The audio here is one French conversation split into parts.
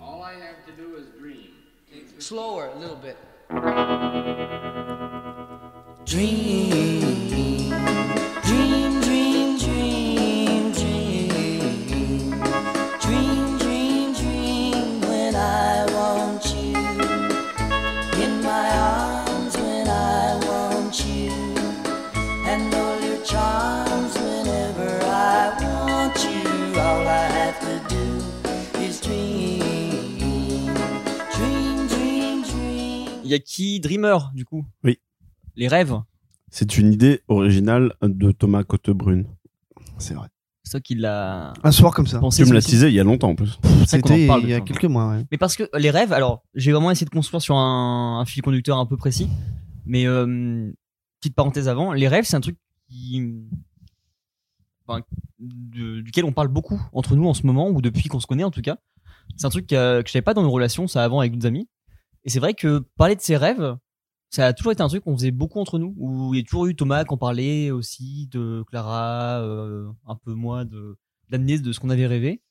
have to do is dream. Slower, a little bit. Dream, dream, dream, dream, dream, dream, dream, dream. When I want you in my arms, when I want you, and all your charms. Whenever I want you, all I have to do is dream, dream, dream, dream. Il y a qui Dreamer, du coup Oui. Les rêves. C'est une idée originale de Thomas Cottebrune. C'est vrai. C'est toi qui l'a Un soir comme ça. pensé. Tu me ce l'as titre. teasé il y a longtemps en plus. ça qu'on en C'était parle, il y a ça. quelques mois. ouais. Mais parce que les rêves, alors j'ai vraiment essayé de construire sur un, un fil conducteur un peu précis, mais euh, petite parenthèse avant, les rêves c'est un truc qui, enfin, de- duquel on parle beaucoup entre nous en ce moment ou depuis qu'on se connaît en tout cas. C'est un truc euh, que je n'avais pas dans nos relations ça avant avec d'autres amis. Et c'est vrai que parler de ses rêves, ça a toujours été un truc qu'on faisait beaucoup entre nous. Où il y a toujours eu Thomas qui en parlait aussi de Clara, euh, un peu moi de d'amener de ce qu'on avait rêvé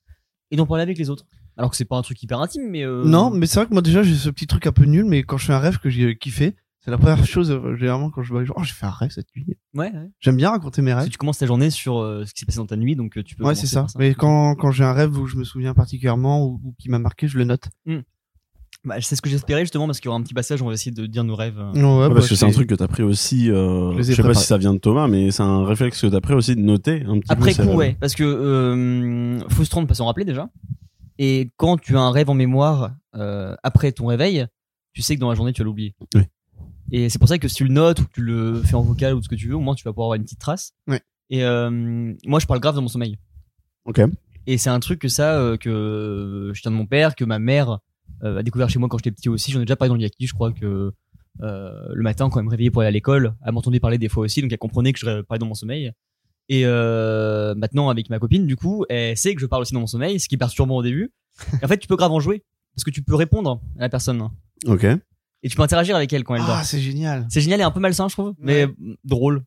et d'en parler avec les autres. Alors que c'est pas un truc hyper intime, mais euh, Non, mais c'est vrai que moi déjà j'ai ce petit truc un peu nul, mais quand je fais un rêve que j'ai kiffé, c'est la première chose euh, généralement quand je vois les gens, oh j'ai fait un rêve cette nuit. Ouais, ouais. J'aime bien raconter mes Parce rêves. que tu commences ta journée sur euh, ce qui s'est passé dans ta nuit, donc euh, tu peux. Ouais, commencer c'est ça. par Mais quand, quand j'ai un rêve où je me souviens particulièrement ou, ou qui m'a marqué, je le note. Bah, c'est ce que j'espérais justement, parce qu'il y aura un petit passage où on va essayer de dire nos rêves. euh. Non, ouais, Ouais, parce bah, que c'est un truc que t'as pris aussi. euh, Je les ai je sais pas préparés. si ça vient de Thomas, mais c'est un réflexe que t'as pris aussi de noter un petit peu. Après ces coup, rêves. ouais, parce que euh, faut se tromper, pas s'en rappeler déjà. Et quand tu as un rêve en mémoire euh, après ton réveil, tu sais que dans la journée tu vas l'oublier. Oui. Et c'est pour ça que si tu le notes ou que tu le fais en vocal ou ce que tu veux, au moins tu vas pouvoir avoir une petite trace. Ouais. Et euh, moi, je parle grave dans mon sommeil. Ok. Et c'est un truc que ça, euh, que je tiens de mon père, que ma mère euh, a découvert chez moi quand j'étais petit aussi. J'en ai déjà parlé dans le Yaki, je crois que euh, le matin, quand elle me réveillait pour aller à l'école, elle m'entendait parler des fois aussi, donc elle comprenait que je ré- parlais dans mon sommeil. Et euh, maintenant, avec ma copine, du coup, elle sait que je parle aussi dans mon sommeil, ce qui est perturbant au début. Et en fait, tu peux grave en jouer, parce que tu peux répondre à la personne, Ok. et tu peux interagir avec elle quand elle dort. Ah, c'est génial. C'est génial et un peu malsain, je trouve, mais drôle.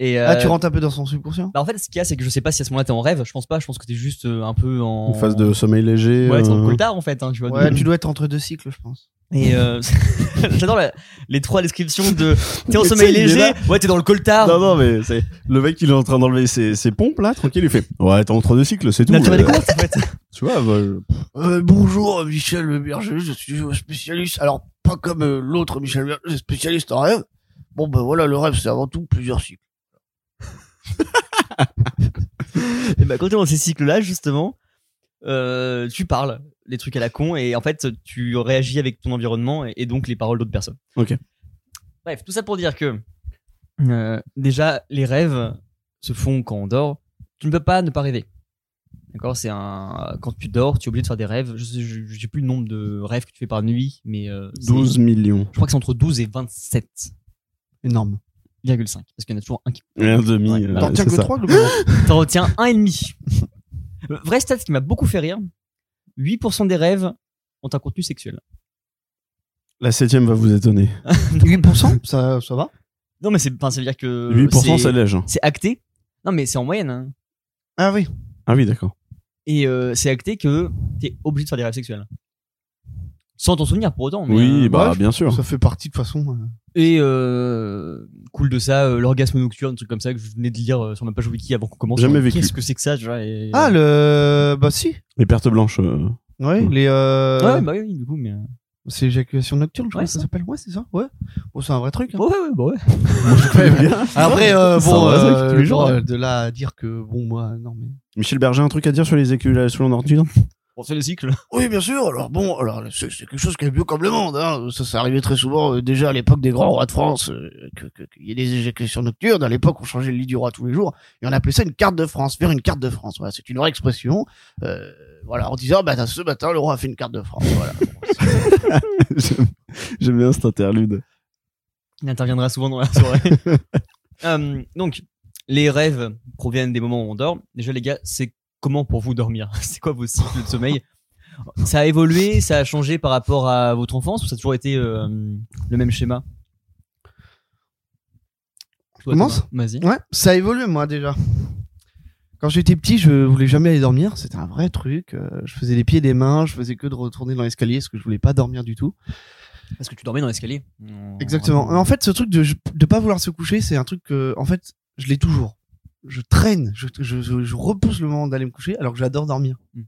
Et Ah, tu euh, rentres un peu dans son subconscient bah, en fait, ce qu'il y a, c'est que je sais pas si à ce moment-là t'es en rêve. Je pense pas. Je pense que t'es juste euh, un peu en En phase de sommeil léger. Ouais, c'est euh, un tard en fait, hein, tu vois. Ouais, de- tu dois être entre deux cycles, je pense. Et euh, j'adore la- les trois descriptions de t'es en Mais sommeil tu sais, il est léger, ouais t'es dans le coltard. Non, non, mais c'est le mec, il est en train d'enlever ses, ses pompes là, tranquille. Il fait Ouais, t'es entre deux cycles, c'est tout. Là, tu vas euh, des comptes, en fait. tu vois, bah, je- Euh, bonjour, Michel Berger, je suis spécialiste. Alors, pas comme euh, l'autre Michel Berger, spécialiste en rêve. Bon, bah, ben voilà, le rêve, c'est avant tout plusieurs cycles. Et bah, quand t'es dans ces cycles-là, justement, euh, tu parles les trucs à la con et en fait, tu réagis avec ton environnement et, et donc les paroles d'autres personnes. Ok. Bref, tout ça pour dire que euh, déjà, les rêves se font quand on dort. Tu ne peux pas ne pas rêver. D'accord, c'est un quand tu dors, tu es obligé de faire des rêves. Je sais- je- j'ai plus le nombre de rêves que tu fais par nuit, mais euh, c'est- 12 millions. Je crois que c'est entre 12 et 27,5 Énorme. parce qu'il y en a toujours un qui Et un demi. Ouais. euh, T'en c'est tiens que ça. trois, globalement. T'en retiens un et demi. Euh, Vrai stat qui m'a beaucoup fait rire. 8% des rêves ont un contenu sexuel. La septième va vous étonner. 8%, ça, ça va Non, mais c'est, enfin, ça veut dire que 8% c'est Euh, c'est, léger. c'est acté. Non, mais c'est en moyenne. hein. Ah oui. Ah oui, d'accord. Et euh, c'est acté que t'es obligé de faire des rêves sexuels. Sans t'en souvenir pour autant. mais, Oui, euh, bah ouais, je- bien sûr. Ça fait partie de toute façon. euh. Et euh, cool de ça, euh, l'orgasme nocturne, un truc comme ça que je venais de lire euh, sur ma page wiki avant qu'on commence. Jamais Genre, vécu. Qu'est-ce que c'est que ça tu vois, et- euh, Ah, le. Bah si. Les pertes blanches. euh, Ouais, Mm. les. euh, Ouais, bah oui, oui, du coup, mais. euh, C'est l'éjaculation nocturne, je crois Ouais, que ça s'appelle. Ouais, c'est ça. Ouais. Bon, c'est un vrai truc. hein. Ouais, ouais, bah ouais. Après, euh, C'est un bon, vrai truc, euh, tous les jours, bon, ouais. euh, de là à dire que bon, moi, non mais. Michel Berger, un truc à dire sur les éculations nocturnes On fait le cycle. Oui, bien sûr. Alors, bon, alors c'est c'est quelque chose qui est vieux comme le monde. Hein. Ça, ça arrivait très souvent euh, déjà à l'époque des grands rois de France, euh, que- que- qu'il y ait des éjections nocturnes. À l'époque, on changeait le lit du roi tous les jours. Et on appelait ça une carte de France, faire une carte de France. Voilà, c'est une vraie expression. Euh, voilà, en disant, bah, ce matin, le roi a fait une carte de France. Voilà. J'aime j'aime bien cet interlude. Il interviendra souvent dans la soirée. Euh, donc, les rêves proviennent des moments où on dort. Déjà, les gars, c'est comment pour vous dormir C'est quoi vos cycles de sommeil Ça a évolué, ça a changé par rapport à votre enfance ou ça a toujours été euh, le même schéma Toi, Commence Thomas, Vas-y. Ouais, ça évolue moi déjà. Quand j'étais petit, je voulais jamais aller dormir. C'était un vrai truc. Euh, Je faisais les pieds et les mains. Je faisais que de retourner dans l'escalier parce que je voulais pas dormir du tout. Parce que tu dormais dans l'escalier. Non, Exactement. vraiment. En fait, ce truc de ne pas vouloir se coucher, c'est un truc que, en fait, je l'ai toujours. Je traîne, je, je, je- je repousse le moment d'aller me coucher alors que j'adore dormir. Mm.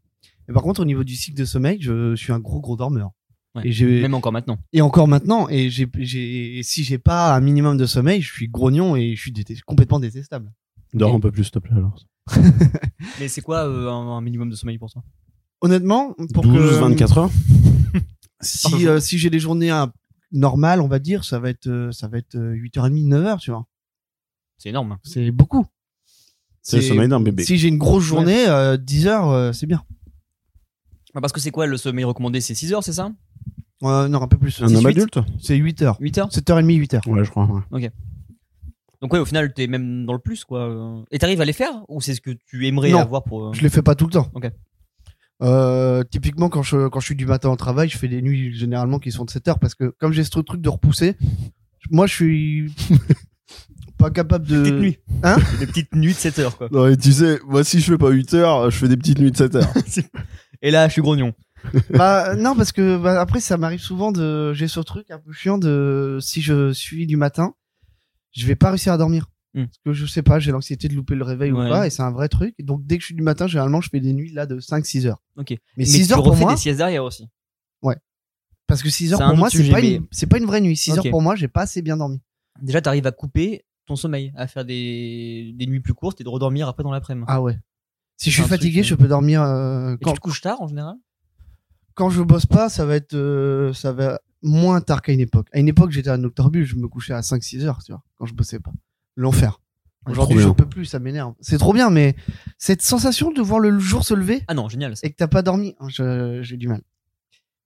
Mais par contre, au niveau du cycle de sommeil, je, suis un gros, gros dormeur. Ouais. Et, j'ai- Même encore maintenant. et encore maintenant, et j'ai j'ai- et si j'ai pas un minimum de sommeil, je suis grognon et je suis détest- complètement détestable. Dors un peu plus, s'il te plaît, alors. Mais c'est quoi euh, un, un minimum de sommeil pour toi Honnêtement, pour 12, que 24 heures. si, euh, si j'ai des journées euh, normales, on va dire, ça va être euh, ça va être euh, 8h30, 9h, tu vois. C'est énorme. C'est beaucoup. C'est le sommeil d'un bébé. Si j'ai une grosse journée, euh, 10 heures, euh, c'est bien. Ah, Parce que c'est quoi le sommeil recommandé C'est 6 heures, c'est ça Euh, non, un peu plus. Un C'est homme huit- adulte C'est 8 heures. 8 heures 7h30, 8 heures. Ouais, je crois. ouais. Donc ouais, au final, t'es même dans le plus, quoi. Euh, Et t'arrives à les faire Ou c'est ce que tu aimerais Non. avoir pour... euh, Je les fais pas tout le temps. Ok. Euh, typiquement, quand je, quand je suis du matin au travail, je fais des nuits généralement qui sont de 7 heures parce que comme j'ai ce truc de repousser, moi je suis pas capable de. Petite nuit. Hein Des petites nuits de 7 heures, quoi. Non, et tu sais, moi, si je fais pas 8 heures, je fais des petites nuits de 7 heures. Et là, je suis grognon. Bah, non, parce que bah, après, ça m'arrive souvent de. J'ai ce truc un peu chiant de. Si je suis du matin, je vais pas réussir à dormir. Hmm. Parce que je sais pas, j'ai l'anxiété de louper le réveil Ouais. ou pas, et c'est un vrai truc. Et Donc, dès que je suis du matin, généralement, je fais des nuits là de 5-6 heures. Ok. Mais 6 heures tu refais pour moi, des siestes derrière aussi. parce que 6 heures C'est un pour moi, autre c'est sujet, pas, une... mais- c'est pas une vraie nuit. 6 Ok. heures pour moi, j'ai pas assez bien dormi. Déjà, t'arrives à couper ton sommeil, à faire des, des nuits plus courtes et de redormir après dans l'après-midi. Ah ouais. C'est Si je suis un truc, fatigué, euh, je peux dormir. euh, Et quand, tu te couches tard en général quand je bosse pas, ça va être. euh, ça va moins tard qu'à une époque. À une époque, j'étais un octarbule, je me couchais à 5-6 heures, tu vois, quand je bossais pas. L'enfer. Aujourd'hui, Trop je bien. peux plus, ça m'énerve. C'est trop bien, mais cette sensation de voir le jour se lever Ah non, génial. ça. et que t'as pas dormi, hein, je- j'ai du mal.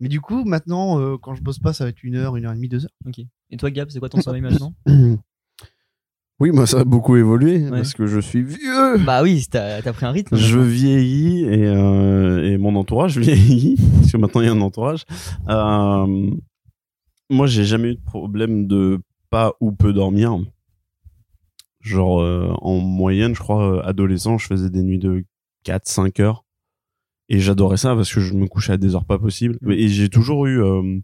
Mais du coup, maintenant, euh, quand je bosse pas, ça va être une heure, une heure et demie, deux heures. Et toi, Gab, c'est quoi ton sommeil maintenant Oui, moi, ça a beaucoup évolué Ouais. parce que je suis vieux. Bah oui, t'as t'as pris un rythme. Je vieillis et, euh, et mon entourage vieillit parce que maintenant il y a un entourage. Euh, moi, j'ai jamais eu de problème de pas ou peu dormir. Genre, euh, en moyenne, je crois, euh, adolescent, je faisais des nuits de 4-5 heures. Et j'adorais ça parce que je me couchais à des heures pas possibles. Mais- Et j'ai toujours eu. euh,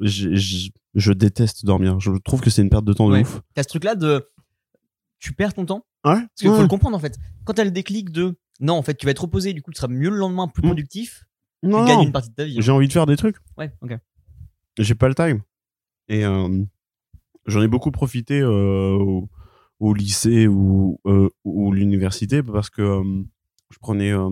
j'ai- j'ai- je déteste dormir. Je trouve que c'est une perte de temps de Ouais. ouf. T'as ce truc-là de. Tu perds ton temps. Ouais. Parce Mmh. qu'il faut le comprendre en fait. Quand t'as le déclic de. Non, en fait, tu vas être reposé, du coup, tu seras mieux le lendemain, Mmh. plus Mm. productif. Non, tu gagnes non. une partie hein. de ta vie. j'ai envie de faire des trucs. Ouais, ok. j'ai pas le time. Et euh, j'en ai beaucoup profité euh, au, au lycée ou, euh, ou l'université parce que euh, je prenais. euh,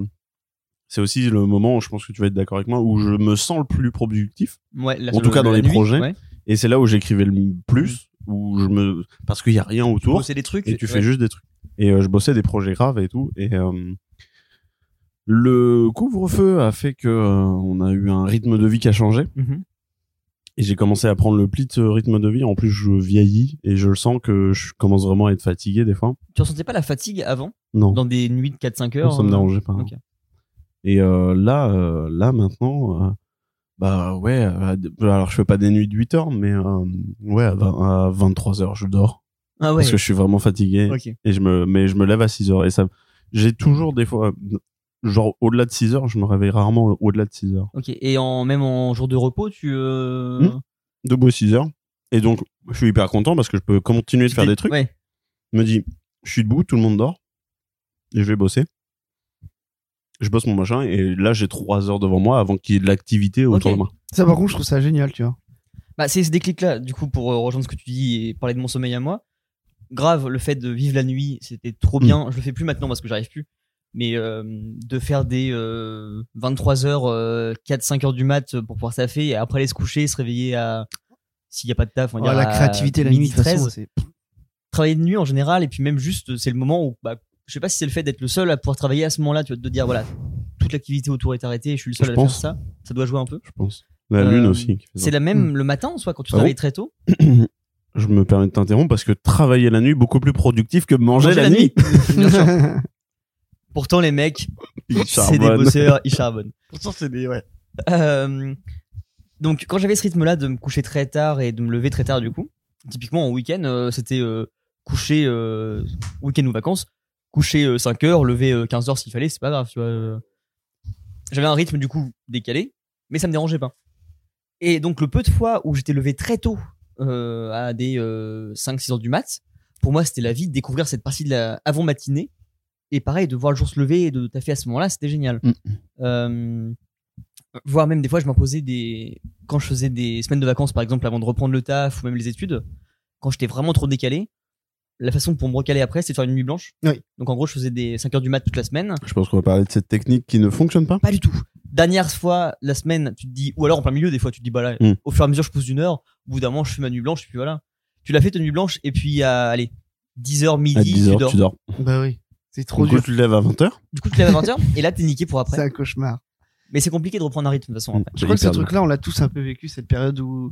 c'est aussi le moment, je pense que tu vas être d'accord avec moi, où je me sens le plus productif. Ouais, la- En tout cas, dans la les nuit, projets, ouais. Et c'est là où j'écrivais le m- plus, où je me. Parce qu'il y a rien autour Bosser des trucs. et tu fais ouais. juste des trucs. Et euh, je bossais des projets graves et tout. Et euh, le couvre-feu a fait que euh, on a eu un rythme de vie qui a changé. Mhm. Et j'ai commencé à prendre le pli de ce rythme de vie. En plus, je vieillis et je le sens que je commence vraiment à être fatigué des fois. Tu ressentais pas la fatigue avant Non, dans des nuits de 4-5 non, heures Oh, ça me euh, dérangeait pas. hein. ok. Et euh, là, euh, là maintenant, euh, bah ouais. euh, alors, je fais pas des nuits de 8 heures, mais euh, ouais, à, vingt- à 23 heures, je dors Ah ouais. parce que je suis vraiment fatigué Ok. et je me, mais je me lève à 6 heures et ça. J'ai toujours des fois, euh, genre au-delà de 6 heures, je me réveille rarement au-delà de 6 heures. Ok. Et en même en jour de repos, tu. euh, Hmm Debout à 6 heures. Et donc, je suis hyper content parce que je peux continuer de tu faire t'es- des trucs. Ouais. me dit je suis debout, tout le monde dort, et je vais bosser. Je bosse mon machin, et là j'ai trois heures devant moi avant qu'il y ait de l'activité autour Ok. de moi. Ça, par contre, je trouve ça génial, tu vois. Bah, c'est ce déclic-là, du coup, pour euh, rejoindre ce que tu dis et parler de mon sommeil à moi. Grave, le fait de vivre la nuit, c'était Hmm. trop bien. Je le fais plus maintenant parce que j'arrive plus. Mais euh, de faire des euh, 23h, 4-5 euh, heures du mat euh, pour pouvoir taffer et après aller se coucher, se réveiller à. S'il n'y a pas de taf, on va Oh, dire la à créativité, la nuit, minuit de toute façon, 13. c'est- Travailler de nuit en général, et puis même juste, c'est le moment où. Bah, je sais pas si c'est le fait d'être le seul à pouvoir travailler à ce moment-là, tu vois, de dire voilà, toute l'activité autour est arrêtée, je suis le seul Je à pense. faire ça. Ça doit jouer un peu. Je pense. La Euh, lune aussi. qui fait ça. C'est la même le matin en soi, quand tu Ah bon travailles très tôt. Je me permets de t'interrompre parce que travailler la nuit beaucoup plus productif que manger, la, nuit. Bien sûr. Pourtant, les mecs, c'est des bosseurs, ils charbonnent. Pourtant, c'est des. Ouais. Euh, donc, quand j'avais ce rythme-là de me coucher très tard et de me lever très tard, du coup, typiquement en week-end, euh, c'était euh, coucher euh, week-end ou vacances, coucher 5 heures, lever 15 heures s'il fallait, c'est pas grave, tu vois. euh. J'avais un rythme du coup décalé, mais ça me dérangeait pas. Et donc le peu de fois où j'étais levé très tôt euh, à des 5-6 heures du mat, pour moi c'était la vie de découvrir cette partie de la avant matinée. Et pareil, de voir le jour se lever et de taffer à ce moment-là, c'était génial. Mm. Euh, voire même des fois, je m'imposais des. Quand je faisais des semaines de vacances, par exemple, avant de reprendre le taf ou même les études, quand j'étais vraiment trop décalé, la façon pour me recaler après, c'est de faire une nuit blanche. Oui. Donc en gros, je faisais des 5 heures du mat toute la semaine. Je pense qu'on va parler de cette technique qui ne fonctionne pas. Pas du tout. Dernière fois, la semaine, tu te dis, ou alors en plein milieu, des fois, tu te dis, bah là, Mm. au fur et à mesure, je pousse d'une heure, au bout d'un moment, je fais ma nuit blanche, puis voilà. Tu l'as fait ta nuit blanche, et puis à, allez, 10h, midi, À 10 tu heures, dors. tu dors. Bah oui, c'est trop Du coup, dur. tu te lèves à 20 heures. Du coup, tu te lèves à 20h, et là, t'es niqué pour C'est après. un cauchemar. Mais c'est compliqué de reprendre un rythme, de toute façon, hein. après. Je crois que ce truc-là, on l'a tous un peu vécu, cette période où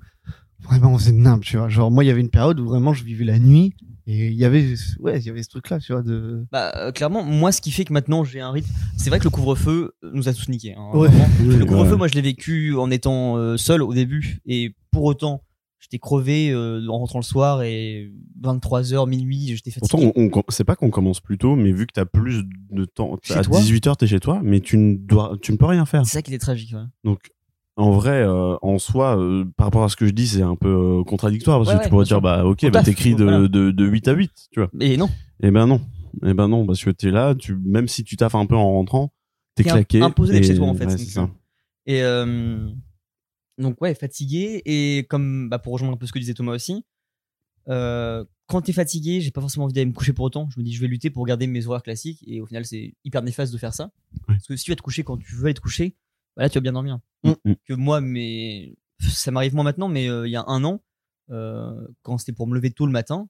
vraiment on faisait de nimbe, tu vois. Genre, moi, il y avait une période où vraiment je vivais la nuit et il y avait, ouais, il y avait ce truc-là, tu vois, de. Bah, euh, clairement, moi, ce qui fait que maintenant, j'ai un rythme. C'est vrai que le couvre-feu nous a tous niqué. hein, Ouais. vraiment. Le Le couvre-feu, moi, je l'ai vécu en étant euh, seul au début, et pour autant, j'étais crevé euh, en rentrant le soir, et 23h, minuit, j'étais fatigué. Pourtant, on, on com- c'est pas qu'on commence plus tôt, mais vu que t'as plus de temps, Chez à toi 18 heures, t'es chez toi, mais tu ne dois, tu ne peux rien faire. C'est ça qui était tragique. ouais. Donc, en vrai, euh, en soi, euh, par rapport à ce que je dis, c'est un peu euh, contradictoire parce Ouais, que ouais, tu pourrais bien dire, sûr. bah, Au ok, bah, taf, t'écris de, voilà. de, de 8 à 8, tu vois. Mais non, Eh ben non. Eh ben non, parce que t'es là, tu, même si tu taffes un peu en rentrant, t'es T'es claqué. imp- imposé d'être et- chez toi, en fait, ouais, donc, c'est ça. euh, Et euh, donc ouais, fatigué et comme bah, pour rejoindre un peu ce que disait Thomas aussi, euh, quand t'es fatigué, j'ai pas forcément envie d'aller me coucher pour autant. Je me dis je vais lutter pour garder mes horaires classiques et au final c'est hyper néfaste de faire ça. Parce que si tu vas te coucher quand tu veux aller te coucher, bah là tu vas bien dormir. Mm, mm. Que moi, mais ça m'arrive moins maintenant, mais euh, il y a un an, euh, quand c'était pour me lever tôt le matin,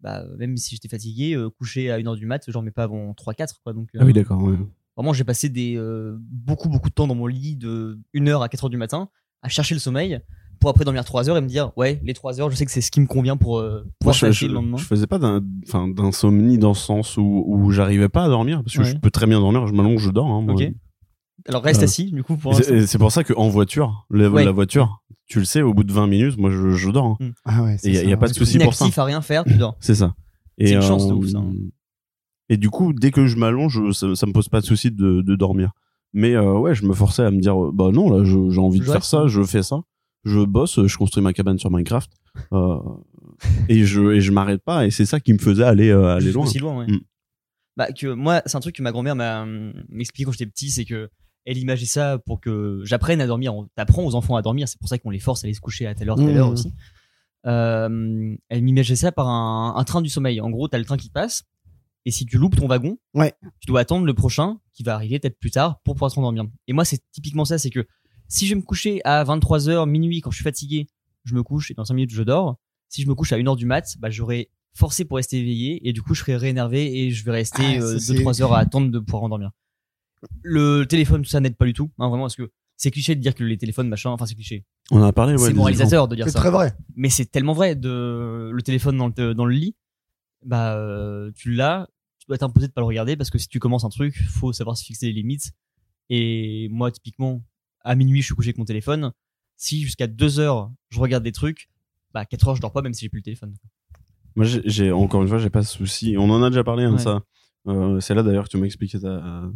bah même si j'étais fatigué, euh, coucher à 1h du mat, j'en mets pas avant 3-4 quoi. Donc Ah euh, oui, d'accord, ouais. Vraiment, j'ai passé des, euh, beaucoup, beaucoup de temps dans mon lit de 1h à 4h du matin à chercher le sommeil pour après dormir 3 heures et me dire, ouais, les 3 heures, je sais que c'est ce qui me convient pour euh, Moi, pouvoir je, passer je- le lendemain. je faisais pas d'un- enfin, d'insomnie dans le sens où, où j'arrivais pas à dormir, parce que Ouais. je peux très bien dormir, je m'allonge, je dors. hein, moi. Ok. Alors reste Euh, assis, du coup, pour Et l'instant. c'est- et c'est pour ça qu'en voiture, la, Ouais. la voiture, tu le sais, au bout de 20 minutes, moi je, je dors. hein. Ah ouais, Et y a- y a pas de Tu es souci pour inactif à rien faire, tu dors. C'est ça. Et, euh, C'est une chance de ouf, ça. hein. Et du coup, dès que je m'allonge, ça, ça me pose pas de souci de, de dormir. Mais euh, ouais, je me forçais à me dire, euh, bah non, là, je- j'ai envie de Je faire reste, hein. ça, je fais ça, je bosse, je construis ma cabane sur Minecraft, euh, et je et je m'arrête pas. Et c'est ça qui me faisait aller euh, aller loin. Aussi loin, ouais. Mm. Bah, que moi, c'est un truc que ma grand-mère m'a hum, m'expliquait quand j'étais petit, c'est que elle imageait ça pour que j'apprenne à dormir. On- T'apprends aux enfants à dormir, c'est pour ça qu'on les force à aller se coucher à telle heure, telle Mm. Mhm. heure aussi. Euh, elle m'imageait ça par un, un train du sommeil. En gros, t'as le train qui passe, et si tu loupes ton wagon, Ouais. tu dois attendre le prochain qui va arriver peut-être plus tard pour pouvoir te rendormir. Et moi, c'est typiquement ça, c'est que si je vais me coucher à 23h, minuit, quand je suis fatigué, je me couche et dans 5 minutes, je dors. Si je me couche à 1h du mat, bah, j'aurais forcé pour rester éveillé et du coup, je serais réénervé et je vais rester Ah, ça, c'est- 2-3 heures à attendre de pouvoir rendormir. Le téléphone, tout ça n'aide pas du tout, hein, vraiment, parce que c'est cliché de dire que les téléphones, machin, enfin, c'est cliché. On en a parlé. Ouais, c'est des moralisateur de dire C'est ça très vrai. mais c'est tellement vrai de le téléphone dans le, dans le lit bah euh, tu l'as tu dois t'imposer de pas le regarder parce que si tu commences un truc faut savoir se fixer les limites et moi typiquement à minuit je suis couché avec mon téléphone si jusqu'à 2 heures je regarde des trucs bah 4 heures je dors pas même si j'ai plus le téléphone Moi, j'ai- j'ai encore une fois, j'ai pas ce souci. On en a déjà parlé hein, de Ouais. ça. Euh, c'est là d'ailleurs que tu m'expliquais ta,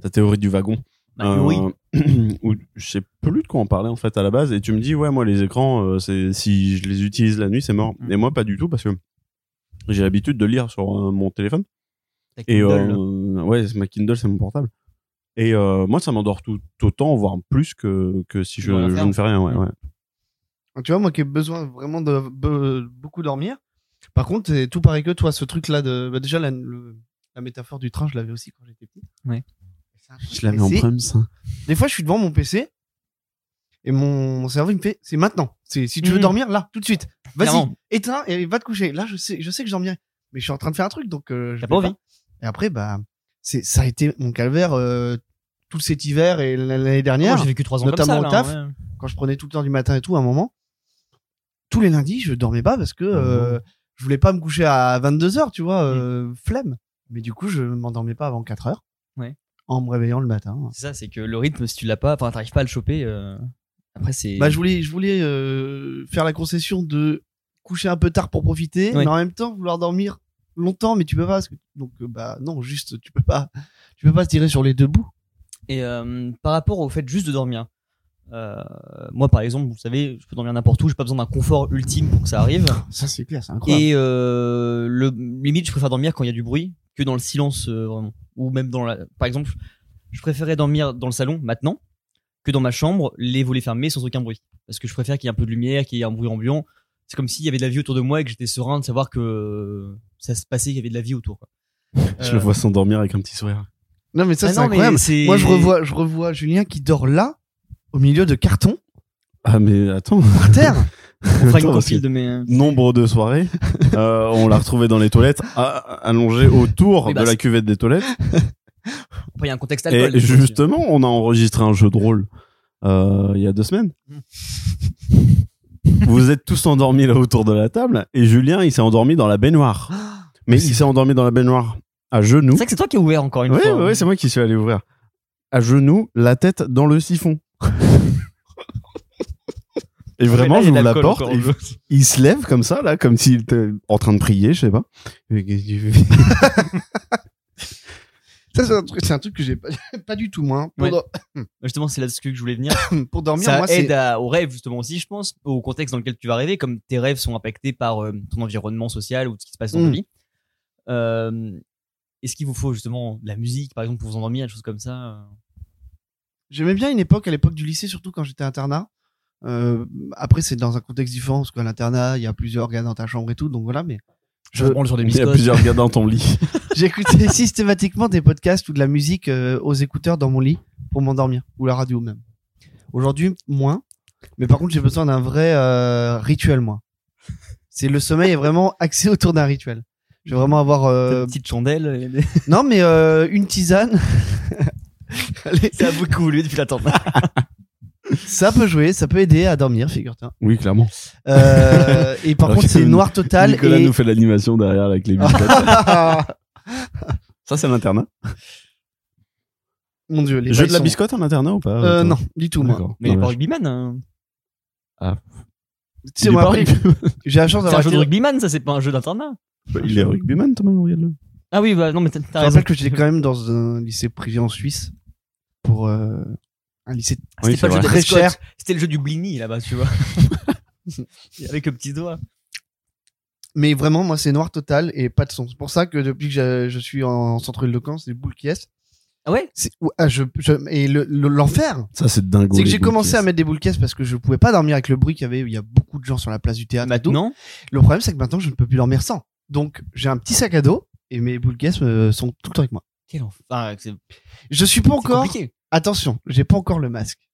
ta théorie du wagon. Bah, Euh, oui où je sais plus de quoi on parlait en fait à la base. Et tu me dis ouais, moi les écrans, euh, c'est si je les utilise la nuit, c'est mort. Mm. Et moi pas du tout parce que j'ai l'habitude de lire sur euh, mon téléphone. Ta Et euh, Kindle. ouais, c'est ma Kindle, c'est mon portable. Et euh, moi, ça m'endort tout autant, voire plus que, que si je, De rien je faire. ne fais rien. Ouais, Mm. ouais. Tu vois, moi qui ai besoin vraiment de be- beaucoup dormir. Par contre, c'est tout pareil que toi, ce truc-là de. bah, déjà, la, le- la métaphore du train, je l'avais aussi quand j'étais petit. Ouais. C'est un truc- Je la mets en mais c'est- prime, ça. Euh. Des fois, je suis devant mon PC et mon, mon cerveau, il me fait c'est maintenant. C'est Si tu veux Mhm. dormir, là, tout de suite. Vas-y, Clairement. éteins et va te coucher. Là, je sais, je sais que je dormirai. Mais je suis en train de faire un truc, donc euh, je T'as vais pas envie. Et après, bah, c'est ça a été mon calvaire euh, tout cet hiver et l'année dernière Moi, j'ai vécu 3 ans notamment comme au ça là, taf. hein, ouais. quand je prenais tout le temps du matin et tout, à un moment, tous les lundis, je dormais pas parce Ah que euh, je voulais pas me coucher à 22 heures, tu vois, Mm. euh, flemme. Mais du coup, je m'endormais pas avant 4 heures. Ouais. En me réveillant le matin. c'est ça c'est que le rythme si tu l'as pas enfin t'arrives pas à le choper euh, après c'est Bah, je voulais, je voulais euh, faire la concession de coucher un peu tard pour profiter, Ouais. mais en même temps vouloir dormir longtemps, mais tu peux pas. parce que- Donc, euh, bah non, juste, tu peux pas. Tu peux pas se tirer sur les deux bouts. Et euh, par rapport au fait juste de dormir, euh, moi par exemple, vous savez, je peux dormir n'importe où, j'ai pas besoin d'un confort ultime pour que ça arrive. Ça, c'est clair, c'est incroyable. Et euh, le limite, je préfère dormir quand il y a du bruit que dans le silence euh, vraiment. Ou même dans la. Par exemple, je préférais dormir dans le salon maintenant que dans ma chambre, les volets fermés sans aucun bruit. Parce que je préfère qu'il y ait un peu de lumière, qu'il y ait un bruit ambiant. C'est comme s'il y avait de la vie autour de moi et que j'étais serein de savoir que ça se passait, qu'il y avait de la vie autour. Quoi. Je Euh, le vois s'endormir avec un petit sourire. Non, mais ça, ah c'est non, mais incroyable. c'est- Moi, je revois, je revois Julien qui dort là, au milieu de carton, Ah, mais attends. par terre. On fera une Attends, parce compile que de mes. Nombre de soirées, euh, on l'a retrouvé dans les toilettes, a- allongé autour Oui, bah, de la c'est- cuvette des toilettes. Après, il y a un contexte Et alcool. justement, on a enregistré un jeu de rôle euh, il y a deux semaines. Vous êtes tous endormis là autour de la table et Julien, il s'est endormi dans la baignoire. Mais il s'est endormi dans la baignoire à genoux. C'est vrai que c'est toi qui as ouvert encore une Oui, fois. hein. c'est moi qui suis allé ouvrir. À genoux, la tête dans le siphon. Et vraiment, Ouais, là, il y a j'ouvre de l'alcool la porte. encore et en jeu. il, il se lève comme ça, là, comme s'il était en train de prier, je sais pas. Mais qu'est-ce que tu fais Ça, c'est un truc, c'est un truc que j'ai pas, pas du tout, moi. hein. Pour, Ouais. dor- Justement, c'est là-dessus que je voulais venir. pour dormir, ça moi, aide c'est. à, aux rêves justement aussi, je pense, au contexte dans lequel tu vas rêver, comme tes rêves sont impactés par euh, ton environnement social ou ce qui se passe dans Mm. ta vie. Euh, Est-ce qu'il vous faut justement de la musique, par exemple, pour vous endormir, des choses comme ça euh J'aimais bien une époque, à l'époque du lycée, surtout quand j'étais internat. Euh, après, c'est dans un contexte différent, parce qu'à l'internat, il y a plusieurs gars dans ta chambre et tout, donc voilà, mais. Je- branle sur des Il y a biscottes. plusieurs gars dans ton lit. J'écoutais systématiquement des podcasts ou de la musique euh, aux écouteurs dans mon lit pour m'endormir, ou la radio même. Aujourd'hui, moins. Mais par contre, j'ai besoin d'un vrai euh, rituel, moi. C'est le sommeil est vraiment axé autour d'un rituel. Je vais vraiment avoir euh, Cette petite chandelle. et des- non, mais euh, une tisane. Allez, ça a beaucoup évolué depuis la tente. ça peut jouer, ça peut aider à dormir, figure-toi. Oui, clairement. Euh, et par Alors contre, que c'est noir total Nicolas et Ah, nous fait l'animation derrière avec les biscottes. ça, c'est l'internat. mon dieu, les Jeu bails de la sont- biscotte à l'internat ou pas Euh, non, du tout moi. D'accord. Mais il est Non, pas mais- rugbyman. hein. Tu sais, Il est moi, pas après, rugbyman. j'ai la chance C'est d'avoir un jeu de été- rugbyman, ça, c'est pas un jeu d'internat. Il est rugbyman, Thomas, regarde-le. Ah oui, bah non, mais t'as- Je t'as raison. rappelle que j'étais quand même dans un lycée privé en Suisse pour euh, un lycée. Oui, Ah, C'était c'est pas le jeu de vrai. la Très biscotte, cher. C'était le jeu du blini là-bas, tu vois. Avec le petit doigt. Mais vraiment, moi, c'est noir total et pas de son. C'est pour ça que depuis que je, je suis en centre-ville de Caen, c'est boule qui est. Ah ouais C'est- ou- ah, je, je- et le- le- l'enfer. Ça, c'est dingue. c'est que j'ai commencé à mettre des boules caisses parce que je pouvais pas dormir avec le bruit qu'il y avait. Il y a beaucoup de gens sur la place du théâtre. et tout. Non Le problème, c'est que maintenant, je ne peux plus dormir sans. Donc, j'ai un petit sac à dos et mes boules caisses euh, sont tout le temps avec moi. Quel enfer. Ah, c'est c'est Je suis pas encore. compliqué. Attention, j'ai pas encore le masque.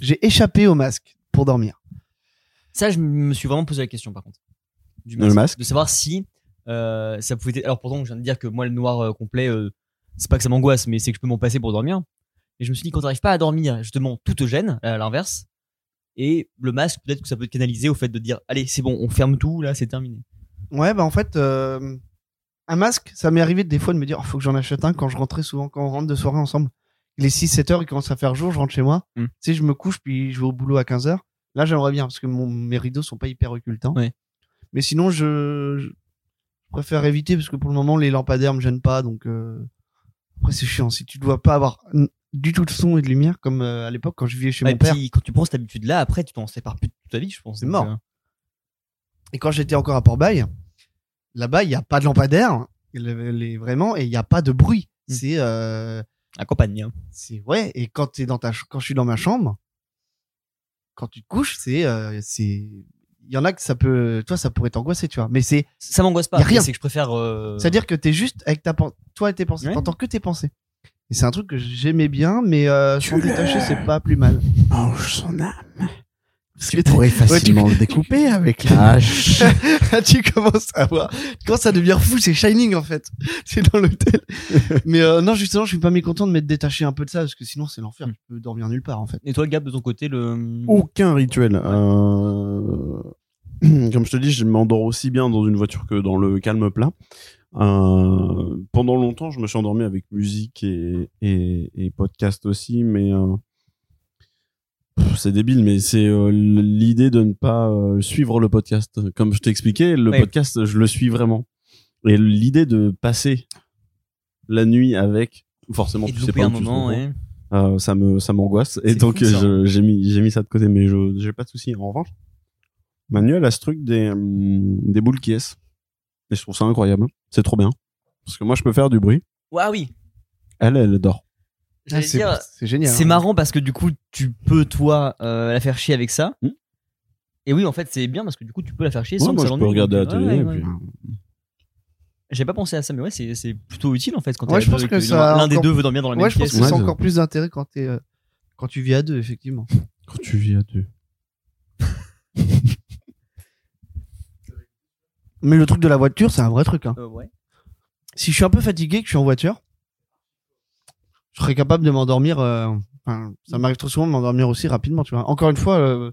J'ai échappé au masque pour dormir. Ça, je me suis vraiment posé la question, par contre. Du Le masque De savoir si euh, ça pouvait être... Alors, pourtant, je viens de dire que moi, le noir euh, complet, euh, c'est pas que ça m'angoisse, mais c'est que je peux m'en passer pour dormir. Et je me suis dit, quand t'arrives pas à dormir, justement, tout te gêne, à l'inverse. Et le masque, peut-être que ça peut te canaliser au fait de dire, allez, c'est bon, on ferme tout, là, c'est terminé. Ouais, bah en fait, euh, un masque, ça m'est arrivé des fois de me dire, oh, faut que j'en achète un quand je rentrais souvent, quand on rentre de soirée ensemble. Il est 6-7 heures, il commence à faire jour, je rentre chez moi. Mm. Tu sais, je me couche, puis je vais au boulot à 15 heures. Là, j'aimerais bien, parce que mon, mes rideaux sont pas hyper occultants. Ouais. Mais sinon, je, je préfère éviter, parce que pour le moment, les lampadaires me gênent pas, donc euh, après, c'est chiant. Si tu dois pas avoir n- du tout de son et de lumière, comme euh, à l'époque quand je vivais chez Ouais, mon père. puis, quand tu prends cette habitude-là, après, tu t'en sépares plus toute ta vie, je pense. C'est Donc, mort. euh, Et quand j'étais encore à Port-Bail, là-bas, il n'y a pas de lampadaire, le- les- vraiment, et il n'y a pas de bruit. Mm. C'est, euh, accompagne. hein. c'est ouais. Et quand t'es dans ta, ch- quand je suis dans ma chambre, quand tu te couches, c'est, euh, c'est, il y en a que ça peut, toi, ça pourrait t'angoisser, tu vois. Mais c'est, Ça m'angoisse pas. Y a rien. mais C'est que je préfère. euh, c'est-à-dire que t'es juste avec ta, pen- toi et tes pensées, Ouais. t'entends que tes pensées. Et c'est un truc que j'aimais bien, mais euh, sans détacher, c'est pas plus mal. Mange son âme. Tu Ah, pourrais facilement le découper avec la hache. tu commences à voir. Quand ça devient fou, c'est Shining en fait. C'est dans l'hôtel. Mais euh, non, justement, je suis pas mécontent de m'être détaché un peu de ça parce que sinon c'est l'enfer. Tu peux dormir nulle part en fait. Et toi, Gab, de ton côté, le. Aucun rituel. Euh, Comme je te dis, je m'endors aussi bien dans une voiture que dans le calme plat. Euh, Pendant longtemps, je me suis endormi avec musique et, et, et podcast aussi, mais euh, pff, c'est débile, mais c'est euh, l'idée de ne pas euh, suivre le podcast. Comme je t'expliquais, le Ouais. podcast, je le suis vraiment. Et l'idée de passer la nuit avec, forcément, Et tu de sais louper pas un où tu te moment, trouves. ouais. Euh, ça me ça m'angoisse et C'est donc fou, ça. je- j'ai mis j'ai mis ça de côté mais je j'ai pas de souci en revanche Manuel a ce truc des hum, des boules qui est et je trouve ça incroyable c'est trop bien parce que moi je peux faire du bruit Ouais, ah oui. elle elle dort Ah, J'allais c'est dire, c'est génial. hein. C'est marrant parce que du coup, tu peux toi euh, la faire chier avec ça. Hmm. Et oui, en fait, c'est bien parce que du coup, tu peux la faire chier Ouais, sans que moi ça je l'ennuie. peux regarder la Ouais, télé ouais, et ouais. puis, euh, J'avais pas pensé à ça, mais ouais, c'est c'est plutôt utile en fait quand Ouais, t'es je à pense deux et que ça a l'un des encore- deux veut dormir dans la Ouais, même je pense pièce. que c'est Ouais, encore plus d'intérêt quand t'es euh, quand tu vis à deux, effectivement. quand tu vis à deux Mais le truc de la voiture, c'est un vrai truc. Hein. Euh, ouais. Si je suis un peu fatigué, que je suis en voiture, je serais capable de m'endormir. euh, enfin, ça m'arrive trop souvent de m'endormir aussi rapidement, tu vois. Encore une fois, euh,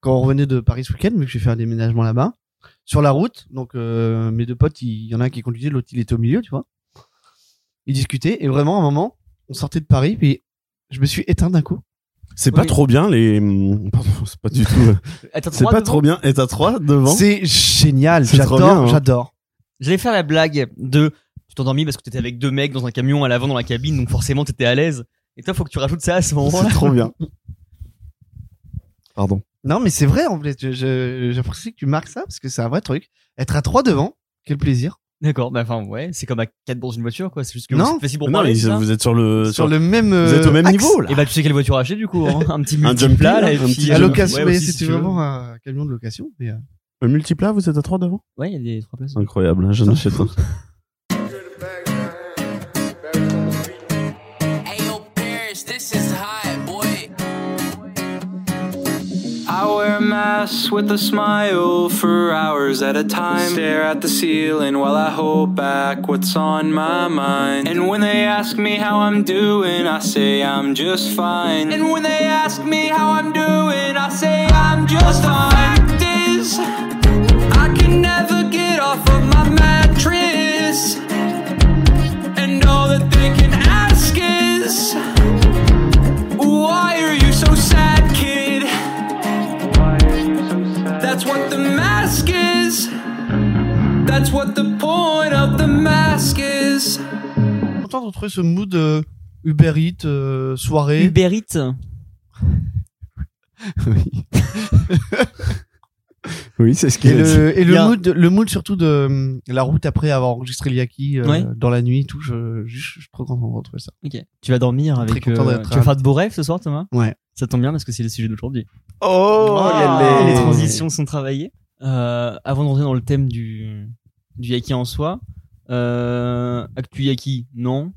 quand on revenait de Paris ce week-end, vu que j'ai fait un déménagement là-bas, sur la route, donc euh, mes deux potes, il il y en a un qui conduisait, l'autre il était au milieu, tu vois. Ils discutaient et vraiment, à un moment, on sortait de Paris, puis je me suis éteint d'un coup. c'est pas Oui. trop bien les hum, pardon c'est pas du tout Ah, t'as c'est trois pas devant trop bien et t'as trois devant C'est génial, C'est trop bien, j'adore, hein. j'adore. J'allais faire la blague de tu t'endormis parce que t'étais avec deux mecs dans un camion à l'avant dans la cabine, donc forcément t'étais à l'aise. Et toi, faut que tu rajoutes ça à ce moment-là. c'est trop bien pardon Non, mais c'est vrai, en fait. je- je- J'apprécie que tu marques ça parce que c'est un vrai truc. Être à trois devant, quel plaisir. D'accord, bah enfin ouais, c'est comme à quatre dans une voiture quoi. C'est juste que Non. c'est facile pour non parler. mais c'est ça vous êtes sur le Euh, Sur le même. euh, Eh vous êtes au même niveau là Et bah tu sais quelle voiture acheter du coup, hein un petit multiple jump là, là, et un puis, petit euh, ben, À jump. location, ouais, mais aussi, si c'était tu veux. vraiment un camion de location. mais, euh, le multiplat vous êtes à trois devant Ouais, il y a des trois places. incroyable hein, je n'achète pas Ayo, Paris, this is high, boy. I wear a mask with a smile for hours at a time. Stare at the ceiling while I hold back what's on my mind. And when they ask me how I'm doing, I say I'm just fine. And when they ask me how I'm doing, I say I'm just fine. Fact is, I can never get off of my mattress. And all that they can ask is, Why are you so sad, kid? That's what the mask is. That's what the point of the mask is. Content de retrouver ce mood euh, Uber Eats, euh, soirée. Uber Eats. oui c'est ce Et qu'il a dit le, et Il y le a- mood, le mood surtout de euh, la route après avoir enregistré le Yaki euh, Ouais. dans la nuit, et tout. Je, je, je suis trop content de retrouver ça. Ok. Tu vas dormir avec. content euh, d'être tu vas à- faire de beaux rêves ce soir, Thomas. Ouais. Ça tombe bien parce que c'est le sujet d'aujourd'hui. Oh, Ah, les- les transitions sont travaillées. Euh, avant de rentrer dans le thème du du yaki en soi, euh, actu yaki, non.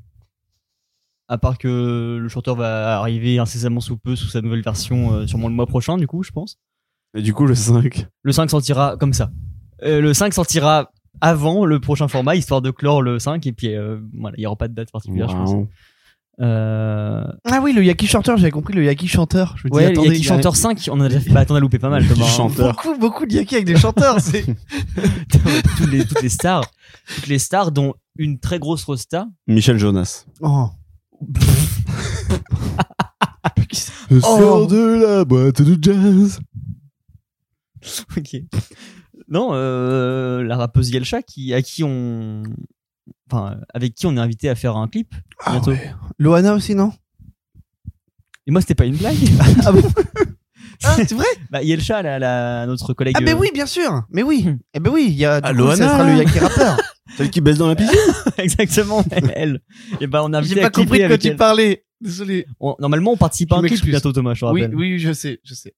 À part que le chanteur va arriver incessamment sous peu sous sa nouvelle version, euh, sûrement le mois prochain, du coup, je pense. et du coup le 5 Le 5 sortira comme ça. Euh, le 5 sortira avant le prochain format, histoire de clore le 5, et puis euh, voilà, il n'y aura pas de date particulière, je pense. Wow. Euh, Ah oui, le Yaki chanteur, j'avais compris, le Yaki chanteur. Je me dis, ouais, attendez, il y a il qui y a chanteur 5, on en a déjà fait, bah, t'en as loupé pas mal, Yaki Thomas. hein. chanteur Beaucoup, beaucoup de Yaki avec des chanteurs. c'est- Toutes les, toutes les stars, toutes les stars, dont une très grosse rosta. Michel Jonas. Oh. Je Oh. sors de la boîte de jazz. Ok. Non, euh, la rappeuse Yelcha, qui, à qui on, enfin, euh, avec qui on est invité à faire un clip Ah bientôt. Loana aussi, non Et moi, c'était pas une blague. Ah bon Ah, C'est vrai bah, Yelcha, la, la- notre collègue. Ah ben euh, oui, bien sûr. Mais oui. Hmm. Eh ben oui, il y a du Ah, coup, Loana, ça sera le là. Yaki rappeur. Celle qui baisse dans la piscine euh, Exactement, elle. Et ben, on a invité J'ai à pas clipper compris de quoi avec tu elle. parlais. Désolé. On- normalement, on participe à Je un clip m'excuse. bientôt, Thomas, je te Oui, rappelle. oui, je sais, je sais.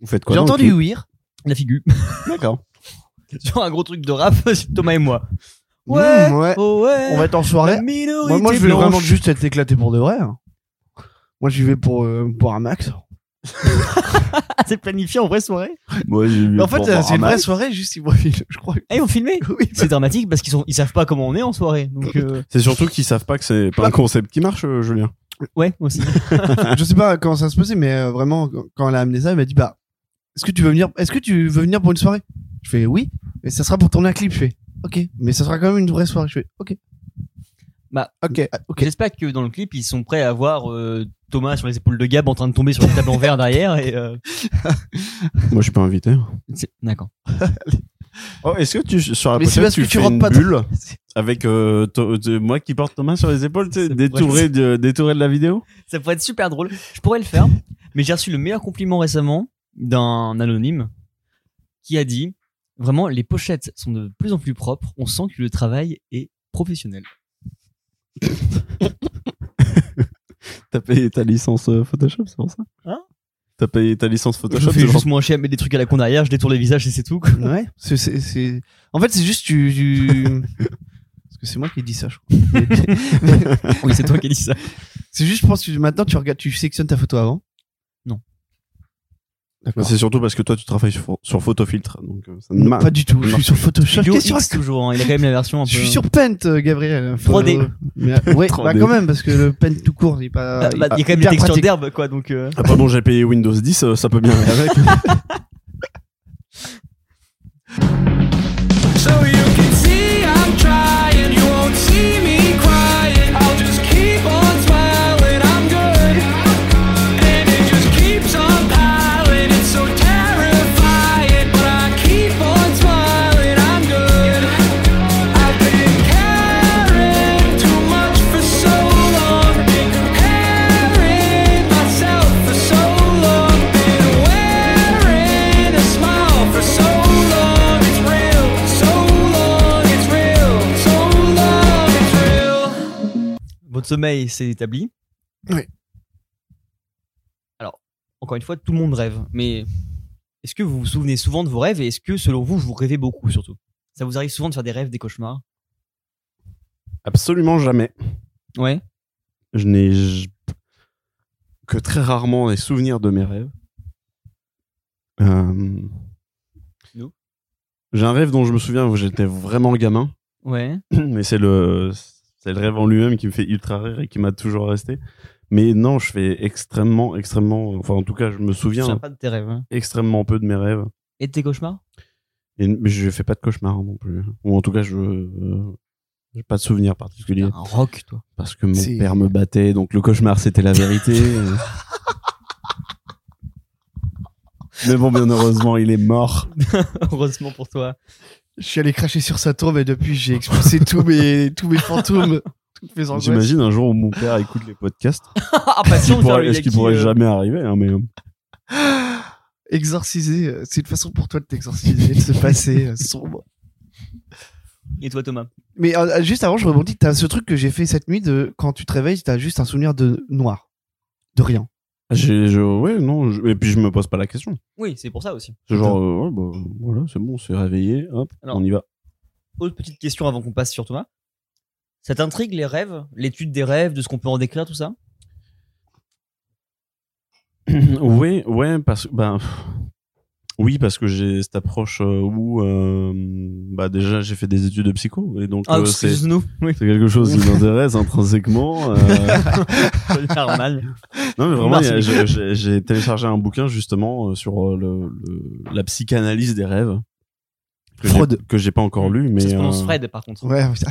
Vous faites quoi J'ai dans le entendu clip ouïr. La figure. D'accord. Sur un gros truc de rap, c'est Thomas et moi. Ouais, ouais. oh ouais. On va être en soirée. La minorité Moi, moi, je vais blanche. vraiment juste être éclaté pour de vrai. hein. Moi, j'y vais pour, euh, pour un max. Ah, c'est planifié en vraie soirée. Moi, j'ai vu Mais en fait, pour euh, voir c'est un une vraie match. soirée, juste ils m'ont filmé, je crois. Eh, on filmait. C'est dramatique parce qu'ils sont, ils savent pas comment on est en soirée. Donc, euh, C'est surtout qu'ils savent pas que c'est pas un concept qui marche, euh, Julien. ouais, aussi. je sais pas comment ça se passait, mais euh, vraiment, quand elle a amené ça, elle m'a dit Bah, est-ce que tu veux venir Est-ce que tu veux venir pour une soirée Je fais Oui, mais ça sera pour tourner un clip. Je fais Ok, mais ça sera quand même une vraie soirée. Je fais Ok. Bah, ok. ah, ok. J'espère que dans le clip, ils sont prêts à voir euh, Thomas sur les épaules de Gab en train de tomber sur une table en verre derrière. Et, euh, Moi, je suis pas invité. c'est- D'accord. Oh, est-ce que tu sur la Mais c'est prochaine parce tu que tu fais rentres une pas dans- bulle avec euh, to- de- moi qui porte Thomas sur les épaules, tu sais, C'est détouré de détouré de la vidéo Ça pourrait être super drôle. Je pourrais le faire. Mais j'ai reçu le meilleur compliment récemment d'un anonyme qui a dit vraiment les pochettes sont de plus en plus propres. On sent que le travail est professionnel. T'as payé ta licence euh, Photoshop, c'est pour ça Hein T'as payé ta licence Je Photoshop fais c'est genre- juste mon chien, mets des trucs à la con derrière, je détourne les visages et c'est tout. quoi. Ouais. C'est, c'est, c'est- En fait, c'est juste tu. tu- Parce que c'est moi qui ai dit ça, je crois. Oui, c'est toi qui as dit ça. c'est juste, je pense que maintenant tu regardes, tu sélectionnes ta photo avant. Bah, C'est surtout parce que toi tu travailles sur, sur photofiltre, donc euh, ça ne marche Pas du tout. Je suis sur Photoshop. Studio Qu'est-ce que X tu racontes toujours, hein. il a quand même la version un Je peu. suis sur Paint, euh, Gabriel. Faut- 3D. Mais, euh, ouais, 3D. bah quand même, parce que le Paint tout court, il est pas. Bah, bah, il y a quand même des hyper textures pratique. d'herbe, quoi, donc. euh, Après bon, j'ai payé Windows 10, euh, ça peut bien aller avec. So you can see I'm trying. You won't see me crying. I'll just keep on smiling. I'm good. And it just keeps on piling. It's so terrifying. But I keep on smiling. I'm good. I've been caring too much for so long. Been comparing myself for so long. Been wearing a smile for so long. It's real. So long. It's real. So long. It's real. Votre sommeil s'est établi. Oui. Alors, encore une fois, tout le monde rêve, mais est-ce que vous vous souvenez souvent de vos rêves et est-ce que, selon vous, vous rêvez beaucoup surtout Ça vous arrive souvent de faire des rêves, des cauchemars Absolument jamais. Ouais. Je n'ai j- que très rarement les souvenirs de mes rêves. Euh, Nous J'ai un rêve dont je me souviens où j'étais vraiment gamin, Ouais. mais c'est le c'est le rêve en lui-même qui me fait ultra rire et qui m'a toujours resté. Mais non, je fais extrêmement, extrêmement, enfin en tout cas, je me Je me souviens souviens pas de tes rêves. hein. extrêmement peu de mes rêves. Et de tes cauchemars Et mais je fais pas de cauchemars non plus, ou en tout cas, je euh, j'ai pas de souvenirs particuliers T'es Un rock, toi. parce que mon C'est- père me battait, donc le cauchemar c'était la vérité. mais bon, bien heureusement, il est mort. Heureusement pour toi. Je suis allé cracher sur sa tombe et depuis, j'ai expulsé tous mes, tous mes fantômes, toutes mes angoisses. J'imagine un jour où mon père écoute les podcasts, Impatient qui Ah, de faire pourrait, le ce qui yaki, pourrait euh, jamais arriver. hein, mais euh, Exorciser, euh, c'est une façon pour toi de t'exorciser, de se passer euh, sombre. Et toi, Thomas Mais euh, juste avant, je rebondis, t'as ce truc que j'ai fait cette nuit de quand tu te réveilles, t'as juste un souvenir de noir. De rien. j'ai- je- ouais, non, je- et puis je me pose pas la question. Oui, c'est pour ça aussi. C'est genre, euh, ouais, bah, voilà, c'est bon, c'est réveillé, hop, Alors, on y va. Autre petite question avant qu'on passe sur Thomas. Ça t'intrigue les rêves, l'étude des rêves, de ce qu'on peut en décrire, tout ça oui, ouais, parce que ben, pff, oui, parce que j'ai cette approche euh, où euh, bah déjà j'ai fait des études de psycho et donc Ah, euh, c'est excuse-nous. Oui, c'est quelque chose qui m'intéresse intrinsèquement. euh, c'est normal. Non, mais vraiment, il y a- Merci. j'ai- j'ai j'ai téléchargé un bouquin justement euh, sur euh, le, le- la psychanalyse des rêves. Que j'ai- Freud. Que j'ai pas encore lu, mais. Ça se prononce euh, Fred, par contre. Ouais, putain.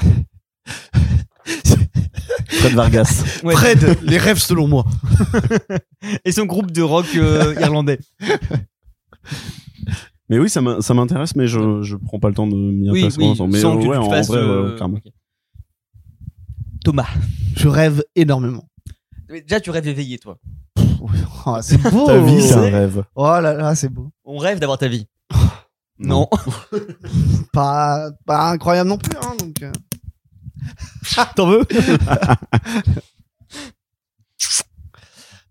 Fred Vargas. Ouais. Fred, les rêves selon moi. et son groupe de rock euh, irlandais. mais oui, ça m'in- ça m'intéresse, mais je, je prends pas le temps de m'y Oui, intéresser. pour oui, l'instant. mais sans euh, que tu ouais, te en fasses, vrai, euh, ouais, clairement. ok. Thomas, Je rêve énormément. Mais déjà tu rêves éveillé, toi. Oh, c'est beau. Ta vie, c'est c'est- un rêve. Oh là là, c'est beau. On rêve d'avoir ta vie. Non. Pas, pas incroyable non plus. hein, donc, euh. T'en veux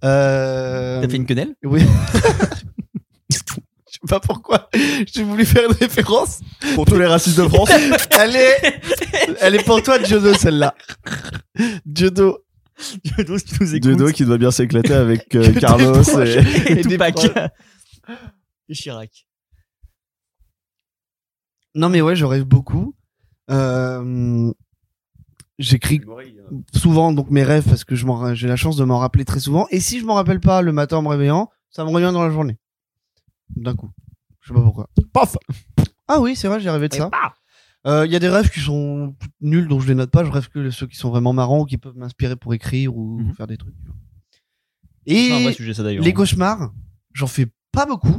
Euh, T'as fait une quenelle Oui. Je sais pas pourquoi. J'ai voulu faire une référence. Pour tous les racistes de France. Elle est, elle est pour toi, Diodo, celle-là. Diodo. Dieudo, si tu nous écoutes. Dudo qui doit bien s'éclater avec euh, Que t'es Carlos proche. et. et, et des Tupac. proches. Et Chirac. Non, mais ouais, je rêve beaucoup. Euh, J'écris souvent donc mes rêves parce que je m'en- j'ai la chance de m'en rappeler très souvent. Et si je m'en rappelle pas le matin en me réveillant, ça me revient dans la journée. D'un coup. Je sais pas pourquoi. Paf Ah oui, c'est vrai, j'ai rêvé de ça. bah. Il y a des rêves qui sont nuls, donc je les note pas. Je rêve que ceux qui sont vraiment marrants ou qui peuvent m'inspirer pour écrire ou Mhm. faire des trucs. tu vois. C'est un vrai Et sujet, ça d'ailleurs. les cauchemars, j'en fais pas beaucoup,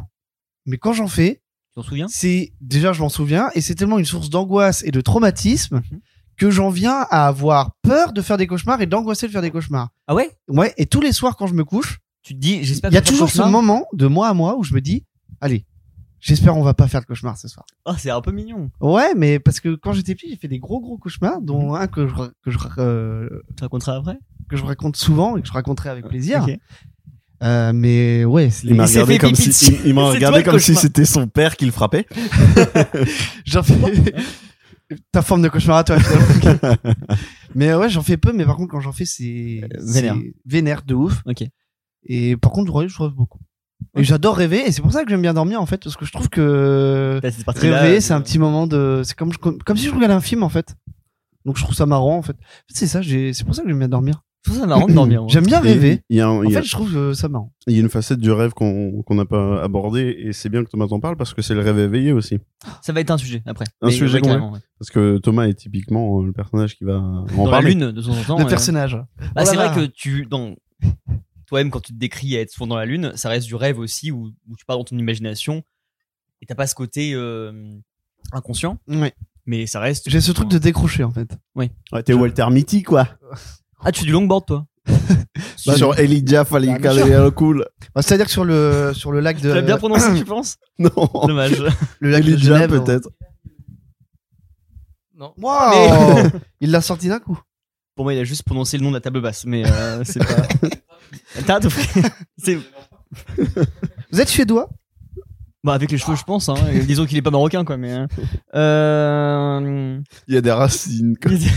mais quand j'en fais, Tu t'en souviens C'est déjà, je m'en souviens, et c'est tellement une source d'angoisse et de traumatisme Mhm. que j'en viens à avoir peur de faire des cauchemars et d'angoisser de faire des cauchemars. Ah ouais Ouais, et tous les soirs quand je me couche, Tu te dis, j'espère il que y a je vais pas toujours faire ce cauchemar. moment de moi à moi où je me dis, allez, j'espère on va pas faire de cauchemar ce soir. Ah, c'est un peu mignon. Ouais, mais parce que quand j'étais petit, j'ai fait des gros gros cauchemars, dont Mhm. un que je, ra- que je, ra- euh, Tu raconteras après que je raconte souvent et que je raconterai avec plaisir. Ok. Euh, mais ouais, c'est Il m'a s'est regardé fait comme pipi si, dessus. il- il m'a C'est regardé toi le comme si cauchemar. c'était son père qui le frappait. J'en fais. Ta forme de cauchemar à toi. finalement. mais ouais, j'en fais peu, mais par contre, quand j'en fais, c'est. Euh, vénère. c'est Vénère de ouf. Ok. Et par contre, ouais, je rêve beaucoup. Et Ok. j'adore rêver, et c'est pour ça que j'aime bien dormir en fait, parce que je trouve que. Là, euh, c'est parti. Rêver, c'est un petit moment de. C'est comme, je- comme, comme si je regardais un film en fait. Donc je trouve ça marrant en fait. En fait, c'est ça, j'ai- c'est pour ça que j'aime bien dormir. Je trouve ça marrant de dormir. moi. J'aime bien rêver. Il y a, un- En il y a- fait, je trouve euh, ça marrant. il y a une facette du rêve qu'on qu'on n'a pas abordée et c'est bien que Thomas t'en parle parce que c'est le rêve éveillé aussi. Ça va être un sujet après. Un sujet ouais, qu'on carrément, ouais. Parce que Thomas est typiquement euh, le personnage qui va en Dans la parler. lune, de temps en temps. Le euh, personnage. bah, Oh là c'est là. vrai que tu. Dans... Toi-même, quand tu te décris à être souvent dans la lune, ça reste du rêve aussi où, où tu pars dans ton imagination et t'as pas ce côté euh, inconscient, Ouais. mais ça reste. J'ai ce truc de décrocher en fait. Ouais, t'es Walter Mitty quoi. Ah, tu fais du longboard toi Sur Elijah Bah, fallait bien caler le cool. Bah, C'est-à-dire que sur le sur le lac de Tu l'as bien prononcé, tu penses Non. Dommage. le lac de Elijah Genève on- peut-être. Non. Waouh Il l'a sorti d'un coup. Pour moi, il a juste prononcé le nom de la table basse, mais euh, c'est pas. T'as tout fait. C'est- Vous êtes suédois Bah, avec les cheveux, je pense. Hein. Et Disons qu'il est pas marocain, quoi, mais. euh, Euh... Il y a des racines. quoi. c'est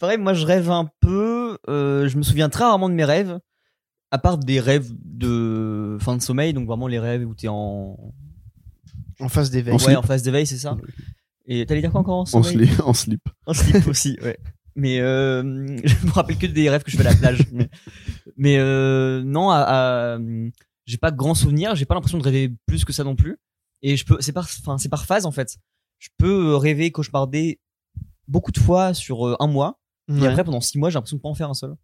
pareil, moi je rêve un peu. euh, je me souviens très rarement de mes rêves, à part des rêves de fin de sommeil, donc vraiment les rêves où t'es en, En face des En veilles. ouais, slip. en phase d'éveil, c'est ça. Et t'allais dire quoi encore en En sommeil slip. En slip. En slip aussi, ouais. Mais euh, je me rappelle que des rêves que je fais à la plage. mais mais, euh, non, à- à- j'ai pas de grands souvenirs. J'ai pas l'impression de rêver plus que ça non plus. Et je peux, c'est par, enfin, c'est par phase en fait. Je peux rêver, cauchemarder beaucoup de fois sur euh, un mois. Et après, pendant six mois, j'ai l'impression de pas en faire un seul.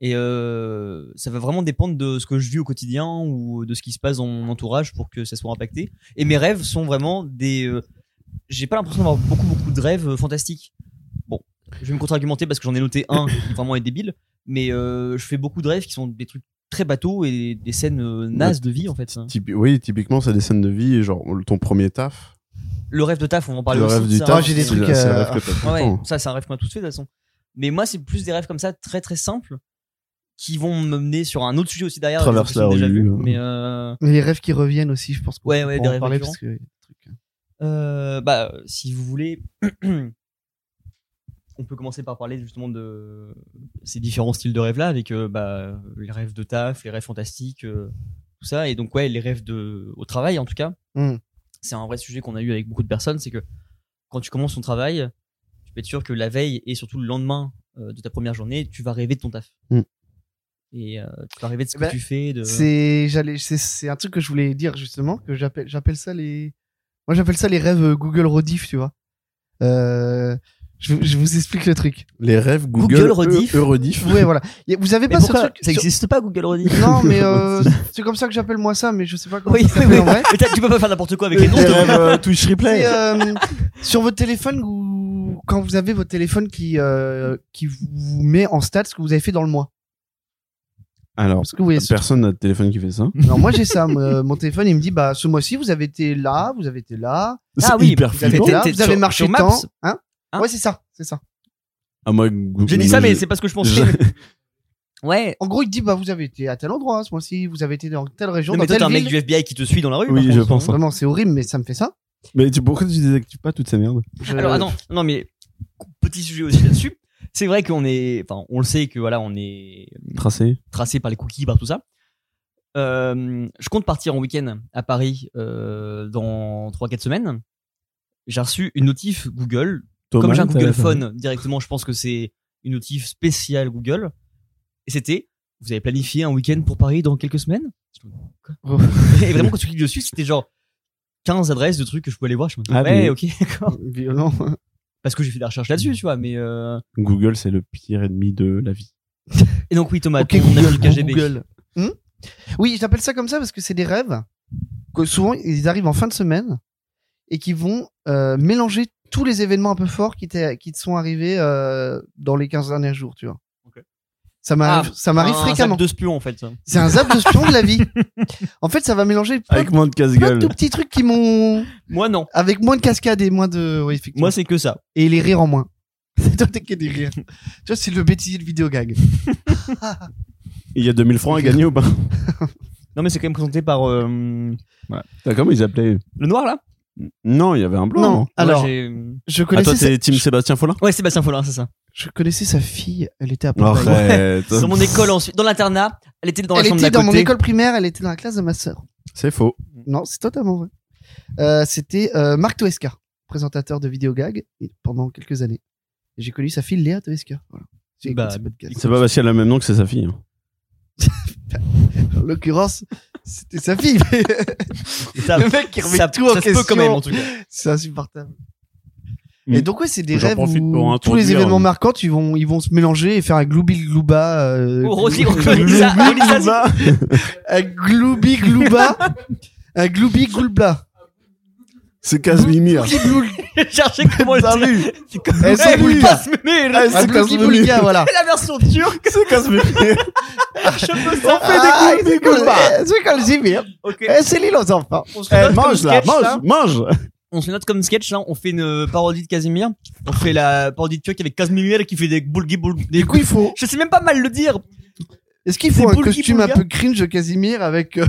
Et euh, ça va vraiment dépendre de ce que je vis au quotidien ou de ce qui se passe dans mon entourage pour que ça soit impacté. Et mes rêves sont vraiment des. euh, j'ai pas l'impression d'avoir beaucoup beaucoup de rêves euh, fantastiques. Bon, je vais me contre-argumenter parce que j'en ai noté un qui vraiment est débile, mais euh, je fais beaucoup de rêves qui sont des trucs très bateaux et des scènes euh, nazes de vie en fait. Typi- oui, typiquement, c'est des scènes de vie, genre ton premier taf. Le rêve de taf, on va en parler le aussi. rêve du ça. taf. Ah, j'ai des c'est trucs, le- c'est le euh, rêve que t'as tout le Ouais, temps. ça c'est un rêve qu'on a tous fait de toute façon. Mais moi c'est plus des rêves comme ça très très simples qui vont me mener sur un autre sujet aussi derrière. Traverse des trucs la que j'ai déjà rue, vus, euh. Mais euh, Mais les rêves qui reviennent aussi, je pense. qu'on Ouais, ouais, peut des en rêves parler récurrents. parce que- euh, bah si vous voulez, on peut commencer par parler justement de ces différents styles de rêves là avec euh, bah, les rêves de taf, les rêves fantastiques, euh, tout ça. Et donc ouais les rêves de au travail en tout cas. Hmm. C'est un vrai sujet qu'on a eu avec beaucoup de personnes, c'est que quand tu commences ton travail, tu peux être sûr que la veille et surtout le lendemain euh, de ta première journée, tu vas rêver de ton taf. Mm. Et euh, tu vas rêver de ce Hmm. Ben, que tu fais. De... C'est j'allais c'est c'est un truc que je voulais dire justement que j'appelle j'appelle ça les moi j'appelle ça les rêves euh, Google Rediff, tu vois. Euh, je, vous- je vous explique le truc. Les rêves Google, Google rediff. eux- eux rediff. Ouais, voilà. Y a- Vous avez Mais pas ce pourquoi truc Ça sur- n'existe pas Google Rediff. Non, mais euh, c'est comme ça que j'appelle moi ça, mais je sais pas comment Oui, ça oui, s'appelle oui. en vrai. Mais t'as- tu peux pas faire n'importe quoi avec les noms. Les rêves euh, Twitch C'est, replay. euh, sur votre téléphone ou quand vous avez votre téléphone qui euh, qui vous met en stats ce que vous avez fait dans le mois. Alors, Parce que vous voyez ce- personne n'a de téléphone qui fait ça. Ah Non, moi j'ai ça. moi, euh, mon téléphone, il me dit bah ce mois-ci vous avez été là, vous avez été là, Ah C'est oui, hyper vous avez flippant. été là, T'es- t'es vous avez sur- marché sur Maps tant, hein Hein Ouais, c'est ça, c'est ça. Ah, moi, Google- J'ai dit ça, moi, mais j'ai- c'est pas ce que je pensais. Ouais. En gros, il te dit bah vous avez été à tel endroit ce mois-ci, vous avez été dans telle région, Non, mais dans toi, t'es telle un mec ville. du FBI qui te suit dans la rue. Oui, par je contre, pense. hein. Vraiment, c'est horrible, mais ça me fait ça. Mais tu- pourquoi tu désactives pas toutes ces merdes Je- Alors, ah non, non, mais petit sujet aussi là-dessus. C'est vrai qu'on est, enfin, on le sait que voilà, on est Tracé. tracé par les cookies, par tout ça. Euh, je compte partir en week-end à Paris euh, dans 3-4 semaines. J'ai reçu une notif Google. Comme j'ai un Google Phone directement, je pense que c'est une notif spéciale Google. Et c'était Vous avez planifié un week-end pour Paris dans quelques semaines Quoi Et vraiment, quand tu cliques dessus, c'était genre 15 adresses de trucs que je pouvais aller voir. Je me dis, Ah, ouais, mais- ok, d'accord. Violent. Parce que j'ai fait des recherches là-dessus, tu vois. Mais euh, Google, c'est le pire ennemi de la vie. Et donc, oui, Thomas, Ok, ton avis Google, du KGB. Google. Hmm oui, j'appelle ça comme ça parce que c'est des rêves que souvent ils arrivent en fin de semaine et qui vont euh, mélanger tous les événements un peu forts qui, t'est- qui te sont arrivés euh, dans les 15 derniers jours, tu vois. Ok. Ça m'arrive, Ah, ça m'arrive Un fréquemment. sac de spion en fait. C'est un zap de spion de la vie. En fait, ça va mélanger plein, Avec moins de plein de casse-gueule. tout petits trucs qui m'ont, Moi non. avec moins de cascades et moins de, ouais, effectivement. Moi c'est que ça. et les rires en moins. Toi, t'as que des rires. Tu vois, c'est le bêtisier de vidéo gag. Il y a 2000 francs à gagner ou pas Non mais c'est quand même présenté par euh, T'as Comment ils appelaient le noir là. Non, il y avait un blanc. Non, non alors, Moi, j'ai- euh, je Ah, toi, connaissais, sa... t'es Team Sébastien Follin ouais Sébastien Follin c'est ça. je connaissais sa fille, elle était à Portail. Arrête. Dans Euh, mon école ensuite, dans l'internat, elle était dans la Elle chambre était d'à dans mon côté. Mm. école primaire, elle était dans la classe de ma sœur. C'est faux. Non, c'est totalement vrai. Euh, C'était euh, Marc Toesca, présentateur de vidéo gag et- pendant quelques années. Et J'ai connu sa fille Léa Toesca. Voilà. J'ai Bah, écouté ce podcast. C'est pas parce qu'elle a le même nom que c'est sa fille. hein. En l'occurrence, c'était sa fille. mais Ça, le mec qui remet ça, tout en ça se question. peut quand même en tout cas. C'est insupportable. Mm. Et donc ouais, c'est des J'en rêves profite où pour tous les introduire- événements marquants, ils vont ils vont se mélanger et faire un gloubi glouba. Euh, Oh, Rosie, on glou- connaît ça, Ah, glou- Rosie, ça, glouba. un gloubi glouba, un gloubi gloubla. C'est Casimir. Gloubi glou- J'ai cherché comment Bah le dire. Salut C'est comme- Eh, salut, Eh, oui, Lucas. passe, mais- Eh, un C'est gloubi Casimir. glouga, voilà. La version turque, C'est Casimir. je peux ça. Ah, gloubi c'est glouba. cool. Eh, C'est comme j'ai bien. Ok. Eh, C'est l'île aux enfants. On se le Eh, note comme mange là, sketch, là. mange, mange On se le note comme sketch là. On fait une euh, parodie de Casimir. On fait la parodie de turque avec Casimir qui fait des boulgui boulgui. Des... Du coup, il faut. Je sais même pas mal le dire. Est-ce qu'il C'est faut un Boulgi costume un Boulga. peu cringe de Casimir avec euh,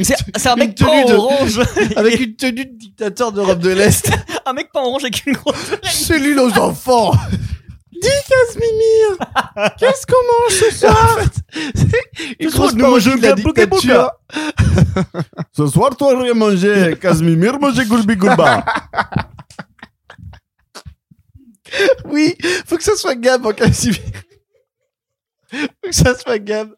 C'est c'est un une mec pas en tenue de- orange. avec une tenue de dictateur d'Europe de l'Est un mec pas en orange avec une grosse. C'est l'île aux enfants. Qu'est-ce qu'on mange ce Une Toujours, grosse nous parodie mangeons de la bien Boulga Boulga. dictature. Ce soir, toi, rien manger. Casimir, manger Goulbi Goulba. Oui, faut que ça soit Gab en Casimir. faut que ça soit Gab.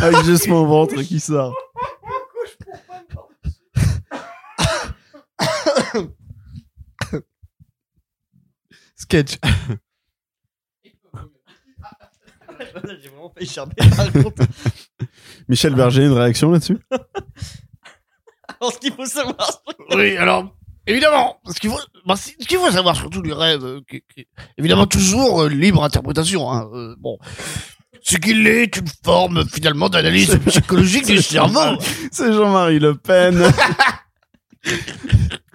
Avec juste mon ventre qui sort. Sketch. J'ai vraiment failli charmer par contre. Michel Berger, une réaction là-dessus Alors ce qu'il faut savoir. Oui, alors, évidemment, ce qu'il faut, bah, c'est- ce qu'il faut savoir surtout du rêve, euh, qui- qui- évidemment toujours euh, libre interprétation, hein, euh, bon, c'est qu'il est une forme finalement d'analyse psychologique du cerveau. C'est Jean-Marie Le Pen.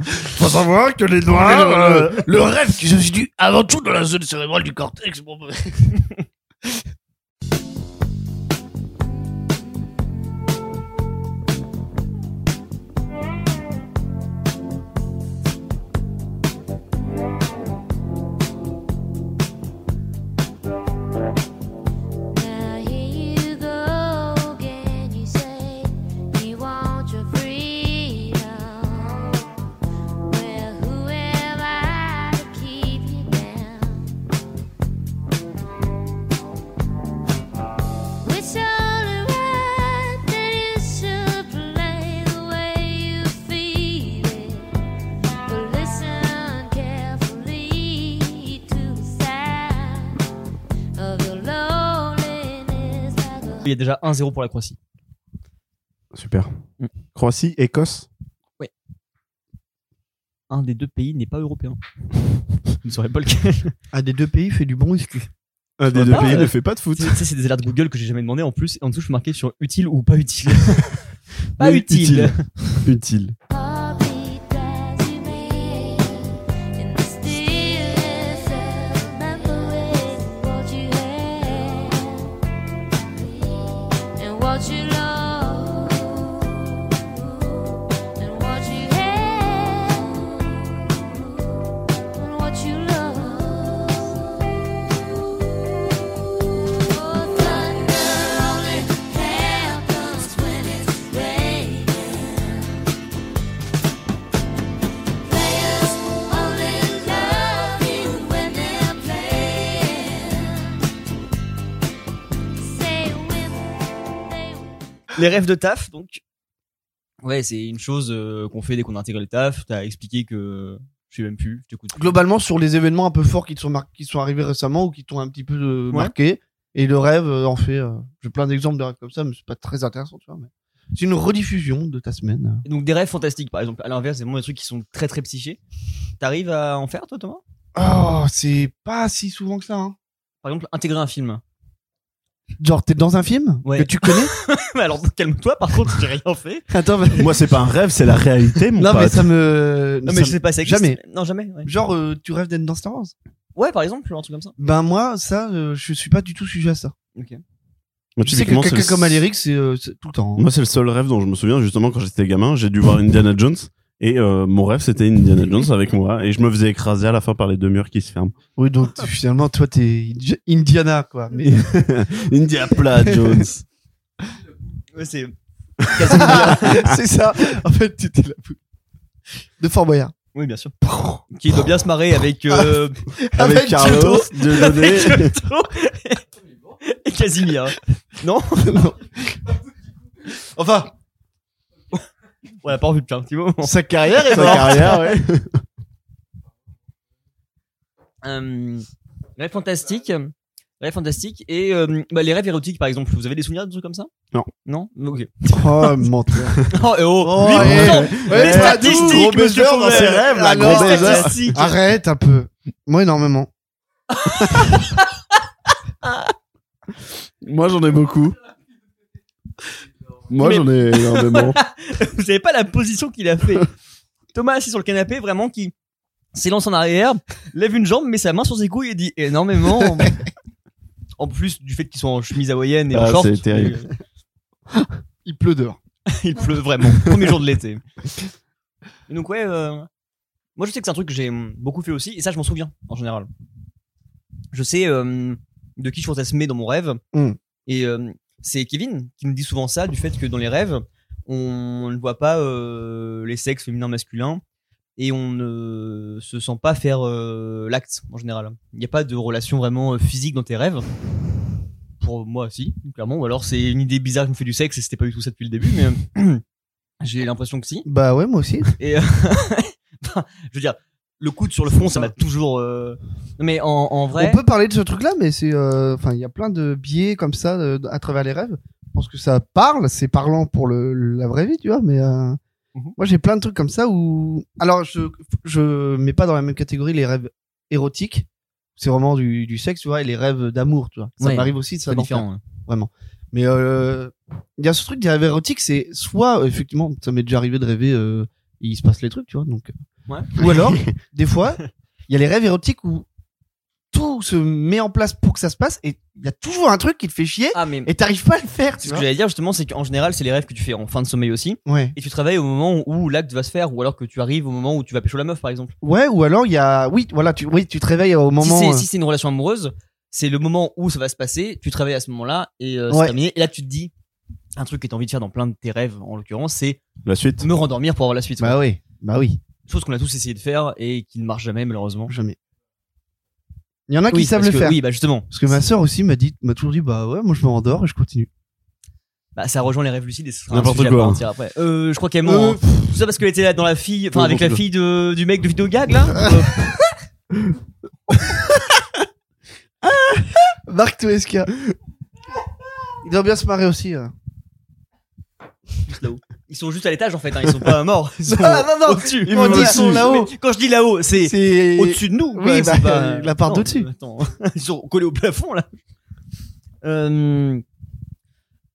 faut savoir que les noirs, Ah, euh, le rêve qui se situe avant tout dans la zone cérébrale du cortex, bon, bah, Now here you go again. You say you want your freedom. Well, who am I to keep you down? It's only right that you should play the way you feel it. But listen carefully to the sound of your loneliness like a Il y a déjà 1-0 pour la Croatie. Super. Croatie, Écosse. Un des deux pays n'est pas européen. Vous ne saurez pas lequel. Un des deux pays fait du bon whisky. Un des Ah, deux pays euh. ne fait pas de foot. Ça, c'est des alertes Google que j'ai jamais demandé en plus. Et en dessous, je suis marqué sur utile ou pas utile. pas Mais utile. Utile. heartbeat drives you mad. In the stillness of my voice, what you had and what you lost, and what you had and what you lost. Oh, thunder only happens when it's raining. Players only love you when they're playing. Say when they les rêves de taf, donc. Ouais, c'est une chose euh, qu'on fait dès qu'on a intégré le taf. T'as expliqué que Je sais même plus, je t'écoute. plus. Globalement, sur les événements un peu forts qui te sont, mar- qui te sont arrivés récemment ou qui t'ont un petit peu euh, Ouais. marqué, et le rêve euh, en fait. euh, J'ai plein d'exemples de rêves comme ça, mais c'est pas très intéressant, tu vois. Mais... C'est une rediffusion de ta semaine. Et Donc des rêves fantastiques, par exemple. À l'inverse, c'est vraiment des trucs qui sont très très psychés. T'arrives à en faire, toi, Thomas Oh, c'est pas si souvent que ça. Hein. Par exemple, intégrer un film. Genre, t'es dans un film Ouais. que tu connais Mais alors calme-toi, par contre, j'ai rien fait. Attends, mais- Moi, c'est pas un rêve, c'est la réalité, mon non, mais pote. ça me. Non, ça mais me- je sais pas, ça existe. Jamais. Non, jamais. Ouais, Genre, euh, tu rêves d'être dans Star Wars Ouais, par exemple, un truc comme ça. Ben, moi, ça, euh, je suis pas du tout sujet à ça. Moi, Tu sais que typiquement, quelqu'un c'est le- comme Aléric, c'est euh, c'est tout le temps. hein. Moi, c'est le seul rêve dont je me souviens, justement, quand j'étais gamin. J'ai dû voir Indiana Jones. Et euh, mon rêve, c'était Indiana Jones avec moi. Et je me faisais écraser à la fin par les deux murs qui se ferment. Oui, donc tu- finalement, toi, t'es Indi- Indiana, quoi. Mais Indiana Jones. Ouais, c'est. c'est ça. En fait, t'étais la poule. De Fort Boyard. Oui, bien sûr. Qui doit bien se marrer avec. euh, avec, Avec Carlos, Dieudonné. avec Giotto et- et Casimir. Non Enfin, On l'a pas revu depuis un petit moment. sa carrière est sa carrière, ouais. Euh, rêve fantastique. Rêve fantastique et euh, bah, les rêves érotiques, par exemple. Vous avez des souvenirs de trucs comme ça Non. Non Ok. Oh, menteur. Oh, eh oh, Oh, 8%. ouais, Les ouais, statistiques, gros monsieur baiser dans Fauvel. ses rêves, la Les gros baiser. statistiques. Arrête un peu. Moi, énormément. Moi, j'en ai beaucoup. Moi, Mais- j'en ai énormément. Vous savez pas la position qu'il a fait. Thomas assis sur le canapé, vraiment qui s'élance en arrière, lève une jambe, met sa main sur ses couilles et dit énormément. en plus du fait qu'ils sont en chemise hawaïenne et en Ah, short. euh, c'est terrible. Il pleut dehors. Il pleut vraiment. Premier jour de l'été. Et Donc ouais, euh, moi je sais que c'est un truc que j'ai hum, beaucoup fait aussi, et ça je m'en souviens en général. Je sais euh, de qui je fantasmais dans mon rêve, Mm. et euh, c'est Kevin qui me dit souvent ça, du fait que dans les rêves, on ne voit pas euh, les sexes féminins masculins, et on ne se sent pas faire euh, l'acte en général. Il n'y a pas de relation vraiment euh, physique dans tes rêves. Pour moi, si, clairement. Ou alors c'est une idée bizarre qui me fait du sexe et c'était pas du tout ça depuis le début, mais euh, j'ai l'impression que si. Bah ouais, moi aussi. Et euh, enfin, je veux dire, le coude sur le front, ça m'a toujours. euh, Non, mais en, en vrai, On peut parler de ce truc-là, mais c'est, euh, enfin, il y a plein de biais comme ça euh, à travers les rêves. Je pense que ça parle, c'est parlant pour le, la vraie vie, tu vois. Mais euh, Mhm. moi, j'ai plein de trucs comme ça où, alors, je, je mets pas dans la même catégorie les rêves érotiques. C'est vraiment du, du sexe, tu vois, et les rêves d'amour, tu vois. Ça Ouais. m'arrive aussi, ça c'est d'en faire. différent. hein. Mais euh, il y a ce truc des rêves érotiques, c'est soit euh, effectivement, ça m'est déjà arrivé de rêver, euh, il se passe les trucs, tu vois. Donc, euh. Ouais. ou alors, des fois, il y a les rêves érotiques où tout se met en place pour que ça se passe, et il y a toujours un truc qui te fait chier, Ah, mais et t'arrives pas à le faire, ce tu que vois. j'allais dire justement, c'est qu'en général, c'est les rêves que tu fais en fin de sommeil aussi, Ouais. et tu travailles au moment où l'acte va se faire, ou alors que tu arrives au moment où tu vas pécho la meuf, par exemple. ouais, ou alors il y a, oui, voilà, tu, oui, tu te réveilles au moment. si c'est euh, si c'est une relation amoureuse, c'est le moment où ça va se passer, tu travailles à ce moment-là et euh, c'est Ouais. terminé. Et là, tu te dis, un truc que tu as envie de faire dans plein de tes rêves, en l'occurrence, c'est La suite. me rendormir pour avoir la suite. Bah oui, bah oui, Chose qu'on a tous essayé de faire et qui ne marche jamais, malheureusement. jamais. Il y en a qui oui, savent parce le que- faire. Oui, bah justement. Parce que ma sœur aussi m'a dit, m'a toujours dit, bah ouais, moi je me rendors et je continue. Bah, ça rejoint les rêves lucides et ce sera un N'importe sujet à quoi. part entière après. Euh, je crois qu'elle Euh, ment. hein. Tout ça parce qu'elle était là dans la fille, enfin Non, avec la n'importe fille de, du mec de vidéo gag là. Euh, Marc Toesca. Il doit bien se marrer aussi. hein. ils sont juste à l'étage en fait, hein, ils sont pas morts. Ils sont Ah, non, non, au-dessus. ils m'ont dit, ils sont Mais là-haut. Quand je dis là-haut, c'est C'est au-dessus de nous. quoi, Oui, bah, c'est pas- la part Non, d'au-dessus. attends. Ils sont collés au plafond là. Euh,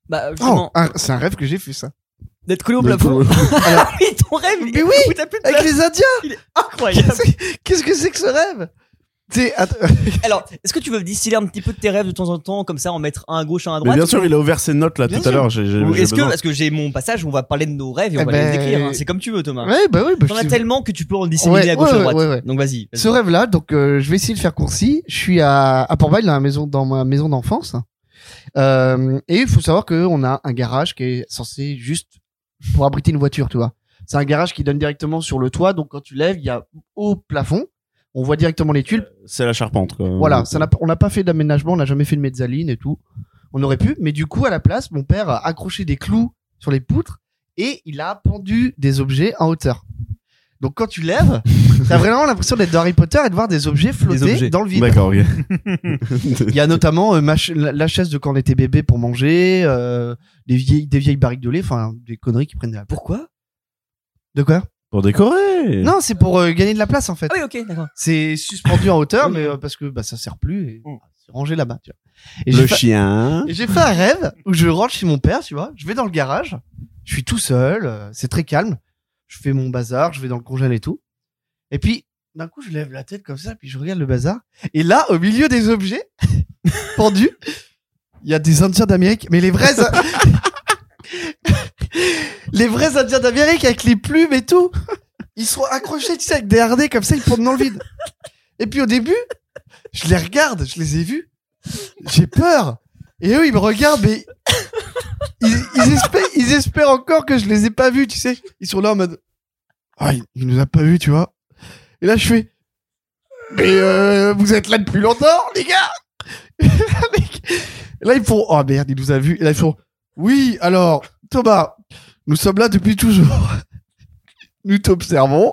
Bah, Oh, justement, un- c'est un rêve que j'ai fait ça. d'être collé au Mais plafond. pour- Ah oui, ton rêve. Mais oui, où t'as plus de Avec place. les Indiens Il est incroyable. Qu'est-ce qu'est-ce que c'est que ce rêve C'est att- Alors, est-ce que tu veux distiller un petit peu de tes rêves de temps en temps, comme ça, en mettre un à gauche, un à Mais droite bien sûr, il a ouvert ses notes là Bien tout à sûr. l'heure. J'ai, j'ai, Ou Euh, j'ai Est-ce que, besoin. parce que j'ai mon passage, où on va parler de nos rêves et on Eh va ben, les décrire. hein. C'est comme tu veux, Thomas. Ouais, bah oui, bah, je T'en as suis- tellement que tu peux en disséminer Ouais, à gauche ouais, à droite. ouais, ouais. Donc vas-y. vas-y. Ce rêve-là, donc euh, je vais essayer de faire concis. Je suis à, à Portbail, dans, la maison, dans ma maison d'enfance. Euh, et il faut savoir qu'on a un garage qui est censé juste pour abriter une voiture, tu vois. C'est un garage qui donne directement sur le toit, donc quand tu lèves, il y a au plafond, on voit directement les tuiles. C'est la charpente, quoi. Voilà, ça n'a- on n'a pas fait d'aménagement, on n'a jamais fait de mezzaline et tout. On aurait pu, mais du coup, à la place, mon père a accroché des clous sur les poutres et il a pendu des objets en hauteur. Donc quand tu lèves, T'as vraiment l'impression d'être dans Harry Potter et de voir des objets flotter objets. dans le vide. D'accord, ok. Il y a notamment euh, ma ch- la, la chaise de quand on était bébé pour manger, euh, des, vieilles, des vieilles barriques de lait, enfin des conneries qui prennent de la Pourquoi De quoi Pour décorer. Non, c'est pour euh, gagner de la place en fait. Ah oui, ok, d'accord. C'est suspendu en hauteur, Oui. mais euh, parce que bah, ça sert plus et Mm. c'est rangé là-bas. Tu vois. Et Le j'ai fa- chien. et j'ai fait un rêve où je rentre chez mon père, tu vois. Je vais dans le garage, je suis tout seul, euh, c'est très calme. Je fais mon bazar, je vais dans le congèle et tout. Et puis, d'un coup, je lève la tête comme ça, puis je regarde le bazar. Et là, au milieu des objets pendus, il y a des Indiens d'Amérique, mais les vrais. les vrais Indiens d'Amérique avec les plumes et tout. Ils sont accrochés, tu sais, avec des harnais comme ça, ils pendent dans le vide. Et puis au début, je les regarde, je les ai vus. J'ai peur. Et eux, ils me regardent, mais ils, ils espè- ils espèrent encore que je les ai pas vus, tu sais. Ils sont là en mode, ah, il, il nous a pas vus, tu vois. Et là, je fais, mais euh, vous êtes là depuis longtemps, les gars. Mec. Et là, ils font, oh merde, il nous a vus. Et là, ils font, oui, alors, Thomas, nous sommes là depuis toujours. Nous t'observons.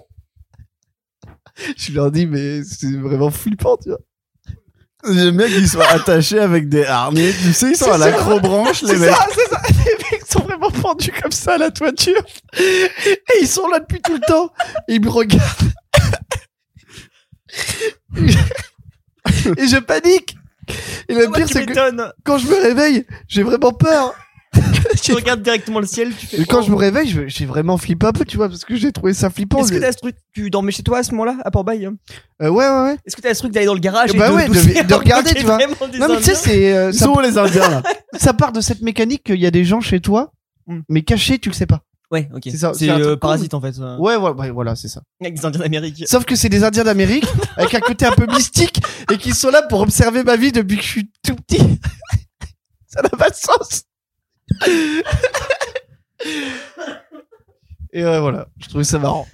Je leur dis, mais c'est vraiment flippant, tu vois. J'aime bien qu'ils soient attachés avec des harnais. Tu sais, ils sont C'est à ça. l'acrobranche, les C'est mecs. ça, c'est ça. Les mecs sont vraiment pendus comme ça à la toiture. Et ils sont là depuis tout le temps. Et ils me regardent. Et je- Et je panique. Et le pire, c'est que quand je me réveille, j'ai vraiment peur. Tu regardes directement le ciel, tu fais. Et quand oh. je me réveille, je- j'ai vraiment flippé un peu, tu vois, parce que j'ai trouvé ça flippant. Est-ce que Le- t'as ce truc, tu dormais chez toi à ce moment-là, à Port-Bail hein Euh, ouais, ouais, ouais. Est-ce que t'as ce truc d'aller dans le garage Eh bah et de, ouais, de- bouffer de un regarder, paquet tu vois. vraiment des Non, mais tu sais, Indiens c'est. euh, Ils ça, sont où, les Indiens, là ça part de cette mécanique qu'il y a des gens chez toi, Hmm. mais cachés, tu le sais pas. Ouais, ok. C'est ça, C'est c'est un euh, truc parasite en fait. euh, Ouais, ouais, ouais, voilà, c'est ça. Avec des Indiens d'Amérique. Sauf que c'est des Indiens d'Amérique avec un côté un peu mystique et qui sont là pour observer ma vie depuis que je suis tout petit. Ça n'a pas de sens. Et euh, voilà, je trouvais ça marrant.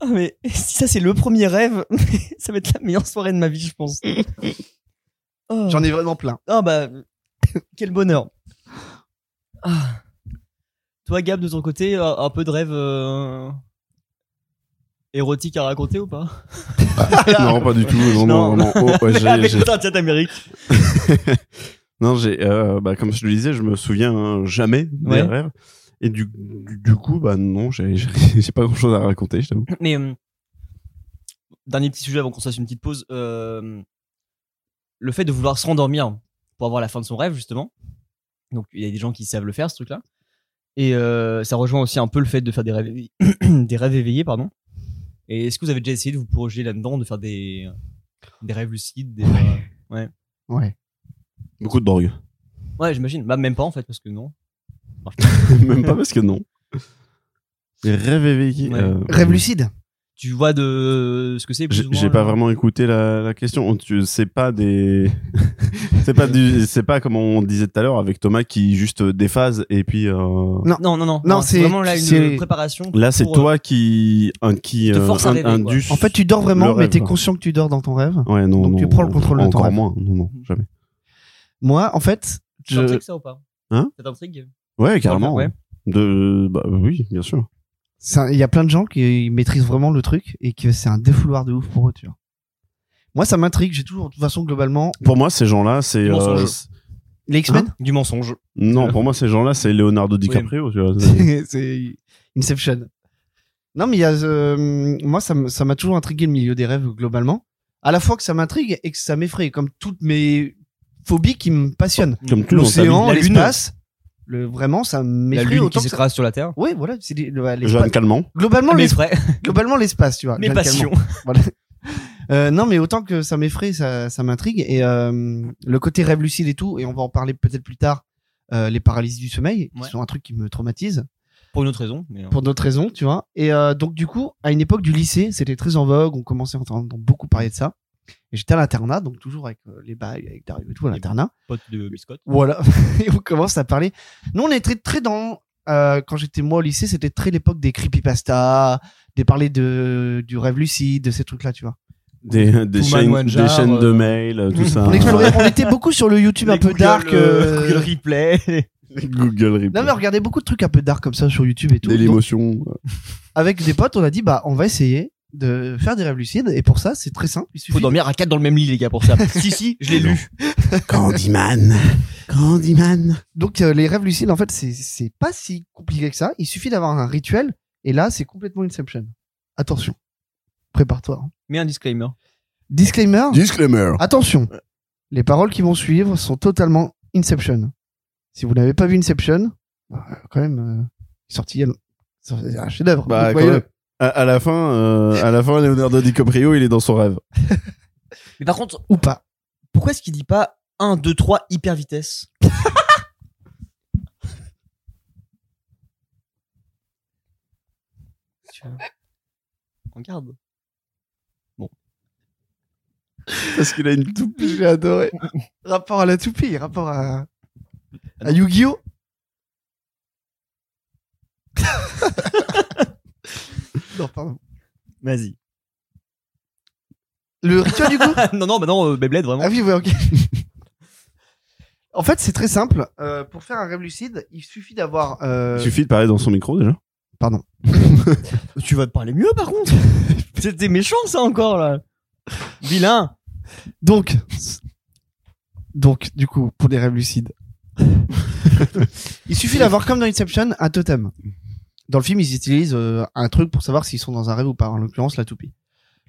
Ah, mais si ça c'est le premier rêve, ça va être la meilleure soirée de ma vie, je pense. Oh. J'en ai vraiment plein. Ah bah, quel bonheur. Ah. Toi, Gab, de ton côté, un un peu de rêve euh, érotique à raconter ou pas Ah, Non, pas du tout. Non, non, non. non. Oh, ouais, j'ai- Avec j'ai- les Indiens d'Amérique. Non, j'ai, euh, bah, comme je le disais, je me souviens euh, jamais des Ouais. rêves. Et du, du, du coup, bah non, j'ai j'ai- j'ai pas grand chose à raconter, je t'avoue. Mais euh, dernier petit sujet avant qu'on se fasse une petite pause. euh, le fait de vouloir se rendormir pour avoir la fin de son rêve, justement. Donc il y a des gens qui savent le faire, ce truc-là. Et euh, ça rejoint aussi un peu le fait de faire des rêves, éveillés- des rêves éveillés, pardon. Et est-ce que vous avez déjà essayé de vous projeter là-dedans, de faire des, des rêves lucides des- euh, Ouais. Beaucoup de drogue. Ouais, j'imagine. Bah, même pas en fait, parce que non. Même pas parce que non. Les rêves éveillés. Ouais. euh, Rêve lucide. Tu vois de euh, ce que c'est. plus J'ai ou moins, euh. j'ai pas là vraiment écouté la, la question. On- tu- C'est pas des, c'est pas du, c'est pas comme on disait tout à l'heure avec Thomas qui juste euh, déphase et puis euh, Non, non, non. Non, c'est c'est- vraiment là une c'est- préparation. là c'est pour, euh, toi qui un qui euh, te force à rêver, quoi. induce- En fait, tu dors vraiment, Le mais rêve. t'es conscient que tu dors dans ton rêve. Ouais, non, donc non, tu prends le contrôle de ton Encore rêve. moins. Non, Mm. non, jamais. Moi, en fait, Ça je... t'intrigue, euh, ça ou pas Hein Ça t'intrigue Ouais, carrément. Ouais. hein. De, bah oui, bien sûr. ça- il y a plein de gens qui maîtrisent vraiment le truc et que c'est un défouloir de ouf pour eux, tu vois. Moi, ça m'intrigue. J'ai toujours, de toute façon, globalement, Pour moi, ces gens-là, c'est. Ils m'en sont euh, jeux. c'est- les X-Men, Du mensonge. non, Euh. pour moi, ces gens-là, c'est Leonardo DiCaprio. Tu vois, C'est- Hein C'est- c'est Inception. Non, mais il y a, euh, moi, ça m- ça m'a toujours intrigué le milieu des rêves globalement. À la fois que ça m'intrigue et que ça m'effraie, comme toutes mes phobies qui me passionnent. comme tout dans sa vie. L'océan, La lune. l'espace, le vraiment, ça La m'effraie lune qui autant. Que ça... s'écrase sur la Terre. Oui, voilà, c'est des- le- l'espace- Jeanne Calment. globalement mes l'espace. frais, Globalement l'espace, tu vois. mes radicalement. passions. Voilà. Euh, non, mais autant que ça m'effraie, ça, ça m'intrigue. Et euh, le côté rêve lucide et tout, et on va en parler peut-être plus tard, euh, les paralysies du sommeil, Ouais. qui sont un truc qui me traumatise. Pour une autre raison. Mais... pour d'autres raisons, tu vois. Et euh, donc, du coup, à une époque du lycée, c'était très en vogue, on commençait à entendre beaucoup parler de ça. Et j'étais à l'internat, donc toujours avec euh, les bagues, avec Dario et tout, à Les l'internat. Pote de biscotte. Voilà, et on commence à parler. Nous, on était très dans, euh, quand j'étais moi au lycée, c'était très l'époque des creepypasta, des parler de, du rêve lucide, de ces trucs-là, tu vois. Des, des Pullman chaînes, Wanjar, des chaînes de euh, mail, euh, tout ça. Mm. On explorait, on était beaucoup sur le YouTube un peu dark. euh, replay. Google Replay. Non, mais on regardait beaucoup de trucs un peu dark comme ça sur YouTube et tout. Des Donc, l'émotion. avec des potes, on a dit bah on va essayer de faire des rêves lucides. Et pour ça, c'est très simple. Il Faut suffit. dormir à 4 dans le même lit, les gars, pour ça. si, si, je l'ai lu. Candyman. Candyman. Donc euh, les rêves lucides, en fait, c'est- c'est pas si compliqué que ça. Il suffit d'avoir un rituel. Et là, c'est complètement Inception. Attention, prépare-toi. hein. Mets un disclaimer. Disclaimer. Disclaimer. Attention, les paroles qui vont suivre sont totalement Inception. Si vous n'avez pas vu Inception, bah, quand même, euh, sorti il y a- c'est un chef-d'œuvre. Bah, quand Donc, voyez-le. même. À, à la fin, euh, à la fin, Leonardo DiCaprio, il est dans son rêve. Mais par contre, Ou pas. pourquoi est-ce qu'il dit pas 1, 2, 3, hyper vitesse Tu vois. Regarde. Parce qu'il a une toupie. J'ai adoré. rapport à la toupie, rapport à, à Yu-Gi-Oh! non, pardon. Vas-y. Le rituel du coup non, non, bah non, euh, Beyblade, vraiment. Ah oui, ouais, ok. en fait, c'est très simple. Euh, pour faire un rêve lucide, il suffit d'avoir. euh, Il suffit de parler dans son micro déjà. Pardon. Ah, Tu vas te parler mieux, par contre. C'était méchant, ça, encore, là. Vilain. Donc, donc, du coup, pour les rêves lucides, il suffit d'avoir, comme dans Inception, un totem. Dans le film, ils utilisent euh, un truc pour savoir s'ils sont dans un rêve ou pas. En l'occurrence, la toupie.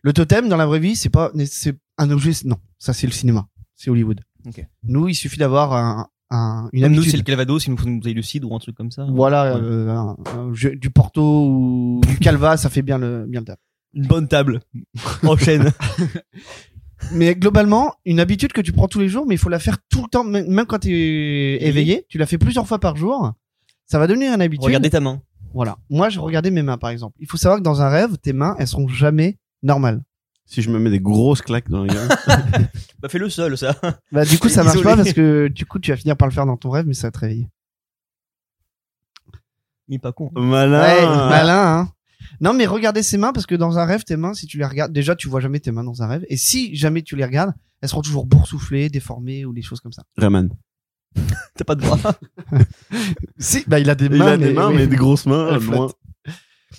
Le totem, dans la vraie vie, c'est pas, c'est un objet. Non, ça c'est le cinéma, c'est Hollywood. Ok. Nous, il suffit d'avoir un, un- une Même nous, habitude. c'est le Calvados, il nous faut une bouteille de cidre ou un truc comme ça. Voilà, euh, un- un jeu- du Porto ou du Calva, ça fait bien le bien le taf. Une bonne table. Enchaîne. Mais globalement, une habitude que tu prends tous les jours, mais il faut la faire tout le temps, même même quand tu es éveillé. Tu la fais plusieurs fois par jour. Ça va devenir une habitude. Regardez ta main. Voilà. Moi, je regardais mes mains, par exemple. Il faut savoir que dans un rêve, tes mains, elles seront jamais normales. Si je me mets des grosses claques dans les gueule. Bah, fais-le seul, ça. Bah, du coup, ça marche Isolé. pas parce que du coup, tu vas finir par le faire dans ton rêve, mais ça va te réveiller. Il est pas hein. con. Malin. Ouais, malin, hein. Non, mais regardez ses mains parce que dans un rêve, tes mains, si tu les regardes, déjà, tu vois jamais tes mains dans un rêve. Et si jamais tu les regardes, elles seront toujours boursouflées, déformées ou des choses comme ça. Rayman. T'as pas de bras. Si, bah, il a des Il a des mains, oui. mais des grosses mains. Elle flotte. Loin.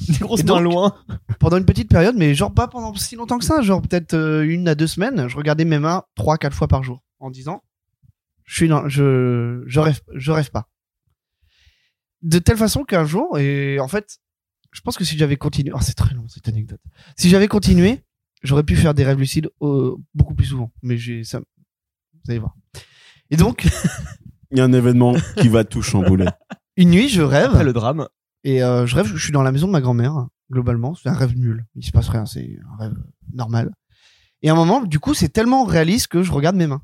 Des grosses Et donc- mains loin. Pendant une petite période, mais genre pas pendant si longtemps que ça, genre peut-être euh, une à deux semaines, je regardais mes mains trois, quatre fois par jour en disant, je suis dans, je, je rêve, je rêve pas. De telle façon qu'un jour, et en fait, je pense que si j'avais continué, oh, c'est très long cette anecdote. Si j'avais continué, j'aurais pu faire des rêves lucides euh, beaucoup plus souvent, mais j'ai ça, vous allez voir. Et donc, Il y a un événement qui va tout chambouler. une nuit, je rêve. Après le drame. Et euh, je rêve, je suis dans la maison de ma grand-mère, globalement. C'est un rêve nul. Il se passe rien, c'est un rêve normal. Et à un moment, du coup, c'est tellement réaliste que je regarde mes mains.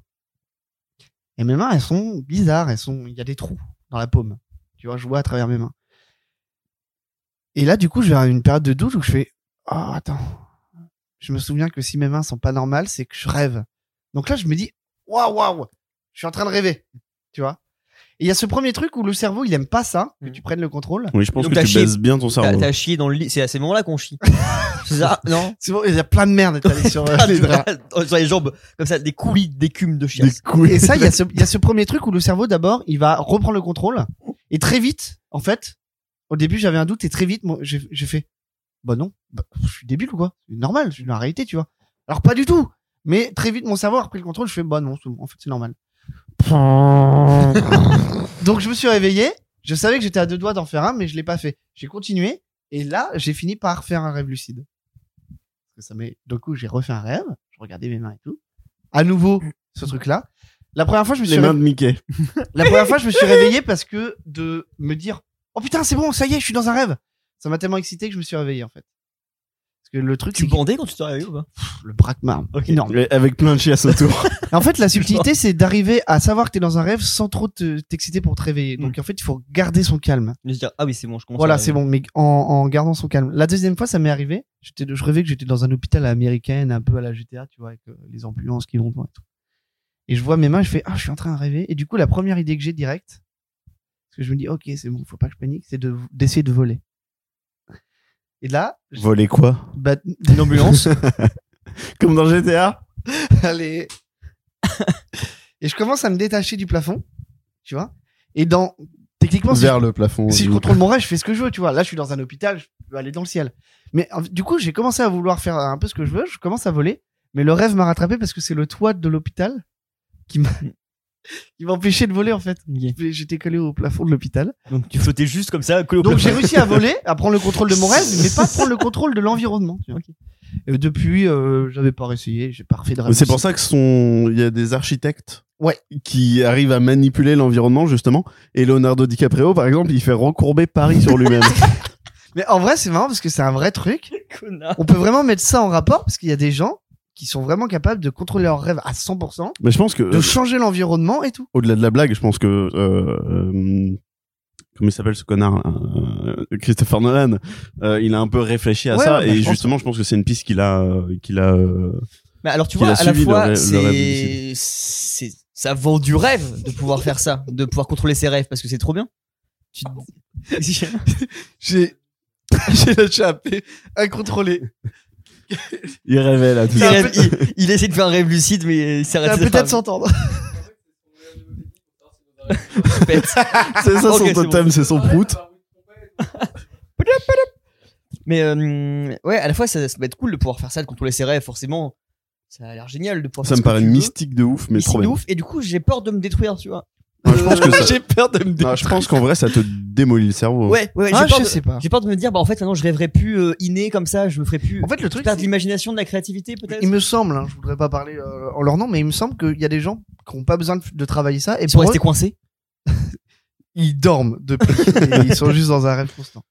Et mes mains, elles sont bizarres. Elles sont, il y a des trous dans la paume. Tu vois, je vois à travers mes mains. Et là, du coup, j'ai une période de doute où je fais, oh, attends. Je me souviens que si mes mains sont pas normales, c'est que je rêve. Donc là, je me dis, waouh, waouh, je suis en train de rêver. Tu vois? Et il y a ce premier truc où le cerveau, il aime pas ça, que Mhm. tu prennes le contrôle. Oui, je pense Donc que t'as tu chié- baisses bien ton T'as cerveau. t'as chié dans le lit. C'est à ces moments-là qu'on chie. C'est ça Non C'est bon, il y a plein de merde étalée sur euh, Ah, les tu draps. vois, Sur les jambes. Comme ça, des coulis d'écume de Des chiasse. couilles. Et ça, il y, a ce- il y a ce premier truc où le cerveau, d'abord, il va reprendre le contrôle. Et très vite, en fait, au début, j'avais un doute et très vite, moi, j'ai j'ai fait, bah non, bah, je suis débile ou quoi C'est normal, je suis dans la réalité, tu vois. Alors pas du tout. Mais très vite, mon cerveau a repris le contrôle. Je fais, bah non, c'est bon, en fait, c'est normal. Donc je me suis réveillé. Je savais que j'étais à deux doigts d'en faire un, mais je l'ai pas fait. J'ai continué. Et là, j'ai fini par faire un rêve lucide. Parce que ça m'est- Du coup, j'ai refait un rêve. Je regardais mes mains et tout. À nouveau, ce truc-là. La première fois, je me suis Les mains de Mickey. la première fois, je me suis réveillé parce que de me dire Oh putain, c'est bon, ça y est, je suis dans un rêve. Ça m'a tellement excité que je me suis réveillé en fait. Parce que le truc, Tu c'est bandais quand tu t'es réveillé ou pas que- le braquemar. Ok. Énorme. Mais Avec plein de chiasses autour. Et en fait, la subtilité, c'est d'arriver à savoir que t'es dans un rêve sans trop te- t'exciter pour te Mm. réveiller. Donc en fait, il faut garder son calme. Je veux dire, ah oui, c'est bon, je commence. Voilà, à- c'est bon, mais en, en gardant son calme. La deuxième fois, ça m'est arrivé. J'étais, je rêvais que j'étais dans un hôpital américain, un peu à la GTA, tu vois, avec euh, les ambulances qui vont devant et tout. Et je vois mes mains, je fais, ah, je suis en train de rêver. Et du coup, la première idée que j'ai direct, parce que je me dis, ok, c'est bon, faut pas que je panique, c'est de, d'essayer de voler. Et là, je- Voler quoi bah, Une ambulance. Comme dans GTA allez. et je commence à me détacher du plafond, tu vois. Et dans, techniquement, si je le plafond. si je contrôle mon rêve, je fais ce que je veux, tu vois. Là, je suis dans un hôpital, je- peux aller dans le ciel. Mais en- du coup, j'ai commencé à vouloir faire un peu ce que je veux. Je commence à voler, mais le rêve m'a rattrapé parce que c'est le toit de l'hôpital qui m'a qui m'empêchait de voler en fait. Ok. J'étais collé au plafond de l'hôpital. Donc tu flottais juste comme ça, collé au Donc plafond. j'ai réussi à voler, à prendre le contrôle de mon rêve, mais pas prendre le contrôle de l'environnement. tu vois. Et depuis, euh, j'avais pas réessayé, j'ai pas refait de rêve. Mais C'est pour ça que son, il y a des architectes Ouais. qui arrivent à manipuler l'environnement justement. Et Leonardo DiCaprio, par exemple, il fait recourber Paris sur lui-même. Mais en vrai, c'est marrant parce que c'est un vrai truc. Connard. On peut vraiment mettre ça en rapport parce qu'il y a des gens qui sont vraiment capables de contrôler leurs rêves à 100%, Mais je pense Euh, que de changer l'environnement et tout. au-delà de la blague, je pense que euh, euh, comment il s'appelle ce connard là, euh, Christopher Nolan, euh, il a un peu réfléchi à Ouais, ça ouais, bah, et je pense. justement, je pense que c'est une piste qu'il a euh, qu'il a euh, Mais alors tu Qu'il vois, a à la suivi le rêve- fois, le rêve c'est lucide. c'est- ça vend du rêve de pouvoir faire ça, de pouvoir contrôler ses rêves parce que c'est trop bien. Tu te- J'ai, j'ai lâché un P incontrôlé. il révèle à tout il, ça. rêve- il- il essaie de faire un rêve lucide, mais il Ça s'arrête. va peut-être s'entendre. C'est ça Ok, c'est son totem, c'est son prout. Mais euh, ouais, à la fois, ça, ça peut être cool de pouvoir faire ça, de contrôler ses rêves, forcément. Ça a l'air génial de pouvoir Ça faire me ce que paraît tu veux. mystique de ouf, mais Mystique trop de bien. ouf. Et du coup, j'ai peur de me détruire, tu vois. Ouais, je pense que ça- j'ai peur de me détruire. Non, je pense qu'en vrai, ça te démolit le cerveau. Ouais, ouais, Ah, j'ai peur, je de- sais pas. j'ai peur de me dire, bah en fait, maintenant, je rêverai plus euh, inné comme ça, je me ferai plus. En fait, le truc, perdre c'est- l'imagination, de la créativité, peut-être. il me semble, hein, je voudrais pas parler euh, en leur nom, mais il me semble qu'il y a des gens qui n'ont pas besoin de, de travailler ça et Ils sont pour eux, restés coincés. ils dorment depuis. et ils sont juste dans un rêve constant.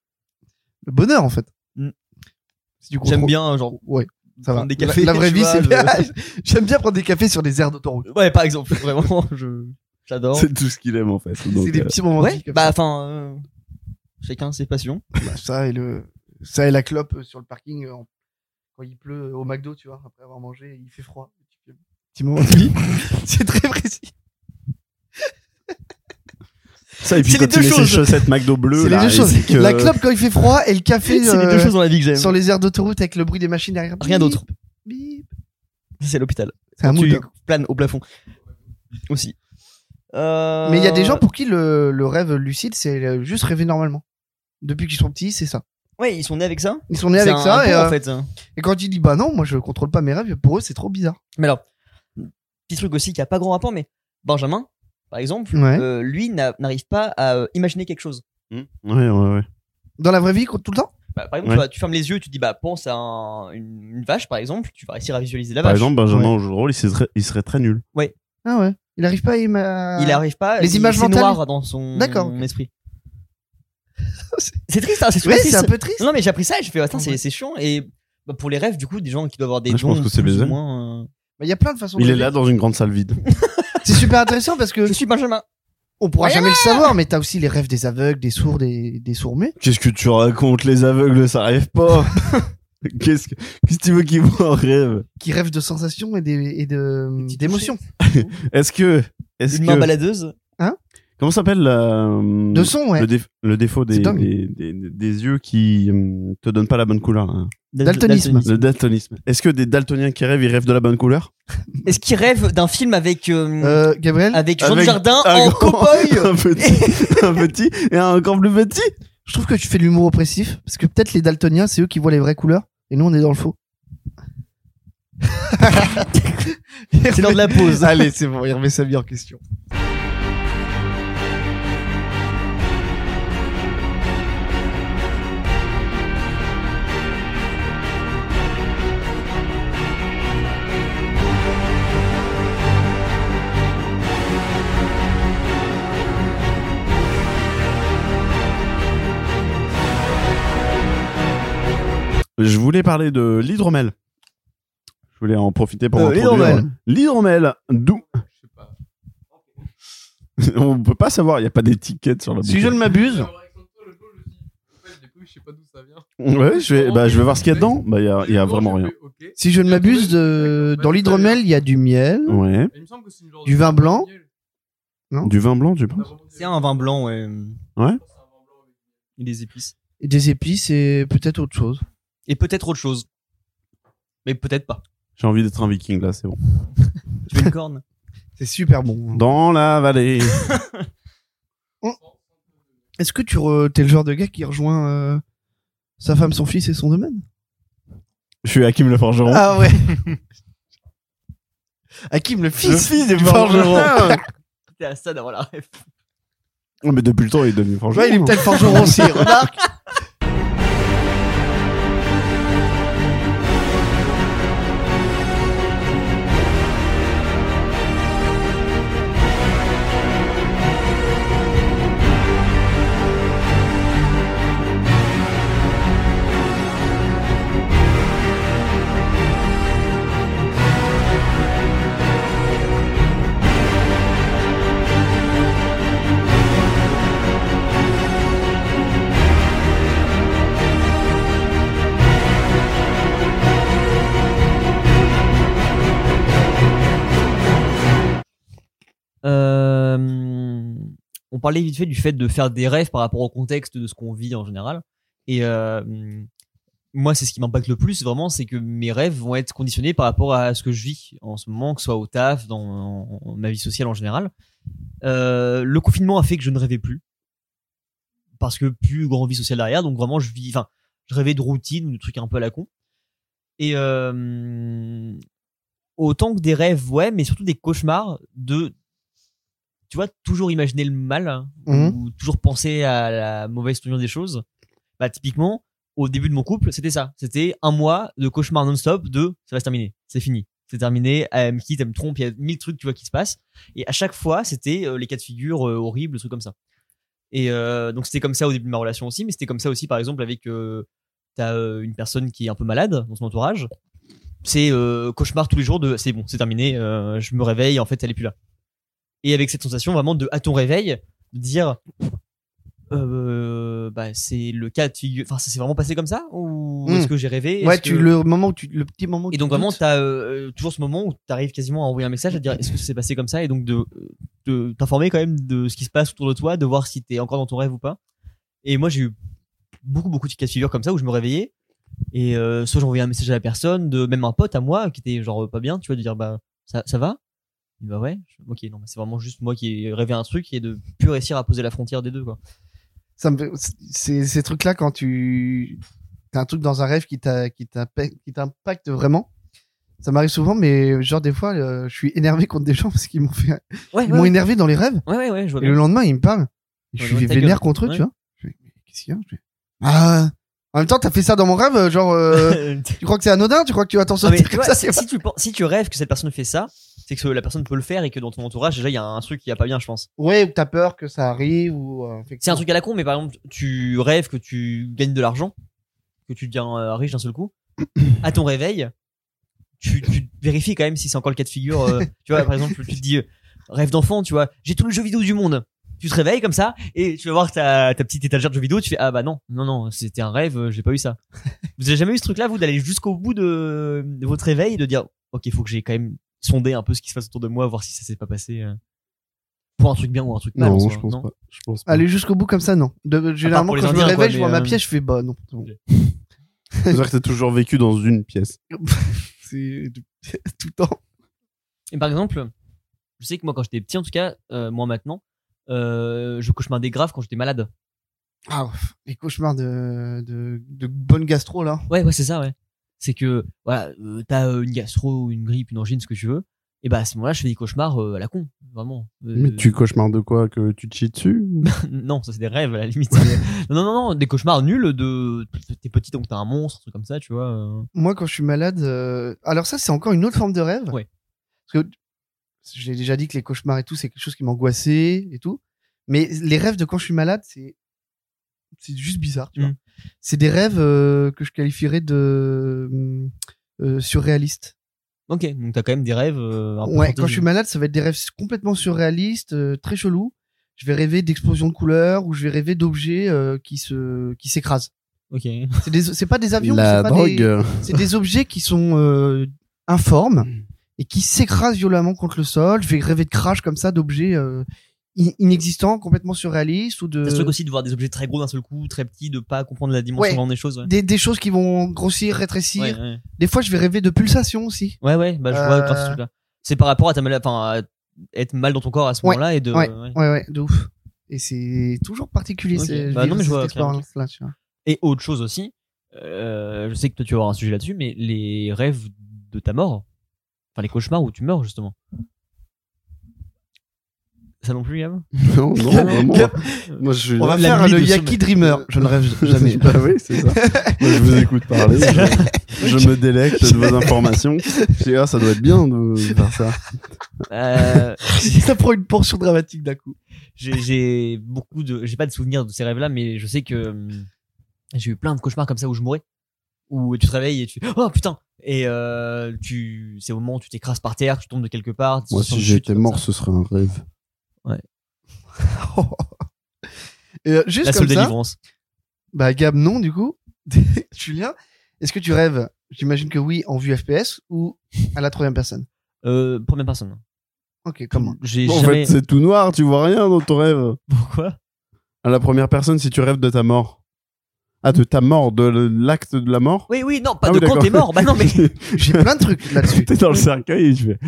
Le bonheur, en fait. Mm. C'est du contrôle. J'aime bien, genre, Ouais, ça va. prendre des cafés. la, la vraie tu vie, vois, c'est le- bien. J'aime bien prendre des cafés sur des aires d'autoroute. Ouais, par exemple, vraiment, je j'adore. C'est tout ce qu'il aime en fait. Donc, C'est des euh, petits moments. de Ouais, vie comme bah enfin, euh, chacun ses passions. Bah, ça et le ça et la clope euh, sur le parking euh, en- quand il pleut euh, au McDo tu vois après avoir mangé il fait froid petit moment de vie c'est très précis Ça et puis C'est les quand il deux met ses choses. chaussettes McDo bleu c'est les là, deux et choses c'est que- la clope quand il fait froid et le café C'est les euh, deux choses dans la vie que j'aime. sur les aires d'autoroute avec le bruit des machines derrière Rien Bip, d'autre. bip. Ça, C'est l'hôpital. c'est un mood Tu hein. planes au plafond. Aussi. Euh, mais il y a des gens pour qui le, le rêve lucide c'est euh, juste rêver normalement depuis qu'ils sont petits c'est ça Ouais, ils sont nés avec ça. ils sont nés C'est avec un- ça un et, pont, euh, en fait. et quand ils disent bah non moi je contrôle pas mes rêves pour eux c'est trop bizarre Mais alors, petit truc aussi qui a pas grand rapport, mais Benjamin, par exemple, ouais. euh, lui n'a- n'arrive pas à euh, imaginer quelque chose. Hmm. Ouais, ouais, ouais. dans la vraie vie tout le temps Bah, par exemple, Ouais. tu, vois, tu fermes les yeux, tu dis bah pense à un- une, une vache, par exemple, tu vas réussir à visualiser la Par vache. exemple, Benjamin au jeu de rôle, il serait, il serait très nul. ah ouais il arrive pas à ima- il arrive pas. Les il- images c'est mentales. noir dans son D'accord, esprit. c'est triste, hein, c'est super ouais triste. c'est un peu triste Non, non, mais j'ai appris ça et je fais, attends, Ouais. c'est c'est chiant. Et bah, pour les rêves, du coup, des gens qui doivent avoir des Ah, dons, je pense que c'est plus baisé. ou moins, euh, Bah, Il y a plein de façons. Il de est le là faire. dans une grande salle vide. C'est super intéressant parce que Je suis Benjamin. on pourra jamais le savoir, mais t'as aussi les rêves des aveugles, des sourds, des, des sourds muets. Qu'est-ce que tu racontes Les aveugles, ça rêve pas. Qu'est-ce que, qu'est-ce que tu veux qu'ils voient en rêve qui rêvent de sensations et des et de petits d'émotions, Est-ce que, est-ce Une main que, baladeuse. comment s'appelle la, euh, de son, ouais. le, déf- le défaut des, C'est dingue. des, des, des yeux qui hum, te donnent pas la bonne couleur hein. Daltonisme. Le daltonisme. Est-ce que des daltoniens qui rêvent, ils rêvent de la bonne couleur Est-ce qu'il rêve d'un film avec, euh, Euh, Gabriel, avec Jean avec Jardin un en grand- cow-boy Un petit, un petit et un encore plus petit je trouve que tu fais de l'humour oppressif parce que peut-être les daltoniens, c'est eux qui voient les vraies couleurs et nous on est dans le faux. C'est l'heure de la pause. Allez, c'est bon, il remet sa vie en question. Je voulais parler de l'hydromel. Je voulais en profiter pour Euh, introduire- l'hydromel. L'hydromel, d'où On peut pas savoir, il n'y a pas d'étiquette sur la Si je ne bouteille. m'abuse, Ouais, je vais, bah, je vais voir ce qu'il y a dedans. Bah, il y a, il y a vraiment rien. si je ne m'abuse, de... dans l'hydromel, il y a du miel. Ouais. Du vin blanc. Non. Du vin blanc, tu penses C'est un vin blanc, ouais. Ouais. Et des épices. et Des épices et peut-être autre chose. Et peut-être autre chose. Mais peut-être pas. J'ai envie d'être un viking, là, c'est bon. Tu veux une corne C'est super bon. Dans la vallée. Est-ce que tu re... t'es le genre de gars qui rejoint euh, Sa femme, son fils et son domaine. Je suis Hakim le forgeron. Ah ouais. Hakim, le fils. Ah, Le fils du du forgeron. forgeron. T'es à ça d'avoir la ref. Non, Ah, mais depuis le temps, il est devenu Tu forgeron. vois, il est peut-être forgeron aussi, hein. remarque. Euh, on parlait vite fait du fait de faire des rêves par rapport au contexte de ce qu'on vit en général. Et euh, moi, c'est ce qui m'impacte le plus, vraiment, c'est que mes rêves vont être conditionnés par rapport à ce que je vis en ce moment, que ce soit au taf, dans en- ma vie sociale en général. Euh, le confinement a fait que je ne rêvais plus. Parce que plus grande vie sociale derrière, donc vraiment, je vis. Enfin, je rêvais de routine ou de trucs un peu à la con. Et euh, autant que des rêves, ouais, mais surtout des cauchemars de tu vois, toujours imaginer le mal hein, Mhm. ou toujours penser à la mauvaise tournure des choses. Bah, typiquement, au début de mon couple, c'était ça. C'était un mois de cauchemar non-stop de ça va se terminer, c'est fini, c'est terminé, elle me quitte, elle me trompe, il y a mille trucs, tu vois, qui se passent. Et à chaque fois, c'était euh, les cas de figure euh, horribles, des trucs comme ça. Et euh, donc, c'était comme ça au début de ma relation aussi, mais c'était comme ça aussi, par exemple, avec euh, t'as euh, une personne qui est un peu malade dans son entourage. C'est euh, cauchemar tous les jours de c'est bon, c'est terminé, euh, je me réveille, en fait, elle est plus là et avec cette sensation vraiment de à ton réveil de dire euh, bah c'est le cas de figure enfin ça s'est vraiment passé comme ça ou Mm. est-ce que j'ai rêvé Est-ce Ouais, que- tu, le, moment où tu, le petit moment où et tu donc doutes. vraiment t'as euh, euh, toujours ce moment où t'arrives quasiment à envoyer un message à dire est-ce que c'est passé comme ça et donc de euh, de t'informer quand même de ce qui se passe autour de toi de voir si t'es encore dans ton rêve ou pas et moi j'ai eu beaucoup beaucoup de cas de figure comme ça où je me réveillais et euh, soit j'envoyais un message à la personne de même un pote à moi qui était genre euh, pas bien tu vois de dire bah ça ça va Il dit, bah ouais Je- ok non mais c'est vraiment juste moi qui ai rêvé un truc et de plus réussir à poser la frontière des deux quoi Ça me fait- c'est ces trucs-là quand tu t'as un truc dans un rêve qui t'a- qui t'impacte qui t'impacte vraiment. Ça m'arrive souvent, mais genre des fois, euh, je suis énervé contre des gens parce qu'ils m'ont fait, ouais ils m'ont énervé dans les rêves. ouais ouais, ouais, je vois Et bien. le lendemain, ils me parlent. Et Ouais, je suis loin de ta gueule. vénère contre eux, Ouais. tu vois. Je fais, mais qu'est-ce qu'il y a Je fais, ah. En même temps, t'as fait ça dans mon rêve, euh, genre, euh, tu crois que c'est anodin Tu crois que tu vas t'en Non, Ah, mais sortir tu comme vois, ça si, c'est si tu, pen- si tu rêves que cette personne fait ça, c'est que la personne peut le faire et que dans ton entourage, déjà, il y a un truc qui va pas bien, je pense. Ouais, ou t'as peur que ça arrive, ou. euh, C'est un truc à la con, mais par exemple, tu rêves que tu gagnes de l'argent, que tu deviens euh, riche d'un seul coup. À ton réveil, tu, tu vérifies quand même si c'est encore le cas de figure. euh, tu vois, par exemple, tu te dis, euh, rêve d'enfant, tu vois, j'ai tous les jeux vidéo du monde. Tu te réveilles comme ça et tu vas voir ta, ta petite étagère de jeux vidéo, tu fais, ah bah non, non, non, c'était un rêve, euh, j'ai pas eu ça. vous avez jamais eu ce truc-là, vous, d'aller jusqu'au bout de, de votre réveil et de dire, ok, faut que j'ai quand même sondé un peu ce qui se passe autour de moi, voir si ça s'est pas passé. euh, pour un truc bien ou un truc mal. en Non, soi, je pense non pas. Je pense pas. Aller jusqu'au bout comme ça, non. De- généralement, pour les quand je me Indiens, réveille, quoi, je vois mais, ma euh, pièce, je fais bah non. c'est bon. C'est-à-dire que t'as toujours vécu dans une pièce. C'est tout le temps. Et par exemple, je sais que moi, quand j'étais petit, en tout cas, euh, moi maintenant, euh, je cauchemardais grave quand j'étais malade. Ah, ouais, les cauchemars de, de, de bonne gastro, là. Ouais, ouais, c'est ça, ouais. C'est que, voilà, euh, t'as euh, une gastro, une grippe, une angine, ce que tu veux. Et bah, à ce moment-là, je fais des cauchemars euh, à la con, vraiment. Euh, Mais tu cauchemars de quoi Que tu te chies dessus Bah, non, ça c'est des rêves à la limite. Mais- non, non, non, des cauchemars nuls de t'es petit donc t'as un monstre, un truc comme ça, tu vois. euh. Moi, quand je suis malade, euh, alors ça, c'est encore une autre forme de rêve. Ouais. Parce que j'ai déjà dit que les cauchemars et tout, c'est quelque chose qui m'angoissait et tout. Mais les rêves de quand je suis malade, c'est c'est juste bizarre. Tu vois. Mm. C'est des rêves euh, que je qualifierais de hum, euh, surréalistes. Ok, donc t'as quand même des rêves. euh, un peu Ouais, fantaisistes. quand je suis malade, ça va être des rêves complètement surréalistes, euh, très chelous. Je vais rêver d'explosions de couleurs ou je vais rêver d'objets euh, qui se qui s'écrasent. Ok. C'est des c'est pas des avions, La c'est pas drogue. des euh, c'est des objets qui sont euh, informes Mm. et qui s'écrasent violemment contre le sol. Je vais rêver de crash comme ça d'objets euh, in- inexistants, complètement surréalistes ou de T'as ce truc aussi de voir des objets très gros d'un seul coup, très petits, de pas comprendre la dimension Ouais. vraiment des choses. Ouais. des, des choses qui vont grossir, rétrécir. Ouais, ouais. Des fois, je vais rêver de pulsations aussi. Ouais, ouais, bah, je vois Euh, grave ce truc-là. C'est par rapport à ta mal, enfin, à être mal dans ton corps à ce Ouais, moment-là et de. ouais. Ouais, ouais, de ouf. Et c'est toujours particulier. Ok. c'est- Bah non, vivre mais je cette vois, ok, ok. expérience-là, tu vois. Et autre chose aussi, euh, je sais que toi tu vas avoir un sujet là-dessus, mais les rêves de ta mort, enfin les cauchemars où tu meurs justement. Ça non plus, Gab Non, non, vraiment. Gap. Moi, je suis. On va La faire nuit le de Yaki sommeil. Dreamer. Je ne rêve jamais. bah oui, c'est ça. Moi, je vous écoute parler. Je, je me délecte de vos informations. Je dis, ah, ça doit être bien de faire ça. Euh, ça prend une portion dramatique d'un coup. j'ai- j'ai beaucoup de j'ai pas de souvenirs de ces rêves là mais je sais que hum, j'ai eu plein de cauchemars comme ça où je mourais où tu te réveilles et tu fais, oh putain et euh, tu c'est au moment où tu t'écrases par terre tu tombes de quelque part tu Moi, sens si une chute j'étais comme mort, ça. ce serait un rêve. Et euh, juste la comme seule ça, délivrance bah Gab non du coup. Julien, est-ce que tu rêves J'imagine que oui en vue FPS ou à la troisième personne. euh, première personne Ok, comme moi. j'ai En jamais fait, c'est tout noir. Tu vois rien dans ton rêve. pourquoi À la première personne, si tu rêves de ta mort. Ah, de ta mort, de l'acte de la mort. oui oui non pas Ah de oui, quand d'accord. t'es mort bah non mais J'ai plein de trucs là-dessus. T'es dans le cercueil et tu fais.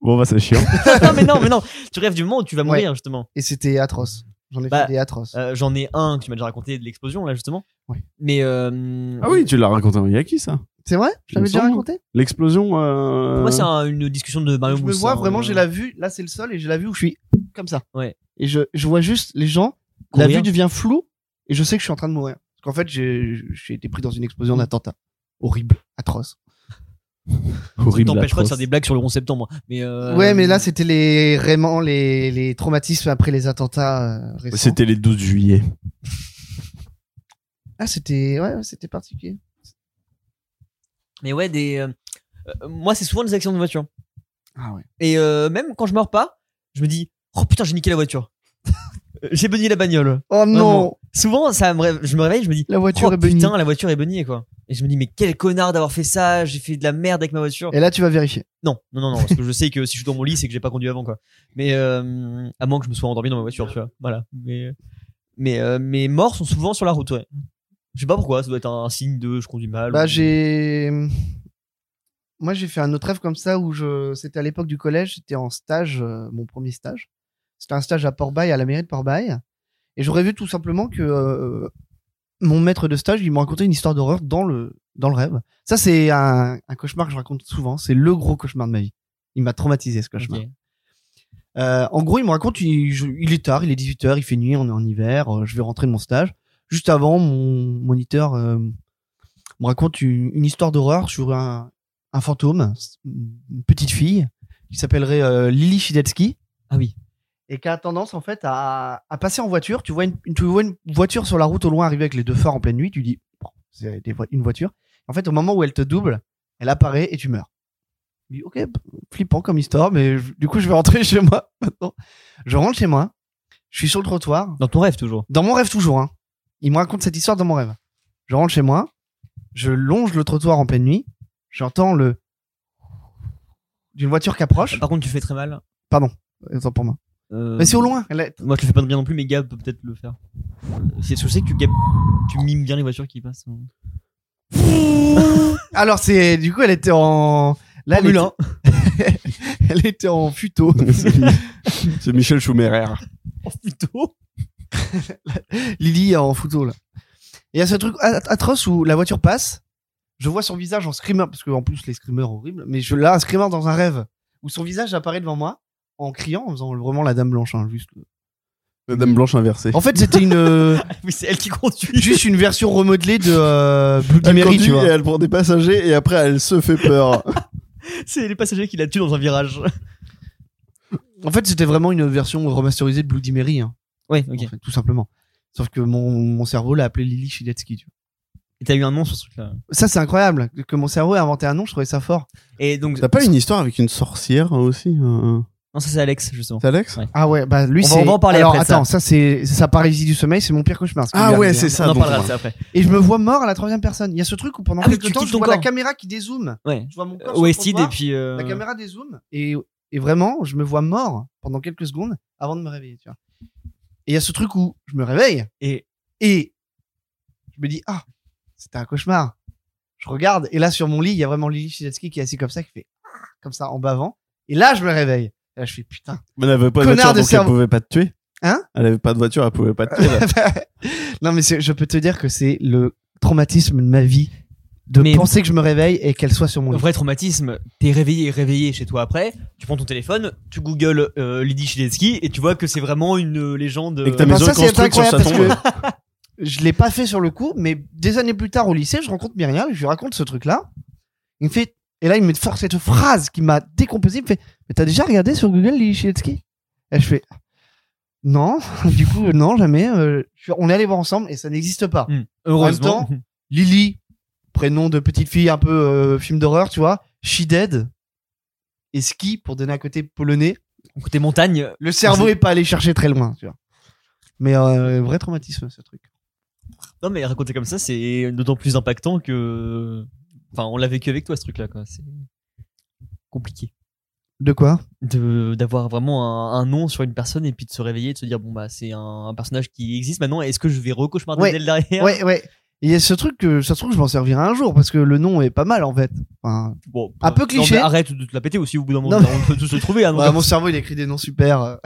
Bon, bah, c'est chiant. non mais non mais non tu rêves du moment où tu vas mourir justement Et c'était atroce. J'en ai Bah, fait des atroces. Euh, j'en ai un que tu m'as déjà raconté de l'explosion là justement Ouais. mais euh, Ah oui, tu l'as raconté en Yaki, ça. C'est vrai il Je me l'avais déjà semble. raconté L'explosion. euh, pour moi c'est un- une discussion de Mario Je me Mousse, vois hein, vraiment, euh, j'ai la vue, là c'est le sol et j'ai la vue où je suis comme ça. Ouais. Et je, je vois juste les gens, Courir. la vue devient floue et je sais que je suis en train de mourir. Parce qu'en fait, j'ai j'ai été pris dans une explosion d'attentat. Horrible, atroce. qui horrible, t'empêche pas de atroce. faire des blagues sur le 11 septembre mais euh, Ouais, mais là c'était les vraiment les, les traumatismes après les attentats euh, récents. C'était les 12 juillet. Ah, c'était ouais, ouais, c'était particulier. Mais ouais, des. euh, euh, moi, c'est souvent des accidents de voiture. Ah ouais. Et euh, même quand je meurs pas, je me dis Oh putain, j'ai niqué la voiture. j'ai beugné la bagnole. Oh non, Vraiment. Souvent, ça me réve- je me réveille, je me dis la voiture Oh est bénie. putain, la voiture est beugnée, quoi. Et je me dis Mais quel connard d'avoir fait ça, j'ai fait de la merde avec ma voiture. Et là tu vas vérifier. Non, non, non, non, parce que je sais que si je suis dans mon lit, c'est que j'ai pas conduit avant, quoi. Mais euh, à moins que je me sois endormi dans ma voiture, tu vois. Voilà. Mais, mais euh, mes morts sont souvent sur la route, ouais. Je sais pas pourquoi, ça doit être un signe de je conduis mal. Bah ou- j'ai moi j'ai fait un autre rêve comme ça où je c'était à l'époque du collège, j'étais en stage euh, mon premier stage. C'était un stage à Port-Bail à la mairie de Port-Bail et j'aurais vu tout simplement que euh, mon maître de stage, il m'a raconté une histoire d'horreur dans le dans le rêve. Ça c'est un, un cauchemar que je raconte souvent, c'est le gros cauchemar de ma vie. Il m'a traumatisé ce cauchemar. Ok. Euh, en gros, il me raconte, il, je- il est tard, il est 18h, il fait nuit, on est en hiver, euh, je vais rentrer de mon stage. Juste avant, mon moniteur euh, me raconte une, une histoire d'horreur sur un, un fantôme, une petite fille, qui s'appellerait euh, Lily Fidelsky, Ah oui. et qui a tendance en fait à, à passer en voiture. Tu vois, une, tu vois une voiture sur la route au loin arriver avec les deux phares en pleine nuit, tu dis, Bon, c'est des vo- une voiture. En fait, au moment où elle te double, elle apparaît et tu meurs. Je dis, ok, p- flippant comme histoire, mais je- du coup, je vais rentrer chez moi maintenant. Je rentre chez moi, je suis sur le trottoir, Dans ton rêve, toujours. dans mon rêve toujours. Hein. Il me raconte cette histoire dans mon rêve. Je rentre chez moi, je longe le trottoir en pleine nuit, j'entends le d'une voiture qui approche. Par contre, tu fais très mal. Attends pour moi. Euh, Mais c'est au loin. elle est- Moi, je le fais pas bien non plus, mais Gab peut peut-être le faire. Euh, C'est je sais que tu, Gab, tu mimes bien les voitures qui passent. en- Alors c'est du coup elle était en là elle Formule était... elle était en futo. c'est Michel Schumerer. Oh plutôt. Lily est en photo là. Et il y a ce truc at- atroce où la voiture passe, je vois son visage en screamer, parce qu'en plus les screamers horribles, mais je là un screamer dans un rêve, où son visage apparaît devant moi, en criant, en faisant vraiment la dame blanche, hein, juste. La dame blanche inversée. En fait c'était une, euh, Oui, c'est elle qui conduit. juste une version remodelée de euh, Bloody Mary, tu vois. et elle prend des passagers et après elle se fait peur. C'est les passagers qui la tuent dans un virage. En fait c'était vraiment une version remasterisée de Bloody Mary, hein, Ouais, ok. en fait, tout simplement. Sauf que mon, mon cerveau l'a appelé Lily Shidetsky, tu vois. Et t'as eu un nom sur ce truc-là. Ça c'est incroyable, que- que mon cerveau ait inventé un nom, je trouvais ça fort. Et donc. T'as pas une histoire avec une sorcière hein, aussi euh, Non, ça c'est Alex, justement. C'est Alex Ouais. Ah ouais, bah lui On va- c'est. on va en parler Alors, après de ça. attends, ça, c'est sa paralysie du sommeil, c'est mon pire cauchemar. ce qui m'est Ah ouais, arrivé, c'est hein. ça. On en dont parlera on de ça après. Et je me vois mort à la troisième personne. Il y a ce truc où pendant Ah, mais quelques tu temps, quittes je ton vois corps. la caméra qui dézoome. Ouais. Je vois mon corps. sur le Wasted et trottoir, puis. euh, La caméra dézoome et, et vraiment, je me vois mort pendant quelques secondes avant de me réveiller. Tu vois. Et il y a ce truc où je me réveille Et et je me dis ah c'était un cauchemar. Je regarde et là sur mon lit il y a vraiment Lily Chizetsky qui est assise comme ça qui fait Ah comme ça en bavant. Et là je me réveille. Et là je fais putain. Mais elle avait pas de voiture, Connard de donc cerveau. elle pouvait pas te tuer. Hein Elle avait pas de voiture, elle pouvait pas te tuer. là. non, mais c'est- je peux te dire que c'est le traumatisme de ma vie de Mais- penser que je me réveille et qu'elle soit sur mon Le lit. vrai traumatisme, t'es réveillé, réveillé chez toi après, tu prends ton téléphone, tu googles euh, Lydie Chiletsky et tu vois que c'est vraiment une euh, légende. Et que ta euh, maison ça, est c'est construite sur sa incroyable tombe. Je l'ai pas fait sur le coup, mais des années plus tard au lycée, je rencontre Myriam, je lui raconte ce truc-là. Il me fait, et là, il me force cette phrase qui m'a décomposé. Il me fait, mais t'as déjà regardé sur Google Lily Chietsky Et je fais, non, du coup, euh, non, jamais. euh, je suis- on est allé voir ensemble et ça n'existe pas. hmm, heureusement. En même Lily, prénom de petite fille un peu euh, film d'horreur, tu vois. She Dead et ski pour donner un côté polonais. Côté montagne, Le cerveau est pas allé chercher très loin, tu vois. Mais euh, vrai traumatisme, ce truc. Non, mais raconter comme ça, c'est d'autant plus impactant que. Enfin, on l'a vécu avec toi, ce truc-là, quoi. C'est compliqué. De quoi De, d'avoir vraiment un, un nom sur une personne et puis de se réveiller et de se dire, bon, bah, c'est un, un personnage qui existe maintenant, est-ce que je vais recauchemarder Ouais. dès le derrière Ouais, ouais. Et il y a ce truc que ça se trouve, je m'en servirai un jour parce que le nom est pas mal en fait. Enfin, Bon, Un bah, peu non, cliché. mais arrête de te la péter aussi, au bout d'un moment. Non, On peut tous le trouver, hein, donc- ouais, mon cerveau il écrit des noms super. euh.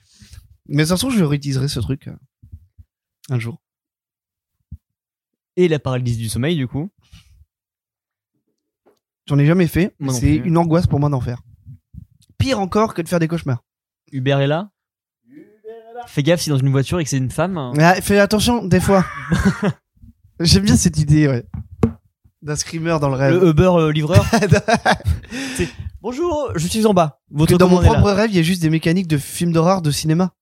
mais ça se trouve, je réutiliserai ce truc euh, un jour. Et la paralysie du sommeil, du coup. J'en ai jamais fait. Moi non C'est plus. une angoisse pour moi d'en faire. Pire encore que de faire des cauchemars. Hubert est là. Fais gaffe si dans une voiture et que c'est une femme. hein. Mais, ah, fais attention, des fois. J'aime bien cette idée, ouais. D'un screamer dans le rêve. Le Uber euh, livreur. C'est, Bonjour, je suis en bas. Votre Que dans mon commande est là. propre rêve, il y a juste des mécaniques de films d'horreur, de cinéma.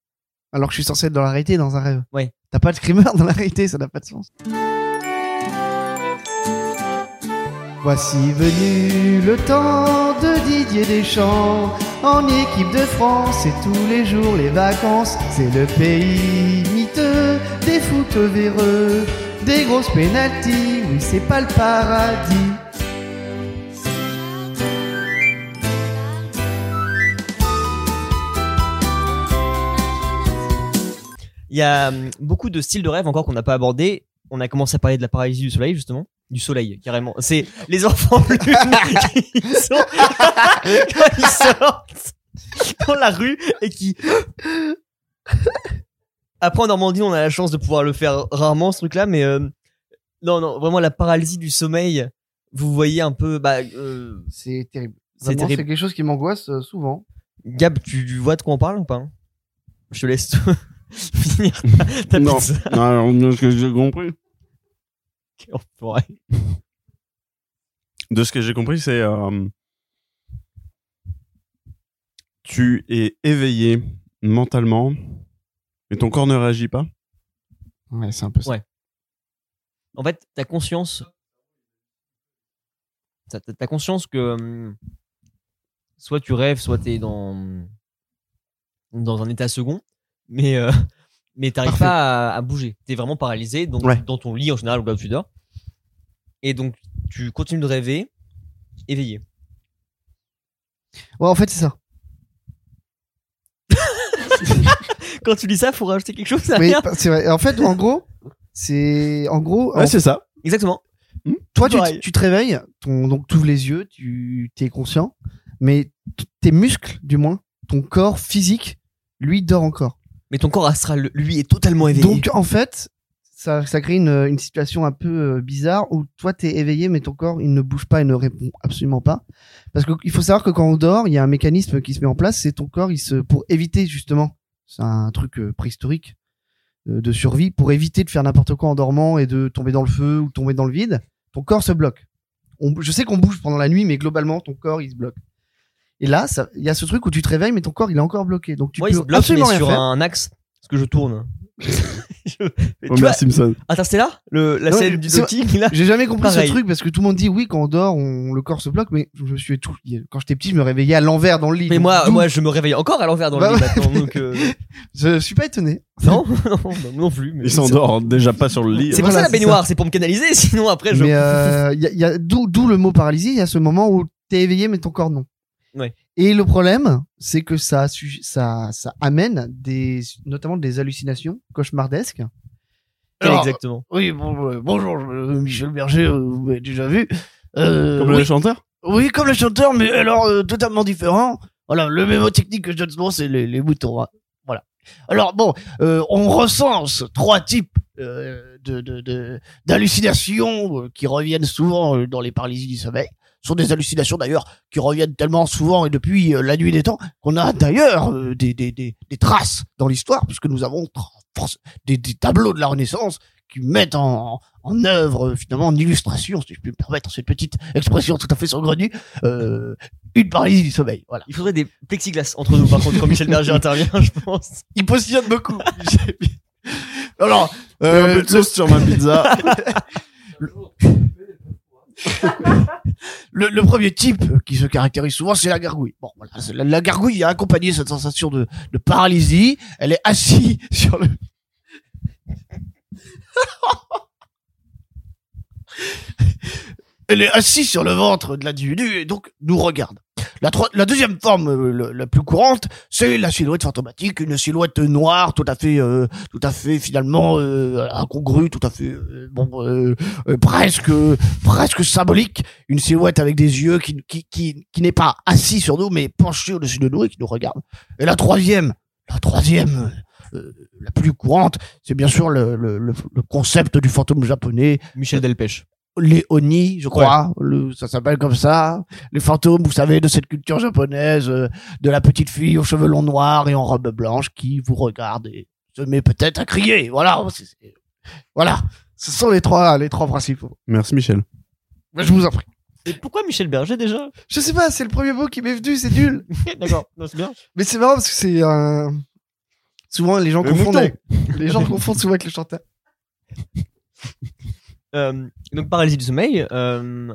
Alors que je suis censé être dans la réalité, dans un rêve. Ouais. T'as pas de screamer dans la réalité, ça n'a pas de sens. Voici venu le temps de Didier Deschamps en équipe de France et tous les jours les vacances. C'est le pays miteux des foot véreux, des grosses pénalties. Oui, c'est pas le paradis. Il y a hum, beaucoup de styles de rêve encore qu'on n'a pas abordé. On a commencé à parler de la paralysie du soleil, justement. Du soleil, carrément. C'est les enfants bleus qui sont- quand ils sortent dans la rue et qui... Après, en Normandie, on a la chance de pouvoir le faire rarement, ce truc-là, mais euh, non, non, vraiment la paralysie du sommeil, vous voyez un peu... Bah, euh, C'est terrible. c'est Vraiment, terrible. quelque chose qui m'angoisse euh, souvent. Gab, tu, tu vois de quoi on parle ou pas hein Je te laisse finir ta- ta Non. pizza. Alors, de ce que j'ai compris. Ouais. De ce que j'ai compris, c'est. euh, tu es éveillé mentalement et ton corps ne réagit pas. Ouais, c'est un peu ça. En fait, ta conscience, ta, ta- ta conscience que hum, soit tu rêves, soit t'es dans dans un état second, mais euh, mais t'arrives Parfait. pas à, à bouger. T'es vraiment paralysé, donc Ouais. dans ton lit en général ou là où tu dors, et donc tu continues de rêver éveillé. Ouais, en fait, c'est ça. Quand tu dis ça, faut rajouter quelque chose. Oui, c'est vrai. En fait, en gros, c'est en gros, en- Ouais, c'est ça. Exactement. toi, tu, pareil. tu te réveilles, ton, donc tu ouvres les yeux, tu es conscient, mais t- tes muscles, du moins, ton corps physique, lui, dort encore. Mais ton corps astral, lui, est totalement éveillé. Donc, en fait, ça, ça crée une, une situation un peu euh, bizarre où toi, t'es éveillé, mais ton corps, il ne bouge pas, il ne répond absolument pas. Parce qu'il faut savoir que quand on dort, il y a un mécanisme qui se met en place, c'est ton corps, il se, pour éviter justement, c'est un truc euh, préhistorique euh, de survie, pour éviter de faire n'importe quoi en dormant et de tomber dans le feu ou tomber dans le vide, ton corps se bloque. On- je sais qu'on bouge pendant la nuit, mais globalement, ton corps, il se bloque. Et là, ça- il y a ce truc où tu te réveilles, mais ton corps, il est encore bloqué. Donc, tu Moi, il peux se bloque mais absolument rien sur faire. un axe parce que je tourne. Je- tu Homer vois, Simpson. Interstellar le, La Non, scène du c'est- docking, là J'ai jamais compris Pareil. ce truc parce que tout le monde dit oui quand on dort on, le corps se bloque mais je me suis tout quand j'étais petit je me réveillais à l'envers dans le lit. Mais Donc, moi, d'où- moi, je me réveille encore à l'envers dans Bah le lit ouais. maintenant, donc... euh, je suis pas étonné. non, non, non, non plus. mais- Il s'endort déjà pas sur le lit. hein. C'est pour Voilà, ça la c'est baignoire, c'est pour me canaliser, sinon après je... Mais euh, y a, y a- d'où d'où le mot paralysie, il y a ce moment où t'es éveillé mais ton corps non. Ouais. Et le problème c'est que ça su- ça ça amène des notamment des hallucinations cauchemardesques. Quel Alors, exactement Oui, bon, euh, bonjour, je- euh, Michel Berger, euh, vous m'avez déjà vu. Euh, Comme oui, le chanteur oui, comme le chanteur, mais alors euh, totalement différent. Voilà, le même technique que John Smith, c'est les, les boutons. hein. Voilà. Alors bon, euh, on recense trois types euh, de- de- de- d'hallucinations de, qui reviennent souvent euh, dans les paralysies du sommeil. Ce sont des hallucinations d'ailleurs qui reviennent tellement souvent et depuis euh, la nuit des temps qu'on a d'ailleurs euh, des, des, des, des traces dans l'histoire puisque nous avons tra- force- des, des tableaux de la Renaissance qui mettent en, en œuvre euh, finalement en illustration, si je puis me permettre cette petite expression tout à fait saugrenue, euh, une paralysie du sommeil. Voilà. Il faudrait des plexiglas entre nous, par contre, quand Michel Berger intervient, je pense. Il postillonne beaucoup. Alors, Euh, un peu de sauce sur ma pizza. le, le premier type qui se caractérise souvent, c'est la gargouille. Bon, voilà, c'est la, la gargouille a accompagné cette sensation de, de paralysie. Elle est assise sur le. Elle est assise sur le ventre de l'individu et donc nous regarde. La, troi- la deuxième forme euh, le- la plus courante, c'est la silhouette fantomatique, une silhouette noire, tout à fait, euh, tout à fait finalement euh, incongrue, tout à fait euh, bon, euh, euh, presque, presque symbolique, une silhouette avec des yeux qui, qui, qui, qui n'est pas assis sur nous, mais penché au-dessus de nous et qui nous regarde. Et la troisième, la troisième, euh, la plus courante, c'est bien sûr le, le, le, le concept du fantôme japonais, Michel Delpech. les Oni, je crois, le, ça s'appelle comme ça, les fantômes, vous savez, de cette culture japonaise, euh, de la petite fille aux cheveux longs noirs et en robe blanche qui vous regarde et se met peut-être à crier. Voilà, c'est- c'est- voilà, ce sont les trois, les trois principaux. Merci Michel. Mais je vous en prie. Et pourquoi Michel Berger déjà Je sais pas, c'est le premier mot qui m'est venu, c'est nul. D'accord, non, c'est bien. Mais c'est marrant parce que c'est un. Souvent, les gens Le confondent. mouton. avec- Les gens confondent souvent avec le chanteur. Euh, donc, paralysie du sommeil, euh,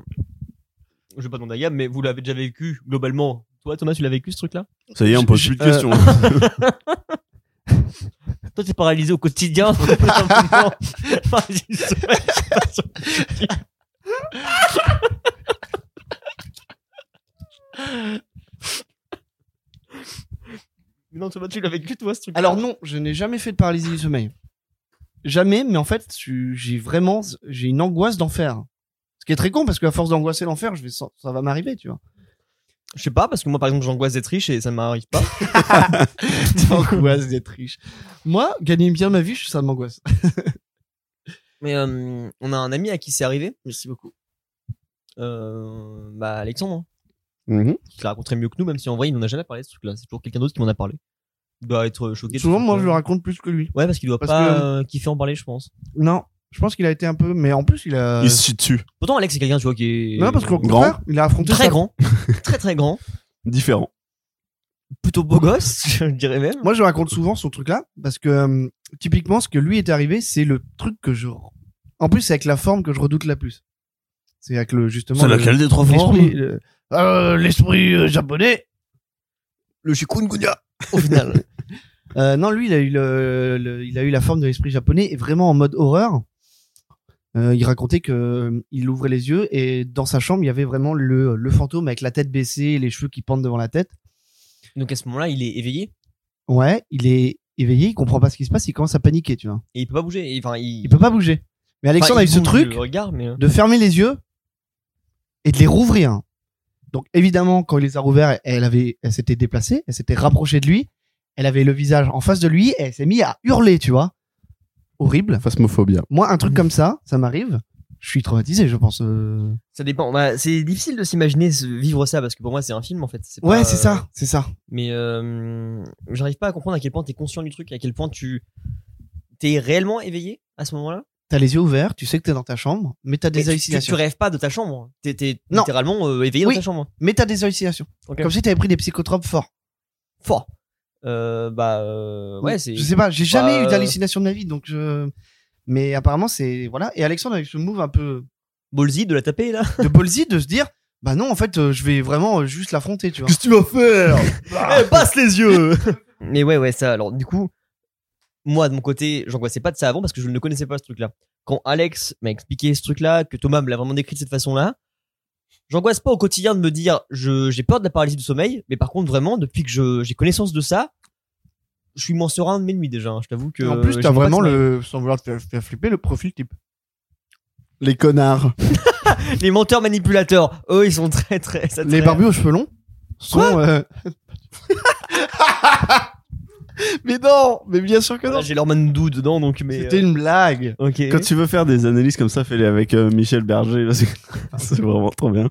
je vais pas demander à Yann, mais vous l'avez déjà vécu globalement. Toi, Thomas, tu l'as vécu ce truc-là Ça y est, on pose Je- plus de euh, questions. Toi, t'es paralysé au quotidien. simplement. Paralysie du sommeil, je sais pas sûr. Mais non, Thomas, tu l'as vécu, toi, ce truc Alors, non, je n'ai jamais fait de paralysie du sommeil. Jamais, mais en fait, je- j'ai vraiment. J'ai une angoisse d'enfer. Ce qui est très con parce qu'à force d'angoisser l'enfer, je vais ça, ça va m'arriver, tu vois. Je sais pas, parce que moi, par exemple, j'angoisse d'être riche et ça m'arrive pas. Angoisse d'être riche. Moi, gagner bien ma vie, ça m'angoisse. Mais euh, on a un ami à qui c'est arrivé. Merci beaucoup. Euh, bah, Alexandre, hein, Mm-hmm. Mhm. qui l'a rencontré mieux que nous, même si en vrai, il n'en a jamais parlé de ce truc-là. C'est toujours quelqu'un d'autre qui m'en a parlé. Il doit être choqué. de ce Souvent, moi, je truc-là. le raconte plus que lui. Ouais, parce qu'il doit parce pas que- euh, kiffer en parler, je pense. Non, je pense qu'il a été un peu. Mais en plus, il a. Il se chie dessus. Pourtant, Alex, c'est quelqu'un, tu vois, qui est. Non, parce qu'au Grand. contraire, il a affronté Très sa- grand. très, très grand. Différent. Plutôt beau gosse, je dirais même. Moi, je raconte souvent son truc là parce que euh, typiquement, ce que lui est arrivé, c'est le truc que je. En plus, c'est avec la forme que je redoute la plus. C'est avec le justement. C'est le- laquelle des trois l'esprit, formes le- Euh, l'esprit euh, japonais, le chikungunya, au final. Euh, non, lui, il a eu le, le- il a eu la forme de l'esprit japonais et vraiment en mode horreur. Euh, il racontait que euh, il ouvrait les yeux et dans sa chambre, il y avait vraiment le, le fantôme avec la tête baissée, et les cheveux qui pendent devant la tête. Donc à ce moment-là, il est éveillé Ouais, il est éveillé, il comprend pas ce qui se passe, il commence à paniquer, tu vois. et il peut pas bouger. Et, Enfin, il. Il peut pas bouger. Mais enfin, il Alexandre a eu ce bouge truc. le regard, mais. euh, de fermer les yeux et de les rouvrir. Donc évidemment, quand il les a rouverts, elle avait, elle s'était déplacée, elle s'était rapprochée de lui, elle avait le visage en face de lui et elle s'est mise à hurler, tu vois. Horrible. Phasmophobia. Moi, un truc Mmh. comme ça, ça m'arrive. Je suis traumatisé, je pense. euh. Ça dépend. Bah, c'est difficile de s'imaginer ce- vivre ça parce que pour moi, c'est un film en fait. Ouais, pas, c'est euh, ça, c'est ça. mais euh, j'arrive pas à comprendre à quel point t'es conscient du truc, à quel point tu t'es réellement éveillé à ce moment-là. T'as les yeux ouverts, tu sais que t'es dans ta chambre, mais t'as Mais tu- des tu, tu hallucinations. rêves pas de ta chambre, t'es t'es Non. littéralement euh, éveillé Oui. dans ta chambre. Mais t'as des hallucinations. Ok. Comme si t'avais pris des psychotropes forts. Fort. Euh, bah euh, ouais, c'est Je sais pas, j'ai jamais Bah, eu d'hallucination de ma vie, donc je. Mais apparemment, c'est voilà. Et Alexandre avec ce move un peu ballsy de la taper là. de Bolzy de se dire bah non en fait euh, je vais vraiment euh, juste l'affronter tu vois Qu'est-ce que tu vas faire passe Eh, les yeux. Mais ouais ouais ça. Alors du coup, moi de mon côté, j'angoissais pas de ça avant parce que je ne connaissais pas ce truc-là. Quand Alex m'a expliqué ce truc-là, que Thomas me l'a vraiment décrit de cette façon-là, j'angoisse pas au quotidien de me dire je j'ai peur de la paralysie du sommeil, mais par contre vraiment depuis que je- j'ai connaissance de ça, je suis moins serein de mes nuits déjà. hein. Je t'avoue que en plus je t'as vois pas vraiment que ça le sans vouloir te faire- faire flipper le profil type Les connards. m'arrive. les menteurs manipulateurs, eux ils sont très très ça les très- barbus aux cheveux longs sont euh, Mais non, mais bien sûr que non. Voilà, J'ai l'hormone doux dedans, donc. Mais, C'était une blague. euh, Ok. Quand tu veux faire des analyses comme ça, fais-les avec euh, Michel Berger, parce que c'est vraiment trop bien.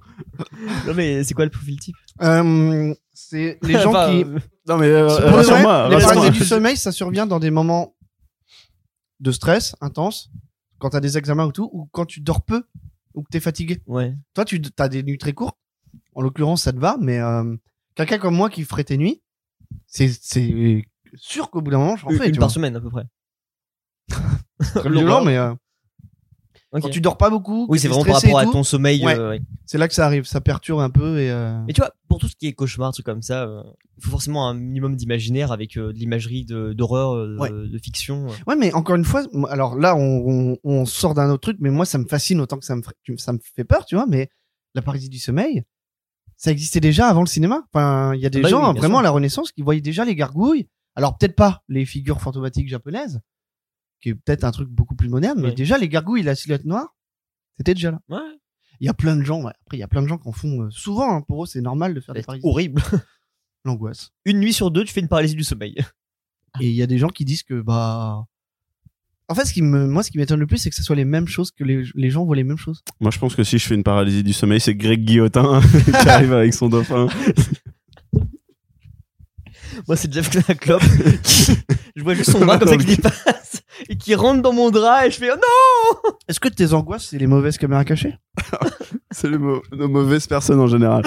Non, mais c'est quoi le profil type Euh, c'est les gens Enfin, qui. euh, Non, mais euh, Pour de vrai, rassure-moi, les rassure-moi. paralysie du sommeil, ça survient dans des moments de stress intense, quand t'as des examens ou tout, ou quand tu dors peu, ou que t'es fatigué. Ouais. Toi, tu as des nuits très courtes. En l'occurrence, ça te va, mais euh, quelqu'un comme moi qui ferait tes nuits, c'est- c'est sûr qu'au bout d'un moment, je Une, fais. une tu par vois. semaine à peu près. C'est très violent, mais euh, Ok. quand tu dors pas beaucoup, Oui, que c'est t'es vraiment par stressé rapport et à tout, ton sommeil. Ouais. euh, ouais. C'est là que ça arrive, ça perturbe un peu et. euh, Mais tu vois, pour tout ce qui est cauchemar, trucs comme ça, euh, il faut forcément un minimum d'imaginaire avec euh, de l'imagerie de- d'horreur, euh, Ouais. de fiction. euh. Ouais, mais encore une fois, moi- alors là, on, on- on sort d'un autre truc, mais moi, ça me fascine autant que ça me, ferait- tu- ça me fait peur, tu vois, mais la paralysie du sommeil, ça existait déjà avant le cinéma. Enfin, il y a des Bah oui, gens, hein, bien vraiment, sûr. à la Renaissance, qui voyaient déjà les gargouilles. Alors, peut-être pas les figures fantomatiques japonaises, qui est peut-être un truc beaucoup plus moderne, mais Ouais. déjà, les gargouilles, la silhouette noire, c'était déjà là. Ouais. Il y a plein de gens, ouais. après, il y a plein de gens qui en font euh, souvent, hein. pour eux, c'est normal de faire des Bah, C'est paralysies. horrible. L'angoisse. Une nuit sur deux, tu fais une paralysie du sommeil. Et il y a des gens qui disent que bah. En fait, ce qui me, moi, ce qui m'étonne le plus, c'est que ce soit les mêmes choses que les, les gens voient les mêmes choses. Moi, je pense que si je fais une paralysie du sommeil, c'est Greg Guillotin qui arrive avec son dauphin. Moi, c'est Jeff Klop. je vois juste son bras comme ça qui dépasse et qui rentre dans mon drap et je fais oh non Est-ce que tes angoisses, c'est les mauvaises caméras cachées C'est le mau- nos mauvaises personnes en général.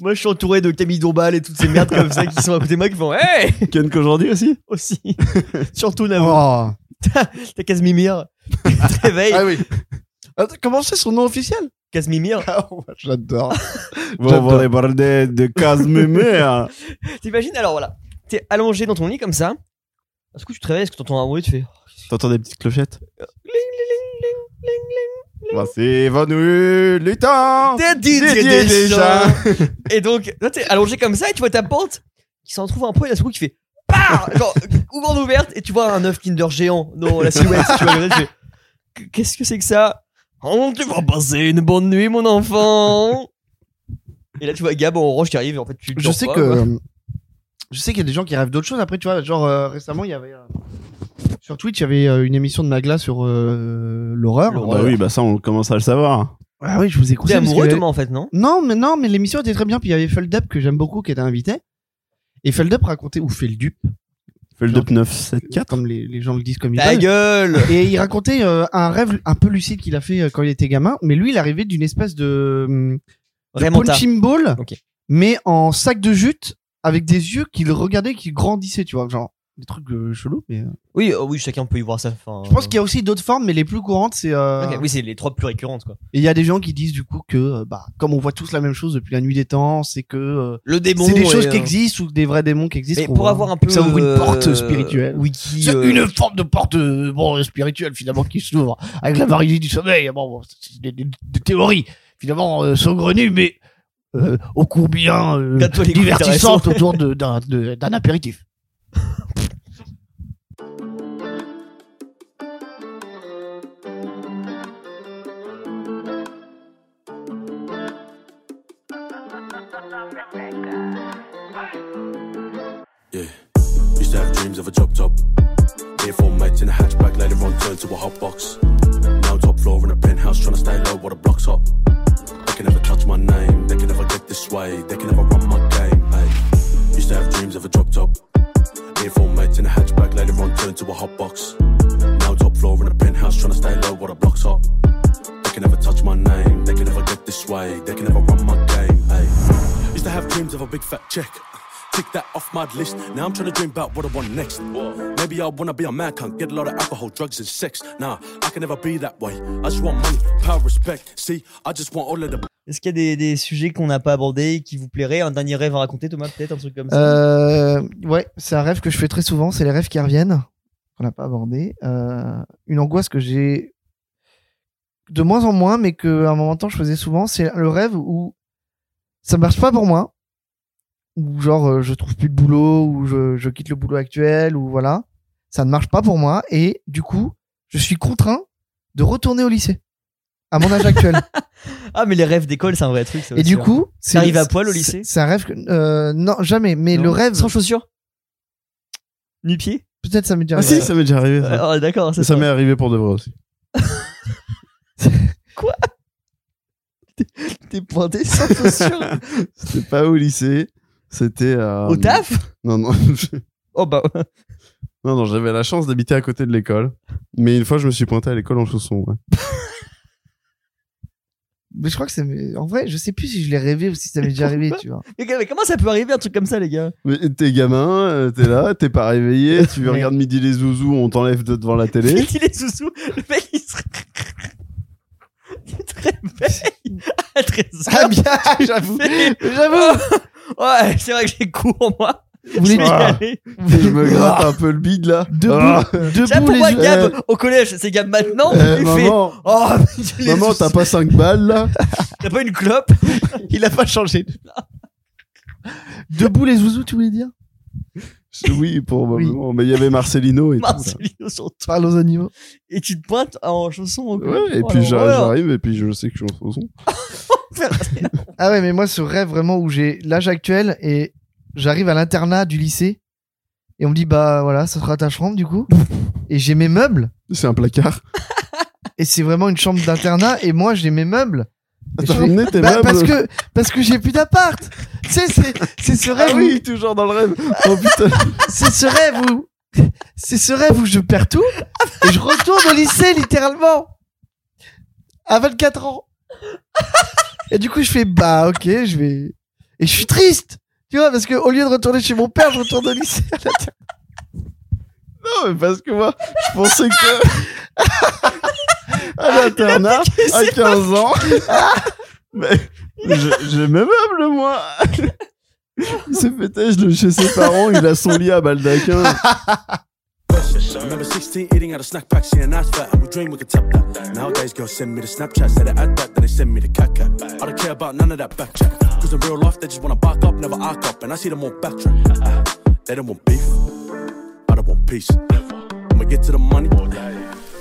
Moi, je suis entouré de Camille Dombal et toutes ces merdes comme ça qui sont à côté de moi qui font hey Ken qu'aujourd'hui aussi aussi. Surtout Navo. oh. T'as Casimir. Tu te réveilles. oui. Attends, comment c'est son nom officiel Casimir. J'adore. Bon, on va les border de Casimir. T'imagines alors voilà. T'es allongé dans ton lit comme ça. Est-ce que tu te réveilles Est-ce que t'entends un bruit Tu fais T'entends des petites clochettes Bah, c'est Vanu Lutin T'es Didier Didier Deschamps. Deschamps. Et donc, là, t'es allongé comme ça et tu vois ta pente qui s'en trouve un peu et d'un seul coup qui fait PAR Genre, grande ouverte et tu vois un œuf Kinder géant dans la silhouette. tu vois, comme ça, tu fais, Qu- Qu'est-ce que c'est que ça Oh, tu vas passer une bonne nuit, mon enfant Et là, tu vois Gab en orange qui arrive et en fait, tu Je dors sais pas, que. quoi. euh, Je sais qu'il y a des gens qui rêvent d'autres choses. Après, tu vois, genre euh, récemment, il y avait. euh, Sur Twitch, il y avait euh, une émission de Magla sur euh, l'horreur. Bah oui, bah ça, on commence à le savoir. Ah oui, je vous ai T'es conseillé. parce amoureux, que- Thomas, en fait, non Non, mais non, mais l'émission était très bien. Puis il y avait Feldup que j'aime beaucoup qui était invité. Et Feldup racontait, ou Feldup, Fais le dop 974. comme les, les gens le disent comme ils Ta veulent. gueule Et il racontait euh, un rêve un peu lucide qu'il a fait euh, quand il était gamin. Mais lui, il arrivait d'une espèce de, hum, de Vraiment tard. punching ball, Ok. mais en sac de jute, avec des yeux qu'il regardait, qui grandissaient, tu vois. Genre, des trucs euh, chelous. Mais, euh, Oui, euh, oui, chacun peut y voir ça. Enfin, Je pense qu'il y a aussi d'autres formes, mais les plus courantes, c'est... euh, Oh. Ok, Oui, c'est les trois plus récurrentes, quoi. Et il y a des gens qui disent du coup que, euh, bah, comme on voit tous la même chose depuis la nuit des temps, c'est que... euh, Le démon. c'est des et, choses euh, qui existent ou des vrais démons qui existent. Mais qu'on pour voit. avoir un peu. Ça ouvre une euh, porte spirituelle. Wiki. C'est euh, une forme de porte euh, bon, euh, spirituelle finalement qui s'ouvre avec la paralysie du sommeil. Bon, bon, c'est des, des- des théories finalement euh, saugrenues, mais euh, au combien euh, Bientôt les couilles divertissantes autour de- d'un de- d'un apéritif. Used to have dreams of a drop top. Here four nights in a hatchback, later on turned to a hot box. Now top floor in a penthouse, trying to stay low while the block's hot. They can never touch my name, they can never get this way, they can never run my game. Ayy. Used to have dreams of a drop top. Here four mates in a hatchback, later on turned to a hot box. Now top floor in a penthouse, trying to stay low while the block's hot. They can never touch my name, they can never get this way, they can never run my game. Ayy. Used to have dreams of a big fat check. Tick that off my list. Now I'm trying to dream about what I want next. Maybe I wanna be a man, can't get a lot of alcohol, drugs, and sex. Nah, I can never be that way. I just want money, power, respect. See, I just want all of the Est-ce qu'il y a des, des sujets qu'on n'a pas abordés qui vous plairaient Un dernier rêve à raconter, Thomas, peut-être un truc comme ça Euh, ouais, c'est un rêve que je fais très souvent, c'est les rêves qui reviennent, qu'on n'a pas abordé. Euh, une angoisse que j'ai de moins en moins, mais que à un moment de temps je faisais souvent, c'est le rêve où ça marche pas pour moi, ou genre euh, je trouve plus de boulot, ou je, je quitte le boulot actuel, ou voilà, ça ne marche pas pour moi, et du coup je suis contraint de retourner au lycée à mon âge actuel. Ah, mais les rêves d'école, c'est un vrai truc. ça Et aussi, du hein. coup, c'est T'arrives à poil au lycée C'est c'est un rêve que euh, non jamais, mais Non. le rêve Sans chaussures Nu-pied peut-être ça m'est déjà Ah si, arrivé. ça m'est déjà arrivé. Euh, Ça, Ah, d'accord, Ça ça. m'est arrivé pour de vrai aussi. T'es pointé sans chaussures C'était pas au lycée, c'était euh, Au taf Non non. Oh, bah. Non, non, j'avais la chance d'habiter à côté de l'école. Mais une fois, je me suis pointé à l'école en chaussons. ouais. Mais je crois que ça m'est- en vrai, je sais plus si je l'ai rêvé ou si ça m'est déjà arrivé, tu vois. Mais mais comment ça peut arriver un truc comme ça, les gars Mais t'es gamin, euh, t'es là, t'es pas réveillé, tu Ouais. regardes midi les zouzous, on t'enlève de devant la Il télé. dit les sous-sous, le mec il se. Il te réveille à 13 Ah bien, j'avoue. J'avoue. Ouais, c'est vrai que j'ai cours, moi. Vous voulez Ah, euh, Je vais y Ah. aller. Et je me gratte un peu le bide là. debout, Ah. debout Ça, pour les Euh, moi, yeux- Euh. Gab, au collège, c'est Gab maintenant, Eh, il fait. maman, Oh, les maman, sous-sous. t'as pas 5 balles là T'as pas une clope Il a pas changé. Debout les zouzous, tu voulais dire Oui, pour Oui. maman. Mais il y avait Marcelino et tout. ça. Marcelino sur toi. Parle aux animaux. Et tu te pointes en chaussons au collège. Ouais, et Oh, puis la j'arrive, horreur. j'arrive, et puis je sais que je suis en chausson. Ah ouais, mais moi ce rêve vraiment où j'ai l'âge actuel et j'arrive à l'internat du lycée et on me dit bah voilà, ça sera ta chambre du coup. Et j'ai mes meubles C'est un placard. et c'est vraiment une chambre d'internat et moi j'ai mes meubles. Et je T'as fais, ramené tes Bah, meubles parce que parce que j'ai plus d'appart. Tu sais c'est c'est ce Ah rêve oui, toujours dans le rêve. Oh putain. où c'est ce rêve où c'est ce rêve où je perds tout et je retourne au lycée littéralement à 24 ans. Et du coup je fais bah OK, je vais et je suis triste. Tu vois parce que au lieu de retourner chez mon père, je retourne au lycée. Non, mais parce que moi, je pensais que. à l'internat, à 15 ans. mais je- j'ai mes meubles, moi. Il s'est fait têche de chez ses parents, il a son lit à baldaquin. Remember 16, eating out of snack packs, yeah, nice fat. I would dream we could tap that. Nowadays, girls send me the Snapchats, that I add that, then they send me the cat cat. I don't care about none of that backtrack. Cause in real life, they just wanna back up, never arc up, and I see them all backtrack. They don't want beef, I don't want peace. I'ma get to the money,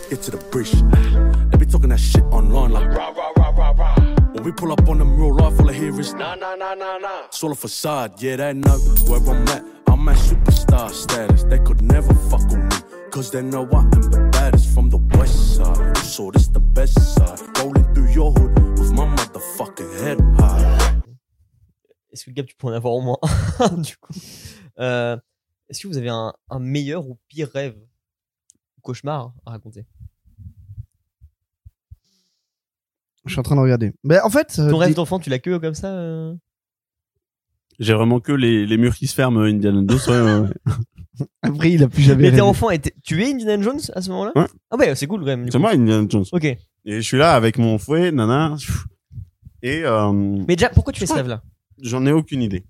get to the breach. They be talking that shit online like rah rah rah rah rah. When we pull up on them real life, all I hear is nah nah nah nah nah. It's all a facade, yeah, they know where I'm at. I'm at superstar status. They could never fuck with me. Cause they know I am the baddest from the west side. So this the best side. Rolling through your hood with my motherfucking head high. Est-ce que Gab, tu peux en avoir au moins un, du coup Euh, Est-ce que vous avez un, un meilleur ou pire rêve ou cauchemar à raconter Je suis en train de regarder. Mais en fait, euh, Ton rêve des- d'enfant, tu l'as que comme ça euh J'ai vraiment que les, les murs qui se ferment, euh, Indiana Jones. ouais, ouais, ouais. après il a plus jamais Mais t'es rêvé. enfant et t'es- tu es Indiana Jones à ce moment-là Ouais. Ah ouais, c'est cool quand même. du C'est coup. moi, Indiana Jones. Ok. Et je suis là avec mon fouet, nana. Et euh, Mais déjà, pourquoi tu fais ce crois- rêve-là j'en ai aucune idée.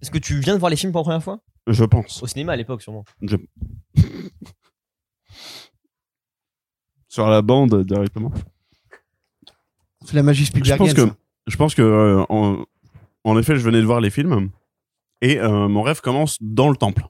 Est-ce que tu viens de voir les films pour la première fois Je pense. Au cinéma à l'époque, sûrement. Sur la bande directement. C'est la magie je Spielberg. pense que je pense que euh, en, en effet je venais de voir les films et euh, mon rêve commence dans le temple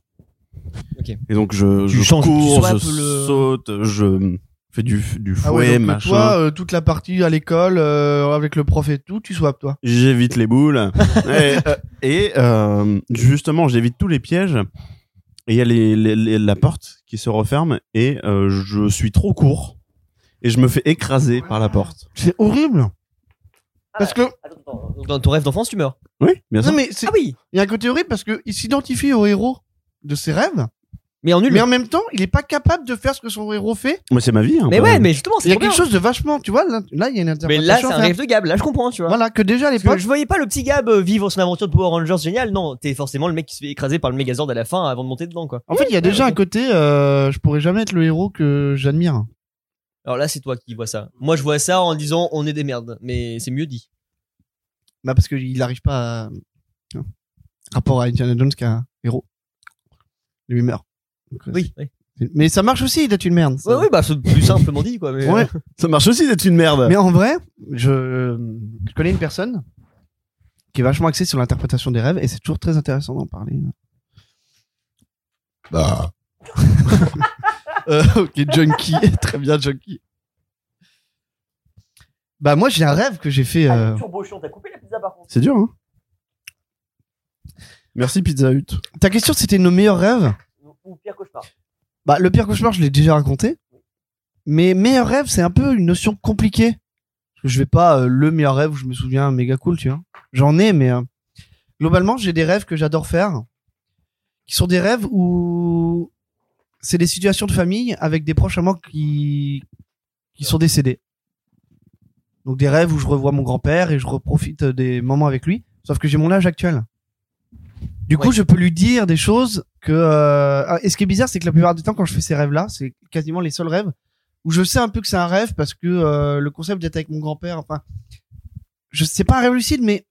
Ok. et donc je, Tu je changes, tu cours je swaps le- saute je fais du du fouet Ah ouais, donc, machin toi, euh, toute la partie à l'école euh, avec le prof et tout, tu swaps toi. j'évite les boules et, euh, et, euh, justement j'évite tous les pièges et il y a les, les- les- la porte qui se referme et euh, je suis trop court et je me fais écraser par la porte C'est horrible. Ah Parce Ah que Donc, Dans ton rêve d'enfance, tu meurs. oui bien sûr non mais c'est- Ah oui il y a un côté horrible parce que il s'identifie au héros de ses rêves, Mais en nul. mais en même temps, il est pas capable de faire ce que son héros fait. mais c'est ma vie hein, Mais pas- ouais, mais justement, c'est Il y a trop quelque bien. chose de vachement, tu vois. Là, là, il y a une Mais interprétation. là, c'est à un faire. rêve de Gab. Là, je comprends, tu vois. Voilà que déjà à Parce que l'époque. je voyais pas le petit Gab euh, vivre son aventure de Power Rangers génial. Non, t'es forcément le mec qui se fait écraser par le Megazord à la fin avant de monter dedans, quoi. En fait, il y a déjà un côté, euh, je pourrais jamais être le héros que j'admire. Alors là, c'est toi qui vois ça. Moi, je vois ça en disant on est des merdes, mais c'est mieux dit. Bah parce qu'il n'arrive pas à... Tiens. Rapport à Indiana Jones qui est un héros. Lui il meurt. Donc, euh, Oui. Oui, c'est- Mais ça marche aussi d'être une merde. ça. ouais, ouais, bah c'est plus simplement dit, quoi. Mais, euh, Ouais. ça marche aussi d'être une merde Mais en vrai, je, je connais une personne qui est vachement axée sur l'interprétation des rêves et c'est toujours très intéressant d'en parler. Bah. Euh, ok, junkie. très bien, junkie. Bah moi j'ai un rêve que j'ai fait. euh, Ah, Turbo chiant, t'as coupé la pizza par contre. C'est dur, hein Merci Pizza Hut. Ta question c'était nos meilleurs rêves. Ou- Ou pire cauchemar. Bah le pire cauchemar je l'ai déjà raconté. Mais meilleur rêve c'est un peu une notion compliquée. Parce que je vais pas euh, le meilleur rêve où je me souviens méga cool tu vois. J'en ai mais euh, globalement j'ai des rêves que j'adore faire. Qui sont des rêves où c'est des situations de famille avec des proches à moi qui qui sont décédés. Donc des rêves où je revois mon grand-père et je reprofite des moments avec lui. Sauf que j'ai mon âge actuel. Du coup, je peux lui dire des choses que. euh, ah, Et ce qui est bizarre, c'est que la plupart du temps, quand je fais ces rêves-là, c'est quasiment les seuls rêves où je sais un peu que c'est un rêve parce que euh, le concept d'être avec mon grand-père, enfin, je c'est pas un rêve lucide, mais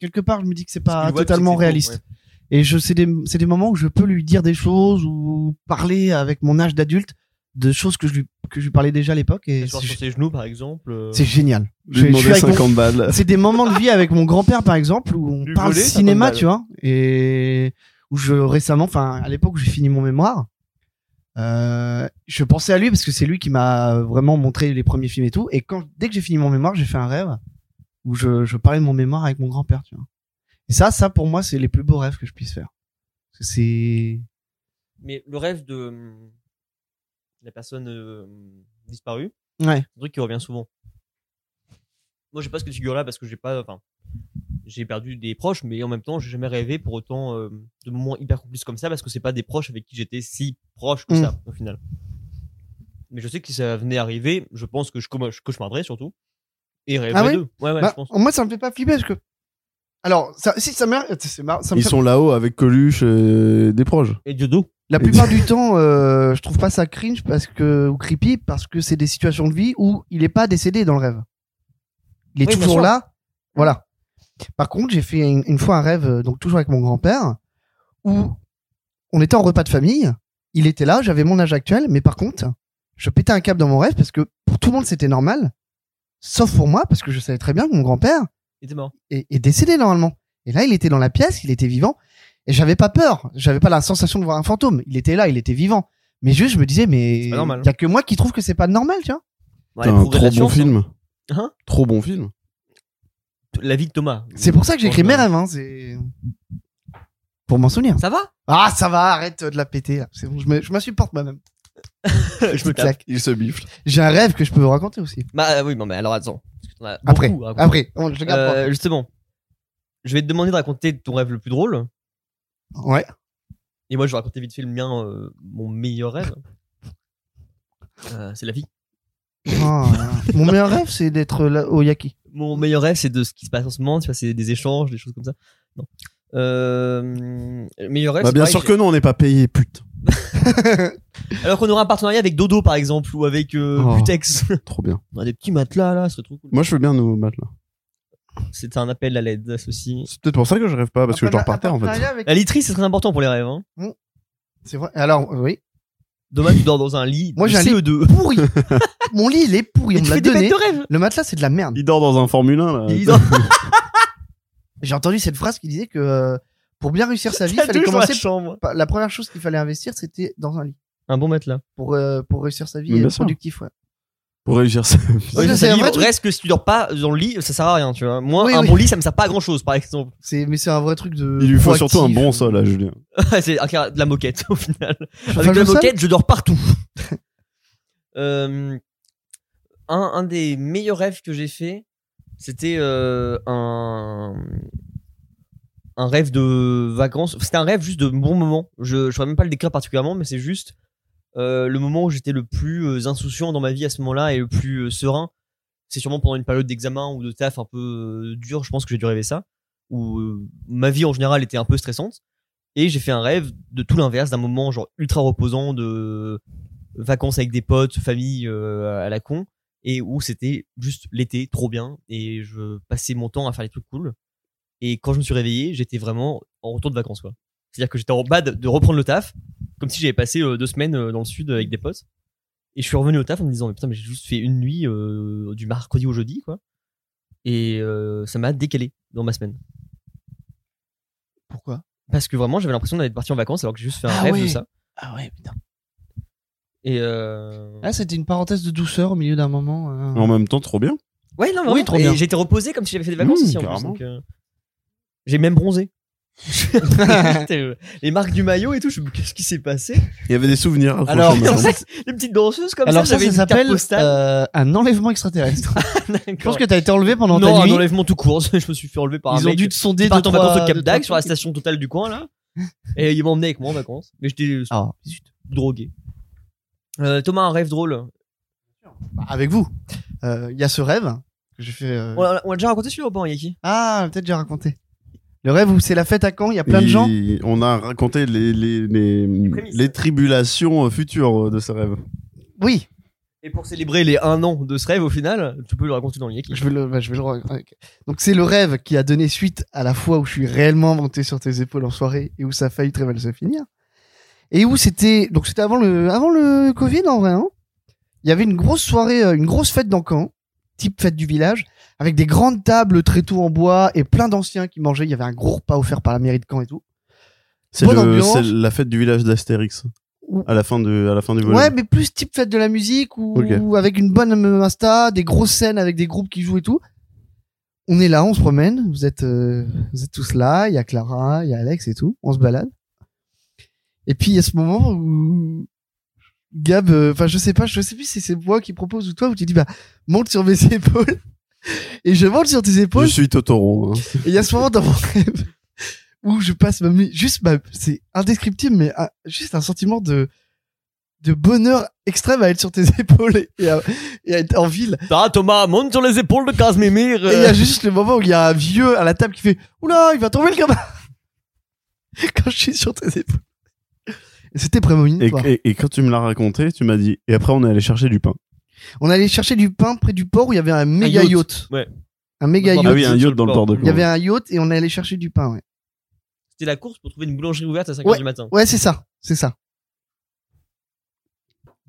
quelque part, je me dis que c'est pas totalement réaliste. Et je c'est des c'est des moments où je peux lui dire des choses ou parler avec mon âge d'adulte de choses que je lui que je lui parlais déjà à l'époque et Sur c'est- ses genoux, par exemple. euh, c'est génial. Je lui ai Je- je suis demandé avec 50 mon- balles. c'est des moments de vie avec mon grand-père, par exemple, où on Lui parle voler, ça cinéma, donne mal. tu vois, et où je récemment, enfin, à l'époque où j'ai fini mon mémoire, euh, je pensais à lui parce que c'est lui qui m'a vraiment montré les premiers films et tout. Et quand, dès que j'ai fini mon mémoire, j'ai fait un rêve où je, je parlais de mon mémoire avec mon grand-père, tu vois. Et ça, ça pour moi, c'est les plus beaux rêves que je puisse faire. Parce que C'est Mais le rêve de hum, la personne euh, disparue, ouais. c'est un truc qui revient souvent. Moi, j'ai pas cette figure-là parce que j'ai pas, enfin, j'ai perdu des proches, mais en même temps, j'ai jamais rêvé pour autant euh, de moments hyper complices comme ça parce que c'est pas des proches avec qui j'étais si proche que Mm. ça au final. Mais je sais que si ça venait arriver, je pense que je, cauche- je cauchemarderais surtout et rêverais Ah oui d'eux. Ouais, ouais, Bah, je pense. moi, ça me fait pas flipper parce que. Alors, ça, si ça m'arrive, c'est marrant, ça me Ils fait- sont là-haut avec Coluche euh, des proches. Et Diodo, La plupart du temps, euh, je trouve pas ça cringe parce que ou creepy parce que c'est des situations de vie où il est pas décédé dans le rêve. Il est Oui, bien toujours sûr. là. Voilà. Par contre, j'ai fait une, une fois un rêve euh, donc toujours avec mon grand-père où on était en repas de famille, il était là, j'avais mon âge actuel, mais par contre, je pétais un câble dans mon rêve parce que pour tout le monde c'était normal, sauf pour moi parce que je savais très bien que mon grand-père il était mort. est, est décédé normalement. Et là, il était dans la pièce, il était vivant, et j'avais pas peur, j'avais pas la sensation de voir un fantôme. Il était là, il était vivant. Mais juste, je me disais, mais C'est pas hein. normal. y a que moi qui trouve que c'est pas normal, tu vois. Ouais, T'as un progrès de trop la bon science, film. Hein trop bon film. hein. La vie de Thomas. C'est pour ça que j'ai écrit mes Franchement. rêves, hein. C'est pour m'en souvenir. Ça va Ah, ça va, arrête de la péter. là. C'est bon, je me, je m'insupporte moi-même. Je me tape. Clac. Il se bifle. J'ai un rêve que je peux vous raconter aussi. Bah euh, oui, non mais alors attends. Parce que t'en as Après, beaucoup à raconter. après, on- je garde. Euh, justement, je vais te demander de raconter ton rêve le plus drôle. pour- Ouais. Et moi, je vais raconter vite fait le mien, euh, mon meilleur rêve. Euh, c'est la vie. Ah, euh, mon meilleur rêve, c'est d'être là, au Yaki. Mon meilleur rêve, c'est de ce qui se passe en ce moment. Tu vois, c'est des échanges, des choses comme ça. Non. Euh, le meilleur rêve. bah, c'est bien pareil, sûr que non, on n'est pas payé, putain. j'ai- Alors qu'on aura un partenariat avec Dodo, par exemple, ou avec euh, Oh. Butex. Trop bien. On a des petits matelas là, ce serait trop cool. Moi, je veux bien nous battre là. C'est un appel à l'aide, ceci. C'est peut-être pour ça que je rêve pas, parce que je dors par terre en fait. La literie, c'est très important pour les rêves. Hein. C'est vrai. Alors, oui. Dommage, tu dors dans un lit. Moi, de E j'ai un lit CE2. Pourri. Mon lit, il est pourri. Et On tu me l'a fais des bêtes donné. de rêve. Le matelas, c'est de la merde. Il dort dans un Formule 1 là. Il dort- J'ai entendu cette phrase qui disait que euh, pour bien réussir sa vie, il T'as fallait deux jours à commencer. chambre. par- La première chose qu'il fallait investir, c'était dans un lit Un bon matelas. pour euh, pour réussir sa vie Mais et bien être sûr. productif. Ouais. Pour réussir ça. Oui, Ouais, c'est ça, un lit, vrai truc. reste que si tu dors pas dans le lit, ça sert à rien, tu vois. Moi, Oui, un oui. bon lit, ça me sert pas à grand chose, par exemple. C'est mais c'est un vrai truc de. Il lui faut proactif. surtout un bon sol à Julien. c'est un cas de la moquette, au final. Enfin, Avec de la je sais. moquette, je dors partout. Euh, un, un des meilleurs rêves que j'ai fait, c'était euh, un, un rêve de vacances. C'était un rêve juste de bon moment. Je ne saurais même pas le décrire particulièrement, mais c'est juste euh, le moment où j'étais le plus euh, insouciant dans ma vie à ce moment-là et le plus euh, serein. C'est sûrement pendant une période d'examen ou de taf un peu euh, dur, je pense que j'ai dû rêver ça, où euh, ma vie en général était un peu stressante. Et j'ai fait un rêve de tout l'inverse, d'un moment genre ultra reposant de vacances avec des potes, famille euh, à la con, et où c'était juste l'été, trop bien, et je passais mon temps à faire des trucs cool. Et quand je me suis réveillé, j'étais vraiment en retour de vacances, quoi. C'est-à-dire que j'étais en bad de reprendre le taf, comme si j'avais passé euh, deux semaines euh, dans le sud avec des potes. Et je suis revenu au taf en me disant, mais putain, mais j'ai juste fait une nuit euh, du mercredi au jeudi, quoi. Et euh, ça m'a décalé dans ma semaine. Pourquoi Parce que vraiment, j'avais l'impression d'être parti en vacances alors que j'ai juste fait un Ah rêve de ouais. ça. Ah ouais putain. Et euh... Ah c'était une parenthèse de douceur au milieu d'un moment. euh. En même temps, trop bien. Ouais, non, mais Oui, vraiment, trop et bien. J'ai été reposé comme si j'avais fait des vacances Mmh, ici en plus. carrément. donc, euh, J'ai même bronzé. Putain, euh, les marques du maillot et tout, je me qu'est-ce qui s'est passé Il y avait des souvenirs. Alors, accrochés au En maçon. fait, Les petites danseuses comme Alors Ah, ça, euh, ça, j'avais ça une carte s'appelle postale. euh, un enlèvement extraterrestre. Je pense que t'as été enlevé pendant non, ta un nuit. enlèvement tout court. je me suis fait enlever par un Ils ont mec. euh, dû te sonder Ils de partent en vacances au trois- Cap de d'Agde trois sur la trucs. station totale du coin là. Et ils m'ont emmené avec moi en vacances. Mais j'étais euh, Ah, drogué. Euh, Thomas, un rêve drôle. bah, avec vous. Euh, Il y a ce rêve que j'ai fait. euh, On l'a on l'a déjà raconté celui-là ou pas, hein, Yaki Ah, peut-être j'ai raconté. Le rêve où c'est la fête à Caen, il y a plein de Il- gens. On a raconté les, les, les, prémices. les tribulations euh, futures euh, de ce rêve. Oui, Et pour célébrer les un an de ce rêve au final, tu peux le raconter dans le Yaki. je vais le, bah, je vais le. raconter. Donc c'est le rêve qui a donné suite à la fois où je suis réellement monté sur tes épaules en soirée et où ça a failli très mal se finir. Et où c'était donc c'était avant le avant le Covid en vrai. hein. il y avait une grosse soirée, euh, une grosse fête dans Caen, type fête du village, avec des grandes tables très tôt en bois et plein d'anciens qui mangeaient. Il y avait un gros repas offert par la mairie de Caen et tout. C'est Bonne le- ambiance. c'est la fête du village d'Astérix. Ouh. À la fin de, à la fin du volume. Ouais, mais plus type fête de la musique ou Ok. avec une bonne euh, insta, des grosses scènes avec des groupes qui jouent et tout. On est là, on se promène, vous êtes, euh, vous êtes tous là, il y a Clara, il y a Alex et tout, on se balade. Et puis il y a ce moment où Gab, euh, enfin je sais pas, je sais plus si c'est moi qui propose ou toi, où tu dis bah monte sur mes épaules. Et je monte sur tes Je épaules, suis Totoro. hein. et il y a ce moment dans mon rêve où je passe ma nuit, juste ma, c'est indescriptible, mais un- juste un sentiment de, de bonheur extrême à être sur tes épaules et- et à, et à être en ville. Ah, Thomas, monte sur les épaules de euh. Casimir. Et il y a juste le moment où il y a un vieux à la table qui fait, oula, il va tomber le gamin! Quand je suis sur tes épaules. Et C'était Et, prémonitoire. et- et quand tu me l'as raconté, tu m'as dit. Et après, on est allé chercher du pain. On allait chercher du pain près du port où il y avait un méga yacht. yacht. Ouais. Un méga Ah yacht. Ah oui, un yacht dans le port de Il y Caen. avait un yacht et on allait chercher du pain, ouais. C'était la course pour trouver une boulangerie ouverte à 5h du matin. Ouais, c'est ça. C'est ça.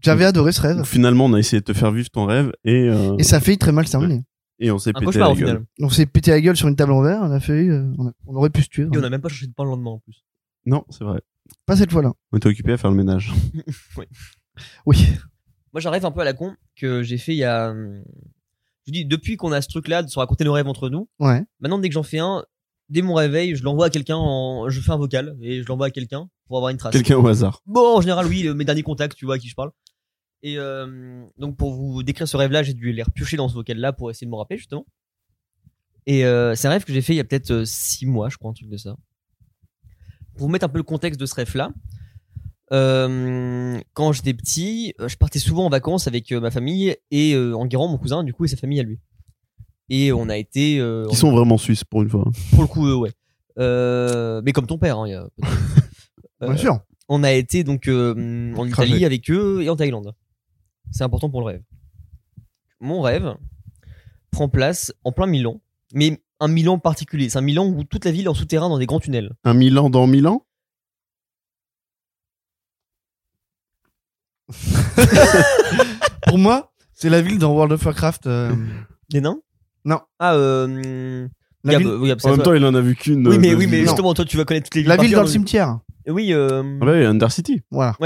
J'avais adoré ce rêve. Donc, Finalement, on a essayé de te faire vivre ton rêve et, euh, Ah, Et ça a failli très mal se terminer. et on s'est Un pété cauchemar la au gueule. final. On s'est pété la gueule sur une table en verre, on a failli, euh, on, a- on aurait pu se tuer. Et on vraiment. n'a même pas cherché de pain le lendemain en plus. Non, c'est vrai. Pas cette fois-là. On était occupé à faire le ménage. Ah, Oui. Moi, j'arrive un peu à la con que j'ai fait il y a. hum, Je vous dis, depuis qu'on a ce truc-là de se raconter nos rêves entre nous, Ouais. maintenant, dès que j'en fais un, dès mon réveil, je l'envoie à quelqu'un, en... je fais un vocal et je l'envoie à quelqu'un pour avoir une trace. Quelqu'un au hasard. Bon, en général, oui, le- mes derniers contacts, tu vois, à qui je parle. Et euh, donc, pour vous décrire ce rêve-là, j'ai dû les repiocher dans ce vocal-là pour essayer de me rappeler, justement. Et euh, c'est un rêve que j'ai fait il y a peut-être euh, six mois, je crois, un truc de ça. Pour vous mettre un peu le contexte de ce rêve-là, euh, quand j'étais petit, euh, je partais souvent en vacances avec euh, ma famille et euh, en guérant mon cousin, du coup, et sa famille à lui. Et on a été. euh, en- Qui sont vraiment suisses pour une fois. Pour le coup, euh, ouais. Euh, mais comme ton père, hein, il y a- Euh, Bien sûr. on a été donc euh, en Craché. Italie avec eux et en Thaïlande. C'est important pour le rêve. Mon rêve prend place en plein Milan, mais un Milan particulier. C'est un Milan où toute la ville est en souterrain dans des grands tunnels. Un Milan dans Milan Pour moi, c'est la ville dans World of Warcraft. euh, Des nains Non. Ah, euh. La Gab, ville- oui, Gab, c'est En à même toi. temps, il en a vu qu'une. oui, mais, euh, oui, mais de- justement, toi, tu vas connaître toutes les villes. la par ville cœur, dans le donc- cimetière. Oui, euh, Ah bah oui, Undercity. Voilà.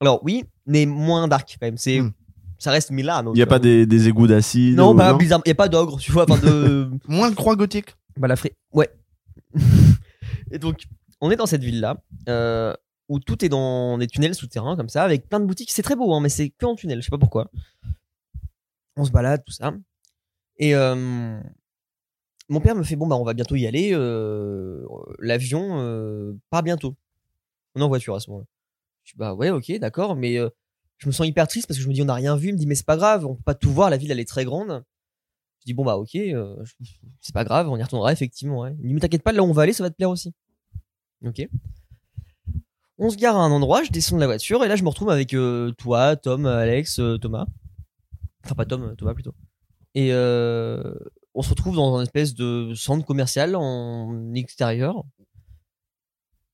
alors oui, mais moins dark quand même. C'est, Hmm. Ça reste Milan. hein, Il n'y a pas des, des égouts d'acide. euh, Non, ou- pas bizarre. Il n'y a pas d'ogre, tu vois, enfin de. Moins de croix gothique. Bah la fri- Ouais. et donc, on est dans cette ville-là, euh, où tout est dans des tunnels souterrains, comme ça, avec plein de boutiques. C'est très beau, hein, mais c'est que en tunnel, je sais pas pourquoi. On se balade, tout ça. Et euh, mon père me fait, bon, bah on va bientôt y aller. euh, L'avion euh, part bientôt. On est en voiture à ce moment-là. Je dis, bah ouais, ok, d'accord, mais euh, je me sens hyper triste parce que je me dis, on n'a rien vu. Il me dit, mais c'est pas grave, on peut pas tout voir, la ville, elle est très grande. Je dis, bon, bah ok, euh, je- c'est pas grave, on y retournera effectivement. Ouais. Il me dit, mais t'inquiète pas, là où on va aller, ça va te plaire aussi. Ok. On se gare à un endroit, je descends de la voiture et là je me retrouve avec euh, toi, Tom, Alex, euh, Thomas. Enfin pas Tom, euh, Thomas plutôt. Et euh, on se retrouve dans un espèce de centre commercial en extérieur.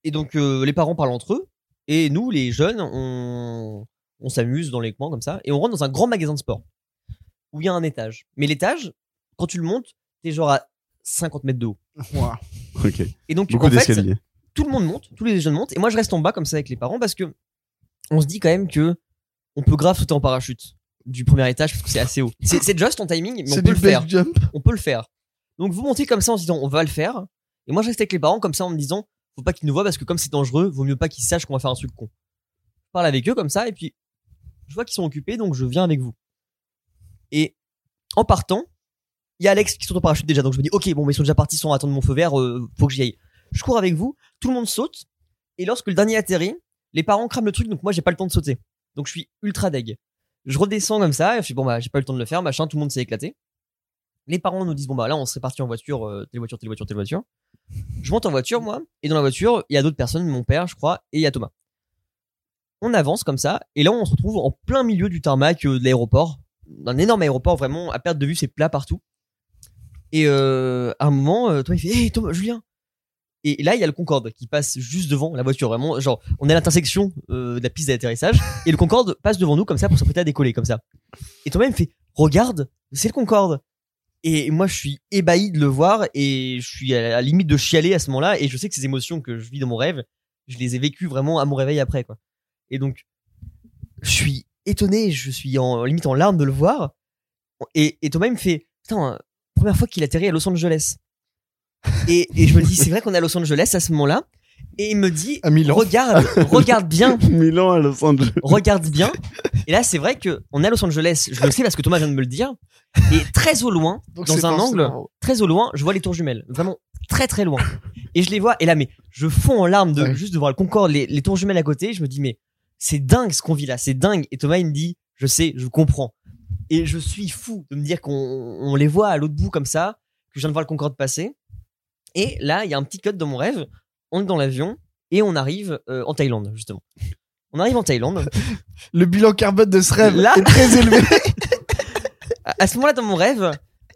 Et donc euh, les parents parlent entre eux et nous, les jeunes, on, on s'amuse dans les coins comme ça et on rentre dans un grand magasin de sport où il y a un étage. Mais l'étage, quand tu le montes, t'es genre à 50 mètres de haut. Ouah. Ok. Et donc, Beaucoup en fait, d'escaliers. tout le monde monte, tous les jeunes montent, et moi je reste en bas comme ça avec les parents parce que on se dit quand même que on peut grave sauter en parachute. du premier étage parce que c'est assez haut. C'est c'est just ton timing, mais C'est on peut du le faire. base jump. On peut le faire. Donc vous montez comme ça en se disant on va le faire. Et moi je reste avec les parents comme ça en me disant faut pas qu'ils nous voient parce que comme c'est dangereux, vaut mieux pas qu'ils sachent qu'on va faire un truc con. Je parle avec eux comme ça et puis je vois qu'ils sont occupés donc je viens avec vous. Et en partant, il y a Alex qui saute en parachute déjà donc je me dis ok bon mais ils sont déjà partis sans attendre mon feu vert, euh, faut que j'y aille. Je cours avec vous, tout le monde saute et lorsque le dernier atterrit, les parents crament le truc donc moi j'ai pas le temps de sauter. Donc je suis ultra deg. Je redescends comme ça, et je suis bon bah j'ai pas eu le temps de le faire, machin, tout le monde s'est éclaté. Les parents nous disent bon bah là on serait parti en voiture, euh, telle voiture, telle voiture, telle voiture. Je monte en voiture moi, et dans la voiture il y a d'autres personnes, mon père je crois, et il y a Thomas. On avance comme ça, et là on se retrouve en plein milieu du tarmac euh, de l'aéroport, un énorme aéroport vraiment à perte de vue, c'est plat partout. Et euh, à un moment, euh, Thomas il fait hé Thomas Julien. Et là il y a le Concorde qui passe juste devant la voiture vraiment, genre on est à l'intersection euh, de la piste d'atterrissage et le Concorde passe devant nous comme ça pour s'apprêter à décoller comme ça. Et toi-même fait regarde, c'est le Concorde. Et moi je suis ébahi de le voir et je suis à la limite de chialer à ce moment-là et je sais que ces émotions que je vis dans mon rêve, je les ai vécues vraiment à mon réveil après quoi. Et donc je suis étonné, je suis en limite en larmes de le voir et et Thomas il me fait putain première fois qu'il atterrit à Los Angeles. Et, et je me dis c'est vrai qu'on est à Los Angeles à ce moment-là et il me dit À Milan. regarde regarde bien Milan à Los Angeles. regarde bien. Et là, c'est vrai que on est à Los Angeles. Je le sais parce que Thomas vient de me le dire. Et très au loin, Donc c'est dans un angle, forcément- très au loin, je vois les tours jumelles. Vraiment très très loin. Et je les vois. Et là, mais je fonds en larmes de Ouais. juste de voir le Concorde, les, les tours jumelles à côté. Je me dis mais c'est dingue ce qu'on vit là. C'est dingue. Et Thomas il me dit je sais, je comprends. Et je suis fou de me dire qu'on on les voit à l'autre bout comme ça, que je viens de voir le Concorde passer. Et là, il y a un petit cut dans mon rêve. On est dans l'avion et on arrive euh, en Thaïlande justement. On arrive en Thaïlande. Le bilan carbone de ce rêve Là- est très élevé. à à ce moment-là, dans mon rêve,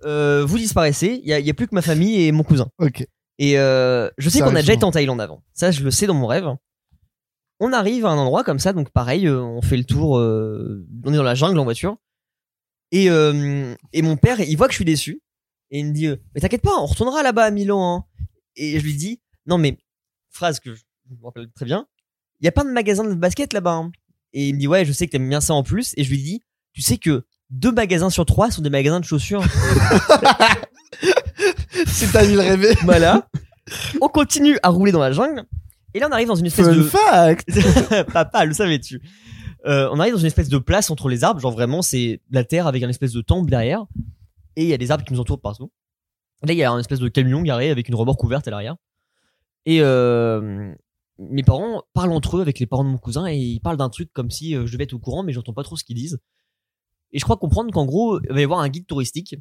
euh, vous disparaissez. Il y a, il y a plus que ma famille et mon cousin. ok. Et euh, je sais Ça qu'on a arrive déjà été souvent. en Thaïlande avant. Ça, je le sais dans mon rêve. On arrive à un endroit comme ça, donc pareil, euh, on fait le tour. euh, on est dans la jungle en voiture. Et, euh, et mon père, il voit que je suis déçu. Et il me dit euh, Mais t'inquiète pas, on retournera là-bas à Milan. hein. Et je lui dis Non, mais, phrase que je me rappelle très bien, il y a plein de magasins de basket là-bas. hein. Et il me dit Ouais, je sais que t'aimes bien ça en plus. Et je lui dis Tu sais que deux magasins sur trois sont des magasins de chaussures. C'est ta ville rêvée. Voilà. On continue à rouler dans la jungle. Et là, on arrive dans une espèce Fun de. fact. Papa, le savais-tu Euh, On arrive dans une espèce de place entre les arbres. Genre vraiment, c'est de la terre avec un espèce de temple derrière. Et il y a des arbres qui nous entourent partout. Là, il y a un espèce de camion garé avec une remorque ouverte à l'arrière. Et euh, mes parents parlent entre eux avec les parents de mon cousin et ils parlent d'un truc comme si euh, je devais être au courant, mais j'entends pas trop ce qu'ils disent. Et je crois comprendre qu'en gros, il va y avoir un guide touristique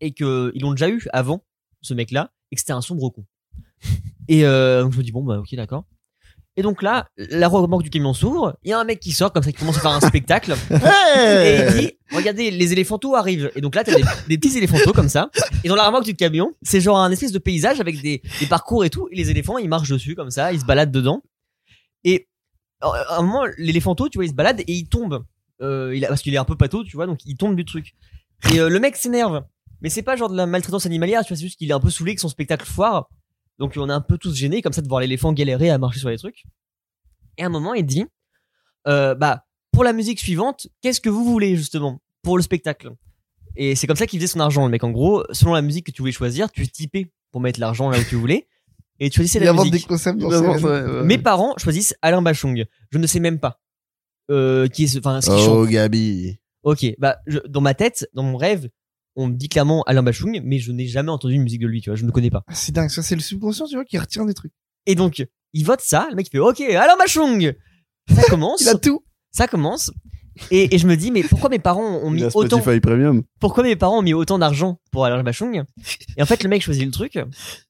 et qu'ils l'ont déjà eu avant, ce mec-là, et que c'était un sombre con. Et euh, donc je me dis, bon, bah ok, d'accord. Et donc là, la remorque du camion s'ouvre, il y a un mec qui sort comme ça, qui commence à faire un spectacle, et il dit, regardez, les éléphantos arrivent. Et donc là, t'as des, des petits éléphantos comme ça, et dans la remorque du camion, c'est genre un espèce de paysage avec des, des parcours et tout, et les éléphants, ils marchent dessus comme ça, ils se baladent dedans. Et à un moment, l'éléphanto, tu vois, il se balade et il tombe. Euh, il a- parce qu'il est un peu pâteau, tu vois, donc il tombe du truc. Et euh, le mec s'énerve. Mais c'est pas genre de la maltraitance animalière, tu vois, c'est juste qu'il est un peu saoulé que son spectacle foire. Donc on est un peu tous gênés comme ça de voir l'éléphant galérer à marcher sur les trucs. Et à un moment, il dit euh, Bah, pour la musique suivante, qu'est-ce que vous voulez justement pour le spectacle Et c'est comme ça qu'il faisait son argent, le mec. En gros, selon la musique que tu voulais choisir, tu typais pour mettre l'argent là où tu voulais. Et tu choisissais Il la invente musique. des euh, concepts dans ses rêves. Mes parents choisissent Alain Bachung. Je ne sais même pas euh, qui est ce, enfin, ce qu'il Oh, chante. Gabi. Ok, bah je- dans ma tête, dans mon rêve, on me dit clairement Alain Bachung, mais je n'ai jamais entendu une musique de lui, tu vois, je ne connais pas. Ah, C'est dingue, ça c'est le subconscient, tu vois, qui retient des trucs. Et donc, il vote ça, le mec il fait Ok, Alain Bachung. Ça commence, Il a tout. ça commence, et, et je me dis mais pourquoi mes parents ont mis Il a autant Spotify Premium. pourquoi mes parents ont mis autant d'argent pour Alain Bachung Et en fait, le mec choisit le truc.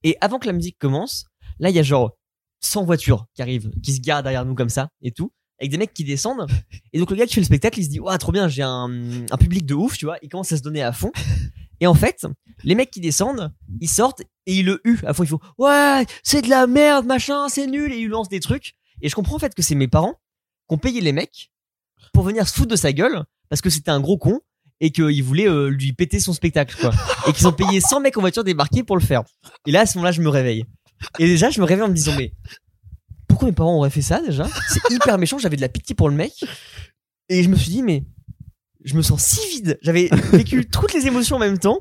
Et avant que la musique commence, là, il y a genre 100 voitures qui arrivent, qui se garent derrière nous comme ça et tout, avec des mecs qui descendent. Et donc, le gars qui fait le spectacle, il se dit, ouah, trop bien, j'ai un, un public de ouf, tu vois. Il commence à se donner à fond. Et en fait, les mecs qui descendent, ils sortent et ils le huent à fond. Ils font, ouais, c'est de la merde, machin, c'est nul. Et ils lui lancent des trucs. Et je comprends en fait que c'est mes parents qui ont payé les mecs pour venir se foutre de sa gueule parce que c'était un gros con et qu'ils voulaient euh, lui péter son spectacle, quoi. Et qu'ils ont payé 100 mecs en voiture débarqués pour le faire. Et là, à ce moment-là, je me réveille. Et déjà, je me réveille en me disant, mais pourquoi mes parents auraient fait ça déjà C'est hyper méchant, j'avais de la pitié pour le mec. Et je me suis dit, mais je me sens si vide. J'avais vécu toutes les émotions en même temps.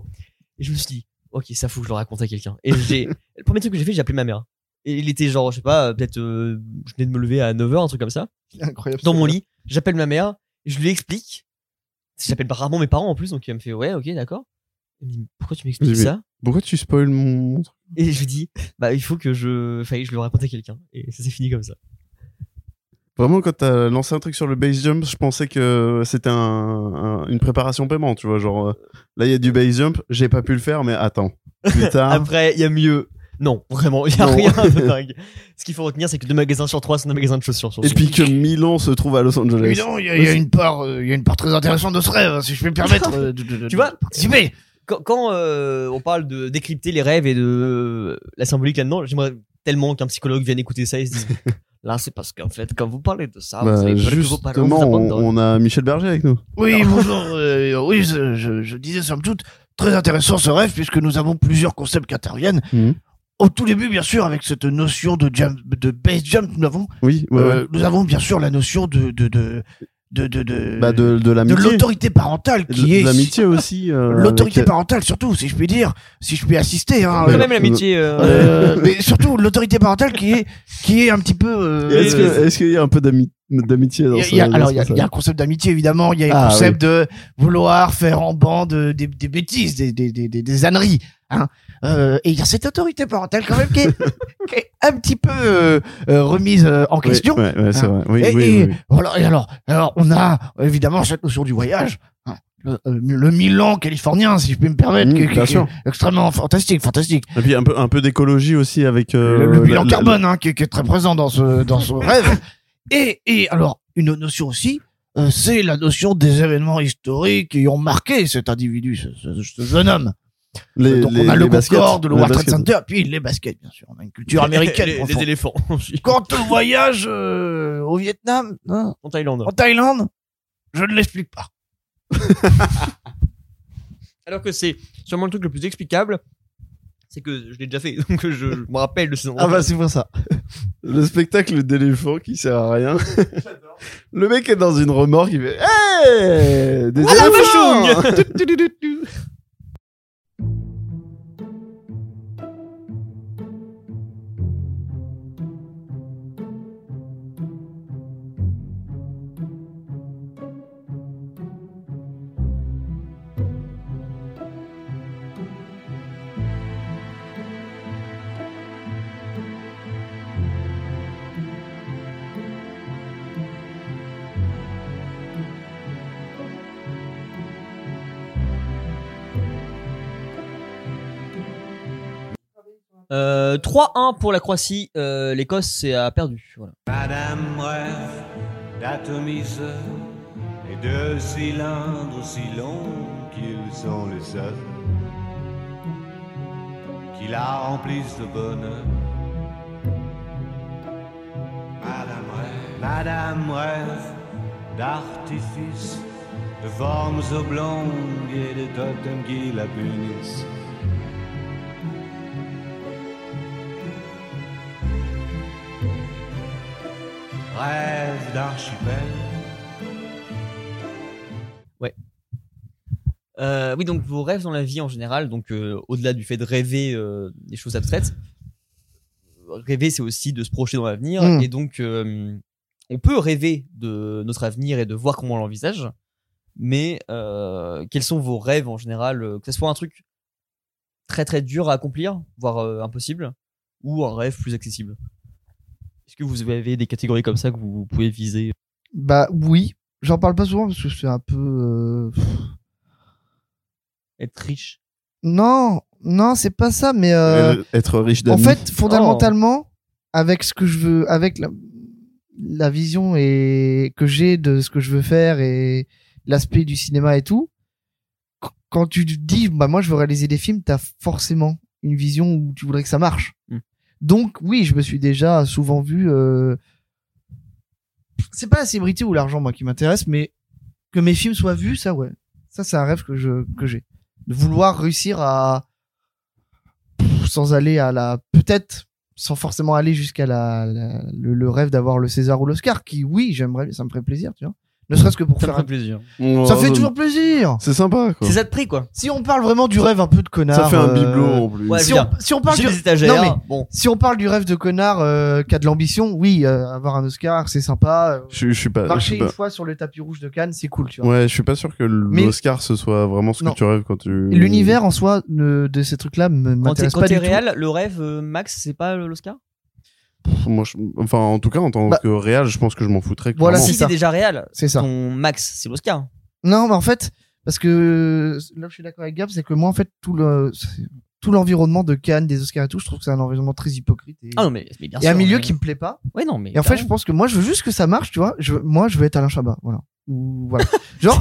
Et je me suis dit, ok, ça faut que je le raconte à quelqu'un. Et j'ai, le premier truc que j'ai fait, j'ai appelé ma mère. Et il était genre, je sais pas, peut-être, euh, je venais de me lever à 9h, un truc comme ça. Incroyable. Dans mon lit, j'appelle ma mère, je lui explique. J'appelle rarement mes parents en plus, donc elle me fait, ouais, ok, d'accord. Elle me dit, pourquoi tu m'expliques Oui, mais- ça Pourquoi tu spoil mon truc et je lui dis, bah il faut que je, fallait que je le raconte à quelqu'un. Et ça s'est fini comme ça. Vraiment, quand t'as lancé un truc sur le base jump, je pensais que c'était un, un- une préparation paiement, tu vois. Genre, euh, là, il y a du base jump, j'ai pas pu le faire, mais attends. Plus tard. Après, il y a mieux. Non, vraiment, il y a Ah. Non. rien de dingue. Ce qu'il faut retenir, c'est que deux magasins sur trois sont des magasins de chaussures. Sur et puis que Milan se trouve à Los Angeles. Évidemment, il y, a- il y a une part, euh, il y a une part très intéressante de ce rêve, hein, si je peux me permettre. euh, de, de- de- Tu vois de participer. quand, quand, euh, on parle de décrypter les rêves et de euh, la symbolique là-dedans, j'aimerais tellement qu'un psychologue vienne écouter ça et se dise, là c'est parce qu'en fait, quand vous parlez de ça, Bah, Ah, vous avez peur que vos parents vous justement, on, abandonnent. on a Michel Berger avec nous. Oui, bonjour. euh, oui, je, je- je disais somme toute très intéressant ce rêve puisque nous avons plusieurs concepts qui interviennent. Mhm. Au tout début, bien sûr, avec cette notion de jump, de base jump, nous avons, Oui, ouais, euh, ouais. nous avons bien sûr la notion de de de de de, de- Bah, de, de de l'amitié. l'autorité parentale De- qui de est l'amitié aussi. euh, l'autorité avec- parentale surtout, si je puis dire, si je puis assister. Hein, Quand on- euh, même l'amitié. euh, euh, mais surtout l'autorité parentale qui est qui est un petit peu. euh, Est-ce que- est-ce qu'il y a un peu d'ami- d'amitié dans Il y a- ce il y a- dans alors, ce il y a, il y a un passage concept d'amitié, évidemment. Il y a Ah, un concept de vouloir faire en bande euh, des, des bêtises, des, des, des, des, des âneries. Hein. Euh, et il y a cette autorité parentale, quand même, qui est, qui est un petit peu euh, euh, remise euh, en Oui, question. ouais, ouais, c'est Ah. vrai. Oui, et, oui, et- oui, oui. voilà, et alors, alors, on a évidemment cette notion du voyage. hein. Le, euh, le Milan californien, si je peux me permettre, Mmh, qui, qui- bien qui sûr. est extrêmement fantastique, fantastique. Et puis un peu, un peu d'écologie aussi avec. euh, le, le la- bilan la- carbone hein, qui, qui est très présent dans ce dans ce rêve. Et et alors une notion aussi, euh, c'est la notion des événements historiques qui ont marqué cet individu, ce, ce- ce jeune homme. les- Donc les- on a le les baskets, Concorde, le les World Trade baskets. Center, puis les baskets bien sûr. On a une culture américaine. les, profonde. les éléphants Quant au voyage euh, au Vietnam, hein, en Thaïlande. en Thaïlande, je ne l'explique pas. Alors que c'est sûrement le truc le plus explicable, c'est que je l'ai déjà fait, donc je, je me rappelle de ces endroits. Ah bah c'est pour ça. Le spectacle d'éléphant qui sert à rien. le mec est dans une remorque, il fait Hey Des éléphants Euh, 3-1 pour la Croatie, euh, l'Écosse c'est- a perdu. Voilà. Madame rêve d'atomise et de cylindres aussi longs qu'ils sont les seuls qui la remplissent de bonheur. Madame rêve, Madame rêve d'artifices, de formes oblongues et de totems qui la punissent. Rêve d'archipel. Euh, oui, donc vos rêves dans la vie en général, donc euh, au-delà du fait de rêver euh, des choses abstraites, euh, rêver c'est aussi de se projeter dans l'avenir, Mm. et donc euh, on peut rêver de notre avenir et de voir comment on l'envisage, mais euh, quels sont vos rêves en général, euh, que ce soit un truc très très dur à accomplir, voire euh, impossible, ou un rêve plus accessible Est-ce que vous avez des catégories comme ça que vous pouvez viser Bah oui, j'en parle pas souvent parce que c'est un peu. euh, Être riche Non, non, c'est pas ça, mais. euh, Euh, Être riche En d'amis. fait, fondamentalement, avec ce que je veux, avec la, la vision et que j'ai de ce que je veux faire et l'aspect du cinéma et tout, qu- quand tu te dis, bah moi je veux réaliser des films, t'as forcément une vision où tu voudrais que ça marche. Hmm. Donc oui, je me suis déjà souvent vu. euh, C'est pas la célébrité ou l'argent moi qui m'intéresse, mais que mes films soient vus, ça ouais, ça c'est un rêve que je que j'ai, de vouloir réussir à sans aller à la peut-être sans forcément aller jusqu'à la, la- le, le rêve d'avoir le César ou l'Oscar qui oui j'aimerais ça me ferait plaisir tu vois Ne serait-ce que pour faire un. plaisir. Ça fait toujours plaisir. Oh, C'est sympa, quoi. C'est ça de prix, quoi. Si on parle vraiment du rêve un peu de connard. Ça fait un euh, bibelot en plus. Ouais, Si je veux on, dire, si on parle j'ai du, des étagères. Non, Bon. si on parle du rêve de connard euh, qui a de l'ambition, oui, euh, avoir un Oscar, c'est sympa. euh, Je, je suis pas. Je Marcher suis une pas... fois sur le tapis rouge de Cannes, c'est cool, tu vois. Ouais, je suis pas sûr que Mais- l'Oscar ce soit vraiment ce Non. que tu rêves quand tu. L'univers en soi ne- de ces trucs-là me Quand t'es m'intéresse quand pas t'es du réel, le rêve, euh, Max, c'est pas euh, l'Oscar Pff, Moi, je- enfin, en tout cas, en tant Bah- que réel, je pense que je m'en foutrais. Voilà, clairement. Si c'est ça. t'es déjà réel, tout. C'est ça. ton Max, c'est l'Oscar. Non, mais en fait, parce que là, où je suis d'accord avec Gab, c'est que moi, en fait, tout le tout l'environnement de Cannes, des Oscars et tout, je trouve que c'est un environnement très hypocrite. Et... Ah non, mais, mais bien et un sûr, milieu mais- qui me plaît pas. Ouais, non, mais. Et en fait, je pense que moi, je veux juste que ça marche, tu vois. Je, moi, je veux être Alain Chabat, voilà. Ou voilà. Genre,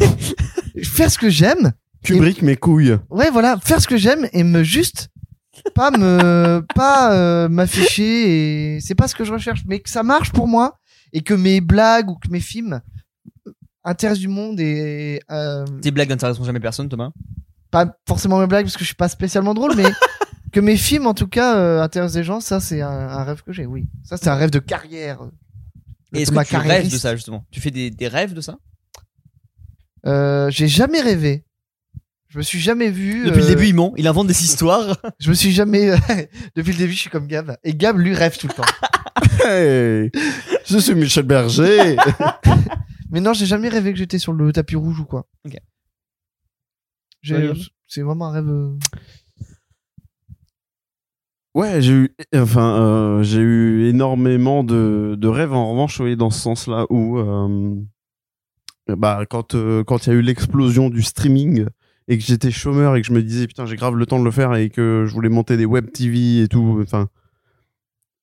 faire ce que j'aime. Kubrick, mes couilles. Ouais, voilà, faire ce que j'aime et me juste pas me pas euh, m'afficher et c'est pas ce que je recherche, mais que ça marche pour moi et que mes blagues ou que mes films euh, intéressent du monde et euh, Tes blagues n'intéresseront jamais personne, Thomas. pas forcément mes blagues parce que je suis pas spécialement drôle, mais que mes films en tout cas euh, intéressent des gens, ça c'est un, un rêve que j'ai. Oui, ça c'est un rêve de carrière. Le Et est-ce Thomas que tu rêves de carriériste. ça, justement Tu fais des, des rêves de ça Euh, j'ai jamais rêvé. Je me suis jamais vu. Depuis le euh, début, il ment, il invente des histoires. je me suis jamais. Depuis le début, je suis comme Gab. Et Gab lui rêve tout le temps. Hey, je suis Michel Berger. Mais non, j'ai jamais rêvé que j'étais sur le tapis rouge ou quoi. Ok. J'ai- Ouais, C'est vraiment un rêve. euh, Ouais, j'ai eu, enfin, euh, j'ai eu énormément de, de rêves en revanche, oui, dans ce sens-là où, euh, bah, quand euh, quand il y a eu l'explosion du streaming et que j'étais chômeur et que je me disais putain, j'ai grave le temps de le faire et que je voulais monter des web TV et tout, enfin,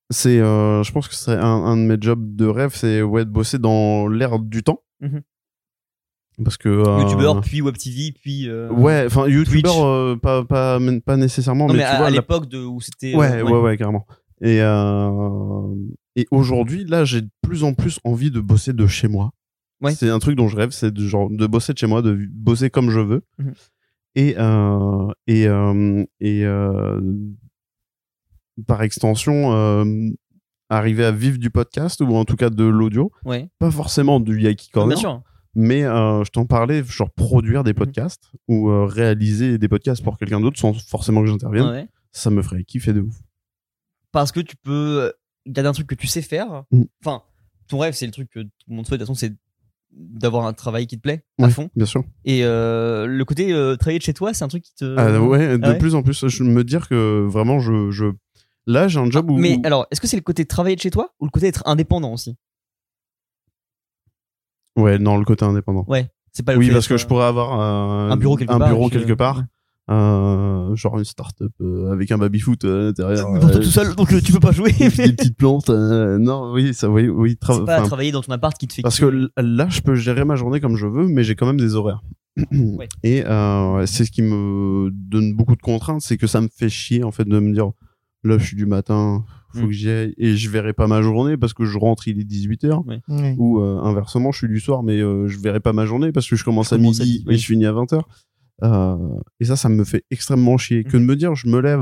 c'est, euh, je pense que c'est un, un de mes jobs de rêve, c'est ouais de bosser dans l'ère du temps, Mhm. parce que euh, YouTubeur, puis Web TV, puis. euh, ouais, enfin, youtubeur Twitch. euh, pas pas pas nécessairement, Non, mais, mais tu à, vois, à la- l'époque de- où c'était. Ouais, euh, ouais, ouais, carrément. Et, euh, et aujourd'hui, là, j'ai de plus en plus envie de bosser de chez moi. Ouais. C'est un truc dont je rêve, c'est de, genre, de bosser de chez moi, de bosser comme je veux. Mhm. Et, euh, et, euh, et euh, par extension, euh, arriver à vivre du podcast ou en tout cas de l'audio. Ouais. Pas forcément du Yaki Bien Corner, sûr. mais euh, je t'en parlais, genre produire Mhm. des podcasts ou euh, réaliser des podcasts pour quelqu'un d'autre sans forcément que j'intervienne. Ouais. Ça me ferait kiffer de ouf. parce que tu peux il y a un truc que tu sais faire Mm. enfin ton rêve c'est le truc que tout le monde souhaite de toute façon c'est d'avoir un travail qui te plaît à Ouais, fond Bien sûr. et euh, le côté euh, travailler de chez toi c'est un truc qui te Ah, ouais, de ah ouais plus en plus, je me dire que vraiment, je, je... là, j'ai un job où. Ah, mais alors est-ce que c'est le côté travailler de chez toi ou le côté être indépendant aussi Ouais, non, le côté indépendant. ouais c'est pas le oui, fait parce d'être, que je euh, pourrais avoir euh, un bureau quelque un part, bureau et puis, quelque euh, part, euh, genre une start-up euh, avec un baby-foot à l'intérieur. mais bon, t'es euh, tout seul donc euh, tu peux pas jouer des mais c'est petites plantes. euh, non, oui, ça, oui, oui. tra- pas enfin, travailler dans ton appart qui te fait Parce que kiffer. l- là, je peux gérer ma journée comme je veux, mais j'ai quand même des horaires. Et euh, c'est ce qui me donne beaucoup de contraintes, c'est que ça me fait chier en fait de me dire là, je suis du matin, faut Mm. que j'y aille et je verrai pas ma journée parce que je rentre il est 18h. ouais. Ou euh, inversement, je suis du soir, mais euh, je verrai pas ma journée parce que je commence Je à commence à midi midi, oui. et je finis à 20h. et ça, ça me fait extrêmement chier. Que de Mm. me dire, je me lève,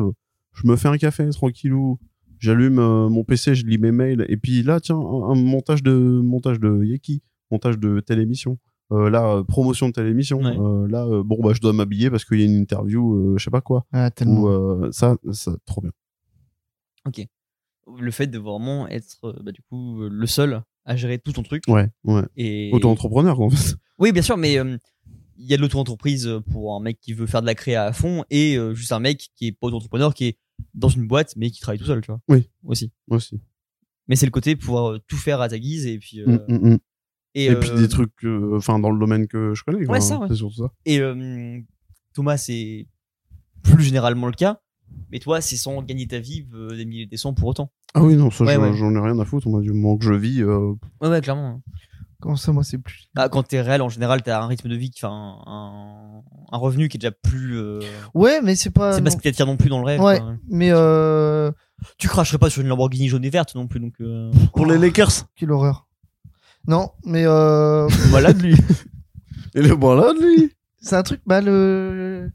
je me fais un café tranquillou, j'allume euh, mon PC, je lis mes mails, et puis là, tiens, un, un montage de montage de Yeki, montage de telle émission. Euh, là, euh, promotion de telle émission. Ouais. Euh, là, euh, bon, bah, je dois m'habiller parce qu'il y a une interview, euh, je sais pas quoi. Ah, tellement. Ou euh, ça, ça, trop bien. le fait de vraiment être euh, bah, du coup euh, le seul à gérer tout ton truc Ouais, ouais. et Auto-entrepreneur, en fait. Oui, bien sûr, mais euh, il y a de l'auto-entreprise pour un mec qui veut faire de la créa à fond et euh, juste un mec qui est pas auto-entrepreneur, qui est dans une boîte mais qui travaille tout seul, tu vois. Oui. Aussi. Moi aussi. Mais c'est le côté pouvoir euh, tout faire à ta guise et puis. euh, Mm, mm, mm. Et, euh, puis des trucs, euh, enfin, dans le domaine que je connais. quoi. hein. ça, ouais. C'est surtout ça. Et euh, Thomas, c'est plus généralement le cas, mais toi, c'est sans gagner ta vie euh, des milliers des cents pour autant. Ah oui, non, ça, Ouais, j'en ouais. j'en ai rien à foutre. Moi, du moment que je vis, euh, Ouais, ouais, clairement. hein. Comment ça, moi, c'est plus. Bah, quand t'es réel, en général, t'as un rythme de vie, qui- enfin, un, un revenu qui est déjà plus. euh, Ouais, mais c'est pas. c'est pas Ah, non. ce qui t'attire non plus dans le rêve. Ouais. quoi. Mais euh... Tu cracherais pas sur une Lamborghini jaune et verte non plus, donc. euh, Pour les Lakers. quelle horreur. Non, mais euh... Voilà de lui. Il est voilà de lui. c'est un truc. Bah le.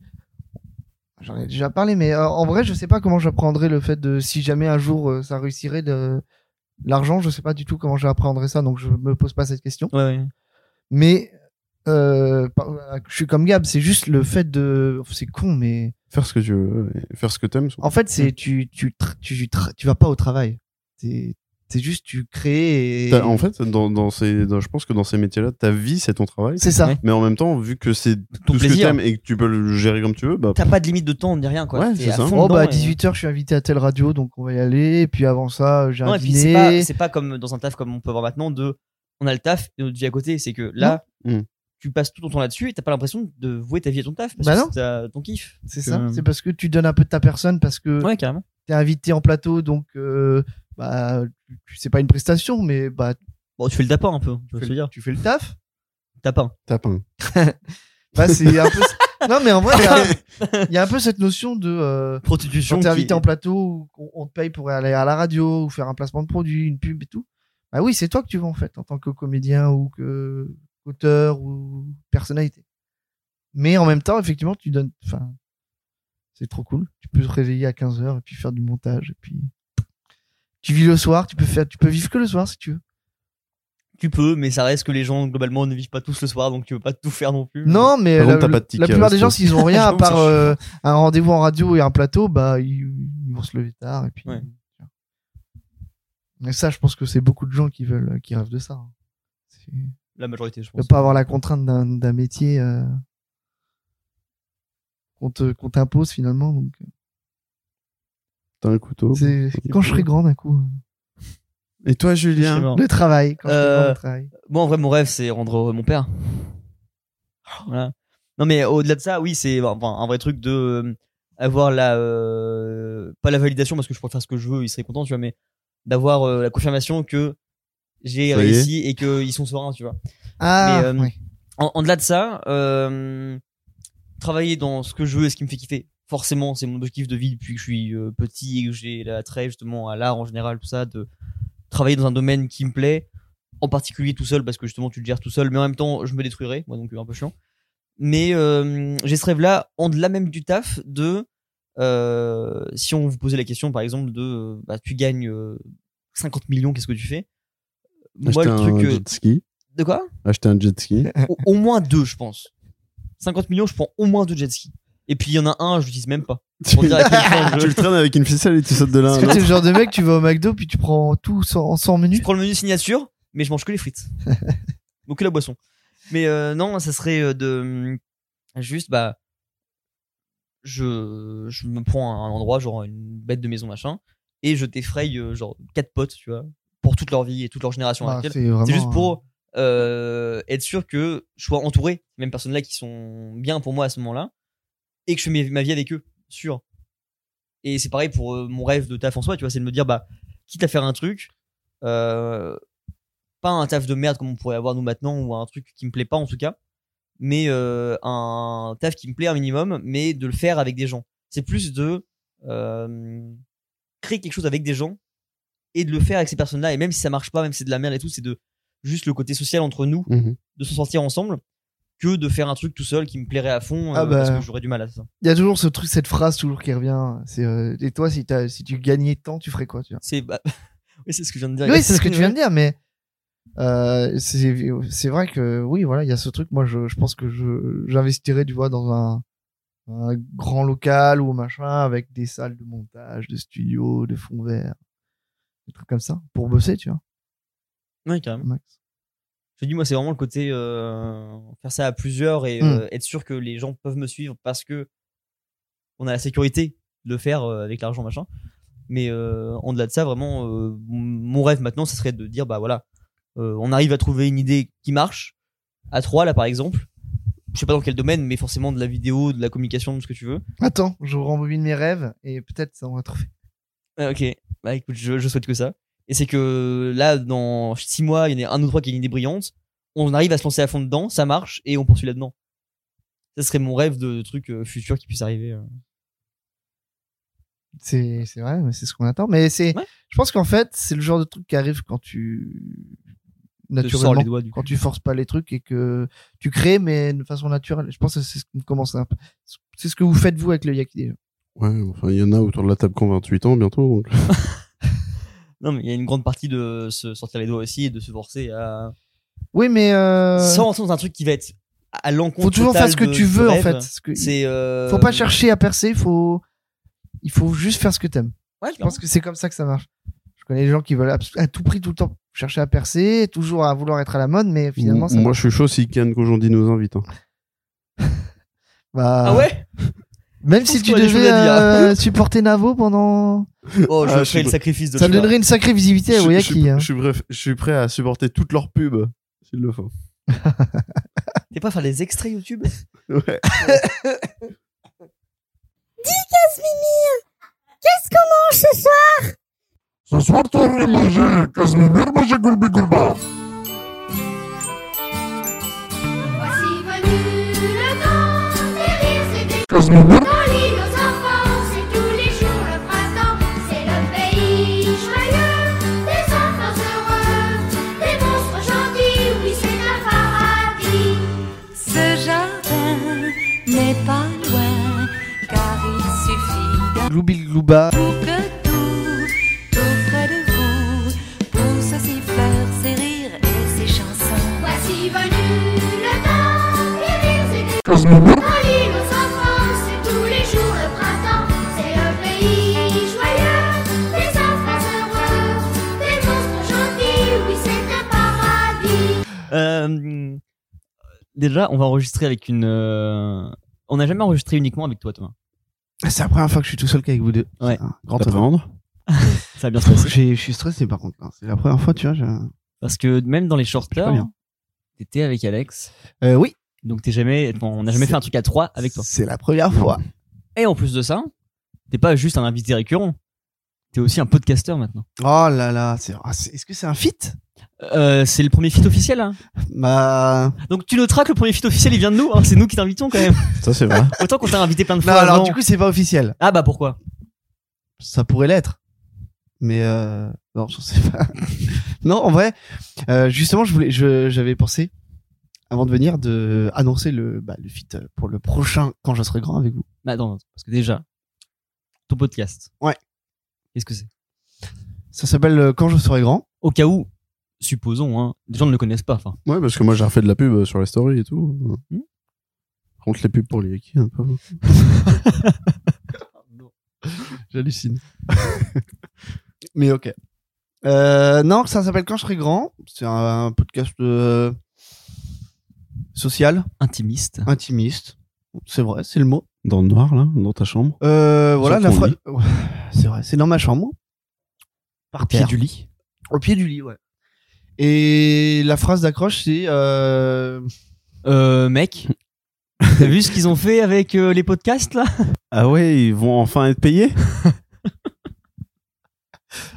J'en ai déjà parlé, mais euh, en vrai, je sais pas comment j'apprendrai le fait de si jamais un jour euh, ça réussirait de l'argent. Je sais pas du tout comment j'apprendrai ça, donc je me pose pas cette question. Ouais, ouais. mais euh, par- je suis comme Gab, c'est juste le fait de, c'est con, mais Faire ce que tu veux, et faire ce que t'aimes. surtout. en fait, c'est tu tu tra- tu tra- tu vas pas au travail. C'est c'est juste tu crées. Et... T'as- En fait, dans, dans ces, dans- je pense que dans ces métiers-là, ta vie, c'est ton travail. C'est ça. Ouais. Mais en même temps, vu que c'est tout ce que plaisir. t'aimes et que tu peux le gérer comme tu veux, bah, T'as pas de limite de temps ni rien, quoi. Ouais, T'es c'est à ça. fond Oh bah à dedans et- 18h je suis invité à telle radio donc on va y aller et puis avant ça j'ai Non, un et puis c'est pas, dîner. c'est pas comme dans un taf comme on peut avoir maintenant de on a le taf et notre vie à côté. C'est que là, Non. Mm. tu passes tout ton temps là-dessus et t'as pas l'impression de vouer ta vie à ton taf parce Bah que non. c'est ta- ton kiff. C'est que- ça. C'est parce que tu donnes un peu de ta personne parce que Ouais, carrément. t'es invité en plateau donc euh, bah tu- c'est pas une prestation mais bah tu Bon, tu fais le tapin un peu, tu fais veux le- dire. tu fais le taf. Tapin. t'as peint. Bah, c'est un peu. Non, mais en vrai, il y a- il y, a un peu cette notion de. euh, Prostitution. quand t'es qui- invité en plateau, ou qu'on- on te paye pour aller à la radio, ou faire un placement de produit, une pub et tout. Bah oui, c'est toi que tu vas en fait, en tant que comédien, ou que auteur, ou personnalité. Mais en même temps, effectivement, tu donnes. Enfin, c'est trop cool. Tu peux te réveiller à 15h et puis faire du montage, et puis. Tu vis le soir, tu peux faire, tu peux vivre que le soir si tu veux. Tu peux, mais ça reste que les gens globalement ne vivent pas tous le soir, donc tu peux pas tout faire non plus. Non, mais Par la, contre, t'as pas de ticket la plupart des resto. gens, s'ils ont rien à Non, part c'est euh, un rendez-vous en radio et un plateau, bah ils, ils vont se lever tard et puis. Ouais. Mais ça, je pense que c'est beaucoup de gens qui veulent, qui rêvent de ça. hein. C'est- La majorité, je De pense. pas avoir la contrainte d'un d'un métier euh, qu'on te- qu'on t'impose finalement. Donc, euh, T'as un couteau. c'est quand je serai grand d'un coup. euh, Et toi, Je sais Julien pas. Le travail. Quand je serai grand, Euh, le travail. Moi, en vrai, mon rêve, c'est rendre heureux mon père. Voilà. Non, mais au-delà de ça, oui, c'est enfin, un vrai truc de euh, avoir la. euh, pas la validation, parce que je pourrais faire ce que je veux, il serait content, tu vois, mais d'avoir euh, la confirmation que j'ai Ça y est. réussi et qu'ils sont sereins, tu vois. Ah, mais, euh, ouais. En, en delà de ça, euh, travailler dans ce que je veux et ce qui me fait kiffer. Forcément, c'est mon objectif de vie depuis que je suis euh, petit et que j'ai l'attrait justement à l'art en général, tout ça, de travailler dans un domaine qui me plaît, en particulier tout seul, parce que justement tu le gères tout seul, mais en même temps je me détruirais, moi donc euh, un peu chiant. Mais euh, j'ai ce rêve-là, en delà même du taf, de euh, si on vous posait la question par exemple de euh, bah, tu gagnes euh, 50 millions, qu'est-ce que tu fais Moi, Acheter le truc. un euh, jet ski. de quoi Acheter un jet ski. au, au moins deux, je pense. 50 millions, je prends au moins deux jet skis. Et puis il y en a un, je l'utilise même pas. tu Pour dire à quel point tu le traînes avec une ficelle et tu sautes de l'un à Est-ce que l'autre. t'es le genre de mec, tu vas au McDo puis tu prends tout sans- en 100 Je menus prends le menu signature, mais je mange que les frites. Ou que la boisson. Mais euh, non, ça serait euh, de. Juste, bah. Je, je me prends à un endroit, genre une bête de maison, machin, et je défraye, euh, genre, quatre potes, tu vois, pour toute leur vie et toute leur génération. Ah, avec elles. C'est vraiment, C'est juste euh, pour euh, être sûr que je sois entouré, même personnes là qui sont bien pour moi à ce moment-là, et que je fais mes- ma vie avec eux, sûr. Et c'est pareil pour euh, mon rêve de taf en soi, tu vois, c'est de me dire, bah, quitte à faire un truc, euh, pas un taf de merde comme on pourrait avoir nous maintenant, ou un truc qui me plaît pas en tout cas, mais euh, un taf qui me plaît un minimum, mais de le faire avec des gens. C'est plus de euh, créer quelque chose avec des gens et de le faire avec ces personnes-là, et même si ça marche pas, même si c'est de la merde et tout, c'est de juste le côté social entre nous, Mhm. de s'en sortir ensemble, que de faire un truc tout seul qui me plairait à fond, euh, Ah bah. parce que j'aurais du mal à ça. Il y a toujours ce truc, cette phrase toujours qui revient. C'est euh, et toi, si, t'as- si tu gagnais tant, tu ferais quoi tu vois C'est bah, oui, c'est ce que je viens de dire. Oui, c'est ce que tu viens de dire, mais euh, c'est c'est vrai que oui, voilà, il y a ce truc. Moi, je, je pense que je j'investirais, tu vois, dans un, un grand local ou machin avec des salles de montage, de studios, de fonds verts, des trucs comme ça pour bosser, tu vois. Oui, carrément. Max. Je dis moi, c'est vraiment le côté euh, faire ça à plusieurs et Mm. euh, être sûr que les gens peuvent me suivre parce que on a la sécurité de le faire euh, avec l'argent machin. Mais euh, en delà de ça, vraiment, euh, m- mon rêve maintenant, ce serait de dire bah voilà, euh, on arrive à trouver une idée qui marche à trois là par exemple. Je sais pas dans quel domaine, mais forcément de la vidéo, de la communication, de ce que tu veux. Attends, je rembobine mes rêves et peut-être ça on va trouver. Ah, ok, bah écoute, je, je souhaite que ça. Et c'est que là, dans 6 mois, il y en a un ou trois qui a une idée brillante. On arrive à se lancer à fond dedans, ça marche et on poursuit là-dedans. Ça serait mon rêve de, de truc euh, futur qui puisse arriver. euh. C'est c'est vrai, mais c'est ce qu'on attend. Mais c'est, Ouais. je pense qu'en fait, c'est le genre de truc qui arrive quand tu Je sors naturellement les doigts du quand cul. tu forces pas les trucs et que tu crées mais de façon naturelle je pense que c'est ce qu'on commence un peu c'est ce que vous faites vous avec le yaki déjà. Ouais, enfin, il y en a autour de la table qui ont 28 ans bientôt. donc. Non, mais il y a une grande partie de se sortir les doigts aussi et de se forcer à Oui, mais. euh, Sans rentrer dans un truc qui va être à l'encontre. faut toujours totale faire ce que de- tu du veux, en rêve. fait. Ce que- C'est. euh, Faut pas chercher à percer, faut. Il faut juste faire ce que t'aimes. Ouais, Je pense que c'est comme ça que ça marche. Je connais des gens qui veulent abs- à tout prix, tout le temps, chercher à percer, toujours à vouloir être à la mode, mais finalement, ça. Moi, je suis chaud si Kian Kojondi nous invite. hein. Bah, Ah ouais Même Je si pense tu qu'on a des choses devais à dire. euh, supporter Navo pendant. Oh, je ferai Ah, je sais le pas. sacrifice de Ça me Chouba. donnerait une sacrée visibilité à Je- je, suis- Oyaki. hein. je suis bref, je suis prêt à supporter toutes leurs pubs s'il le faut. T'es pas à faire des extraits YouTube Ouais. Voici venu le temps des rires et des Dans l'île aux enfants, c'est tous les jours le printemps C'est le pays joyeux, des enfants heureux Des monstres gentils, oui c'est un paradis Ce jardin n'est pas loin Car il suffit d'un Gloubi-glouba. pour que tout, tout près de vous, pousse ses fleurs, ses rires et ses chansons. Voici venu le temps des rires et des Dans l'île aux enfants, c'est tous les jours le printemps. C'est le pays joyeux, des enfants heureux, des monstres gentils, oui c'est un paradis. Euh, déjà, on va enregistrer avec une. euh, On n'a jamais enregistré uniquement avec toi, Thomas. C'est la première fois que je suis tout seul qu'avec vous deux. Ouais. C'est un Grand T'as pas honneur. vendre Ça a bien se passé. J'ai- Je suis stressé par contre. hein. C'est la première fois, tu vois. je- Parce que même dans les short pas plans, bien. t'étais avec Alex. Euh, oui, Donc t'es jamais. bon, on n'a jamais C'est- fait un truc à trois avec toi. c'est la première fois. Et en plus de ça, t'es pas juste un invité récurrent. T'es aussi un podcasteur maintenant. Oh là là, c'est- ah, c'est- est-ce que c'est un fit Euh, c'est le premier fit officiel. Hein. Bah Donc tu noteras que le premier fit officiel il vient de nous. alors que c'est nous qui t'invitons quand même. Ça, c'est vrai. Autant qu'on t'a invité plein de non, fois. alors avant. du coup c'est pas officiel. Ah bah pourquoi Ça pourrait l'être, mais euh... non, je sais pas. non, en vrai, euh, justement, je voulais, je- j'avais pensé avant de venir de annoncer le bah, le fit pour le prochain quand je serai grand avec vous. Bah attends, parce que déjà, ton podcast. Ouais. Qu'est-ce que c'est Ça s'appelle euh, quand je serai grand. Au cas où, supposons, hein, des gens ne le connaissent pas. Enfin, Ouais, parce que moi, j'ai refait de la pub euh, sur les stories et tout. Par contre, les pubs pour les Yaki, un peu. J'hallucine. Mais ok. Euh, non, ça s'appelle Quand je serai grand. C'est un, un podcast euh, social, intimiste. intimiste. C'est vrai, c'est le mot. Dans le noir, là, dans ta chambre. Euh, voilà, Sur la ton fra- lit. Ouais, C'est vrai, c'est dans ma chambre. Par terre. du lit. Au pied du lit, ouais. Et la phrase d'accroche, c'est euh, Euh, mec, t'as vu ce qu'ils ont fait avec euh, les podcasts là Ah ouais, ils vont enfin être payés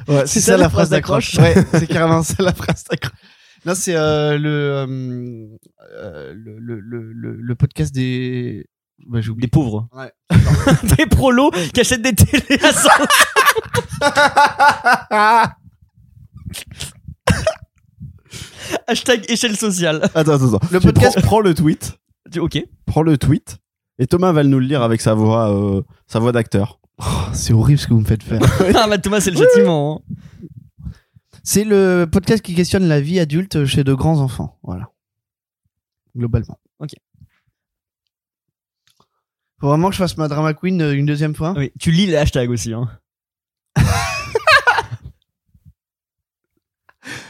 Ouais, c'est ça, la phrase d'accroche. Ouais, c'est carrément ça la phrase d'accroche. Non, c'est euh, le, euh, euh, le, le, le, le- le podcast des. Bah, j'ai oublié. Des pauvres. Ouais. des prolos qui achètent des télés à 100 Hashtag échelle sociale. Attends, attends, attends. Le Tu podcast- prends- prends le tweet. Tu- Ok. prends le tweet et Thomas va nous le lire avec sa voix, euh, sa voix d'acteur. Oh, c'est horrible ce que vous me faites faire. Ah bah Thomas, c'est le châtiment. hein. c'est le podcast qui questionne la vie adulte chez de grands enfants. Voilà. Globalement. Ok. Faut vraiment que je fasse ma drama queen euh, une deuxième fois. Oui, tu lis les hashtags aussi. Hein.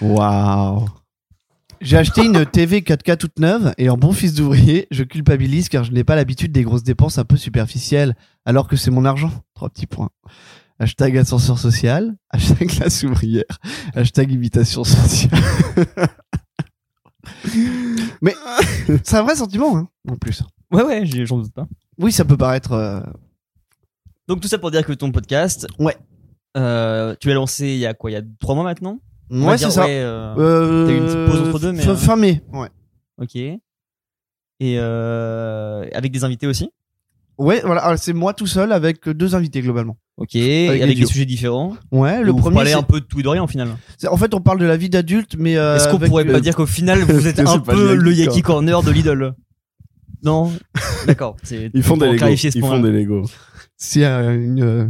Waouh. J'ai acheté une TV 4K toute neuve et en bon fils d'ouvrier, je culpabilise car je n'ai pas l'habitude des grosses dépenses un peu superficielles alors que c'est mon argent. Trois petits points. Hashtag ascenseur social, hashtag classe ouvrière, hashtag imitation sociale. Mais c'est un vrai sentiment, hein, en plus. Ouais, ouais, j'ai- j'en doute pas. Oui, ça peut paraître. euh, Donc tout ça pour dire que ton podcast. Ouais. Euh, tu l'as lancé il y a quoi Il y a trois mois maintenant On va Ouais, dire, c'est ça. ouais, euh, Euh, T'as eu une petite pause entre deux, mais, fin- euh, Fin mai, ouais. Ok. Et euh, avec des invités aussi. Ouais, voilà, alors, c'est moi tout seul avec deux invités globalement. Ok. Et Avec Avec, des des duos. sujets différents. Ouais, le Vous premier. parlez c'est- un peu de tout et de rien au final. c'est- En fait, on parle de la vie d'adulte, mais. euh, Est-ce qu'on avec, pourrait euh, pas dire qu'au final vous êtes c'est un pas peu le le Yaki Yaki Corner de Lidl Non. D'accord. Ils font des Lego. Clarifier ce Ils font point. des Lego. C'est euh, une, euh,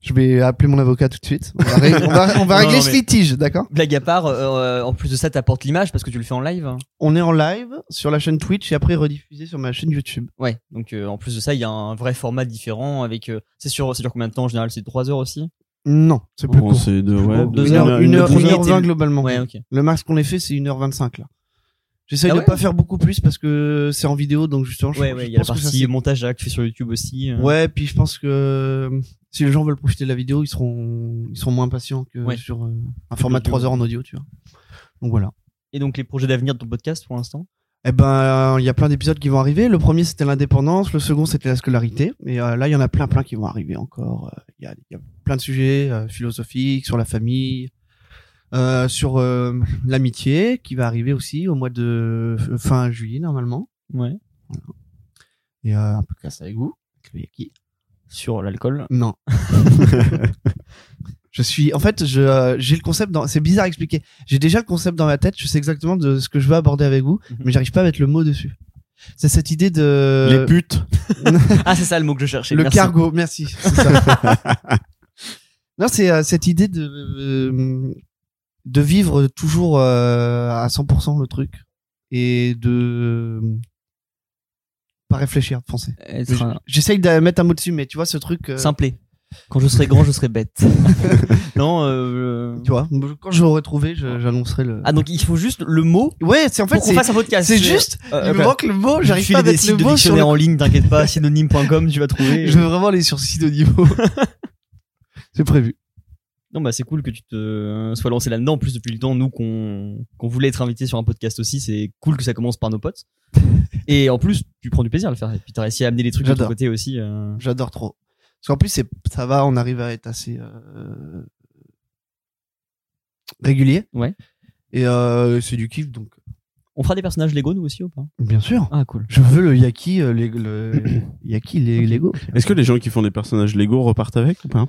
Je vais appeler mon avocat tout de suite. On va, ré- on va- on va Non, régler non, ce mais- litige, d'accord Blague à part, euh, en plus de ça, t'apportes l'image parce que tu le fais en live. hein. On est en live sur la chaîne Twitch et après rediffusé sur ma chaîne YouTube. Ouais. Donc euh, en plus de ça, il y a un vrai format différent avec. euh, c'est sur, ça dure combien de temps en général C'est 3 heures aussi. Non, c'est plus Bon, court. Oh, c'est de, Bon, ouais, de- Oh, deux une heures, heure- une une heure- heure- 1h20 était- globalement. Ouais, ok. Le max qu'on ait fait, c'est 1h25 là. J'essaye Ah de ouais pas faire beaucoup plus parce que c'est en vidéo, donc justement, je, Ouais, je ouais. Il y a la pense que ça, partie c'est- montage là que tu fais sur YouTube aussi. euh. Ouais, puis je pense que euh, si les gens veulent profiter de la vidéo, ils seront, ils seront moins patients que Ouais. sur euh, un format de l'audio. 3 heures en audio, tu vois. Donc voilà. Et donc les projets d'avenir de ton podcast pour l'instant Eh ben, il y a plein d'épisodes qui vont arriver. Le premier, c'était l'indépendance. Le second, c'était la scolarité. Et euh, là, il y en a plein, plein qui vont arriver encore. Euh, Il y, a, il y a plein de sujets euh, philosophiques sur la famille, euh, sur euh, l'amitié qui va arriver aussi au mois de euh, fin juillet normalement. Ouais. Et euh, un podcast avec vous, avec Yaki. Sur l'alcool. Non. je suis. En fait, je euh, j'ai le concept. Dans... C'est bizarre à expliquer. J'ai déjà le concept dans ma tête. Je sais exactement de ce que je veux aborder avec vous, Mhm. mais j'arrive pas à mettre le mot dessus. C'est cette idée de Les putes. Ah, c'est ça le mot que je cherchais. le merci. cargo. Merci. c'est ça. non, c'est euh, cette idée de euh, de vivre toujours euh, à 100% le truc et de euh, pas réfléchir en français. Être un- J'essaye de mettre un mot dessus, mais tu vois ce truc. euh, Simplé. Quand je serai grand, je serai bête. non. euh, Tu vois, quand je l'aurai trouvé, je- j'annoncerai le. Ah donc il faut juste le mot Ouais, c'est en fait pour qu'on c'est fasse un podcast. c'est juste. Euh, il ok. me manque le mot, Je j'arrive file pas à des mettre sites le de mot sur le. dictionnaire en ligne, t'inquiète pas, synonyme.com, tu vas trouver. Je veux vraiment aller sur ce niveau. c'est prévu. Non, bah c'est cool que tu te euh, sois lancé là-dedans. En plus, depuis le temps, nous qu'on qu'on voulait être invité sur un podcast aussi, c'est cool que ça commence par nos potes. Et en plus, tu prends du plaisir à le faire. Et puis t'as réussi à amener des trucs de ton J'adore. côté aussi. euh. J'adore trop. Parce qu'en plus c'est ça va, on arrive à être assez euh, régulier. Ouais. Et euh, c'est du kiff donc. On fera des personnages Lego nous aussi ou pas Bien sûr. Ah cool. Je veux le yaki, euh, les- le yaki, les Lego. Est-ce que les gens qui font des personnages Lego repartent avec ou pas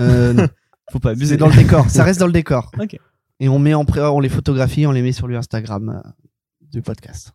Euh, non. Faut pas abuser. C'est dans le décor. Ça reste dans le décor. Ok. Et on met en pré- on les photographie, on les met sur le Instagram euh, du podcast.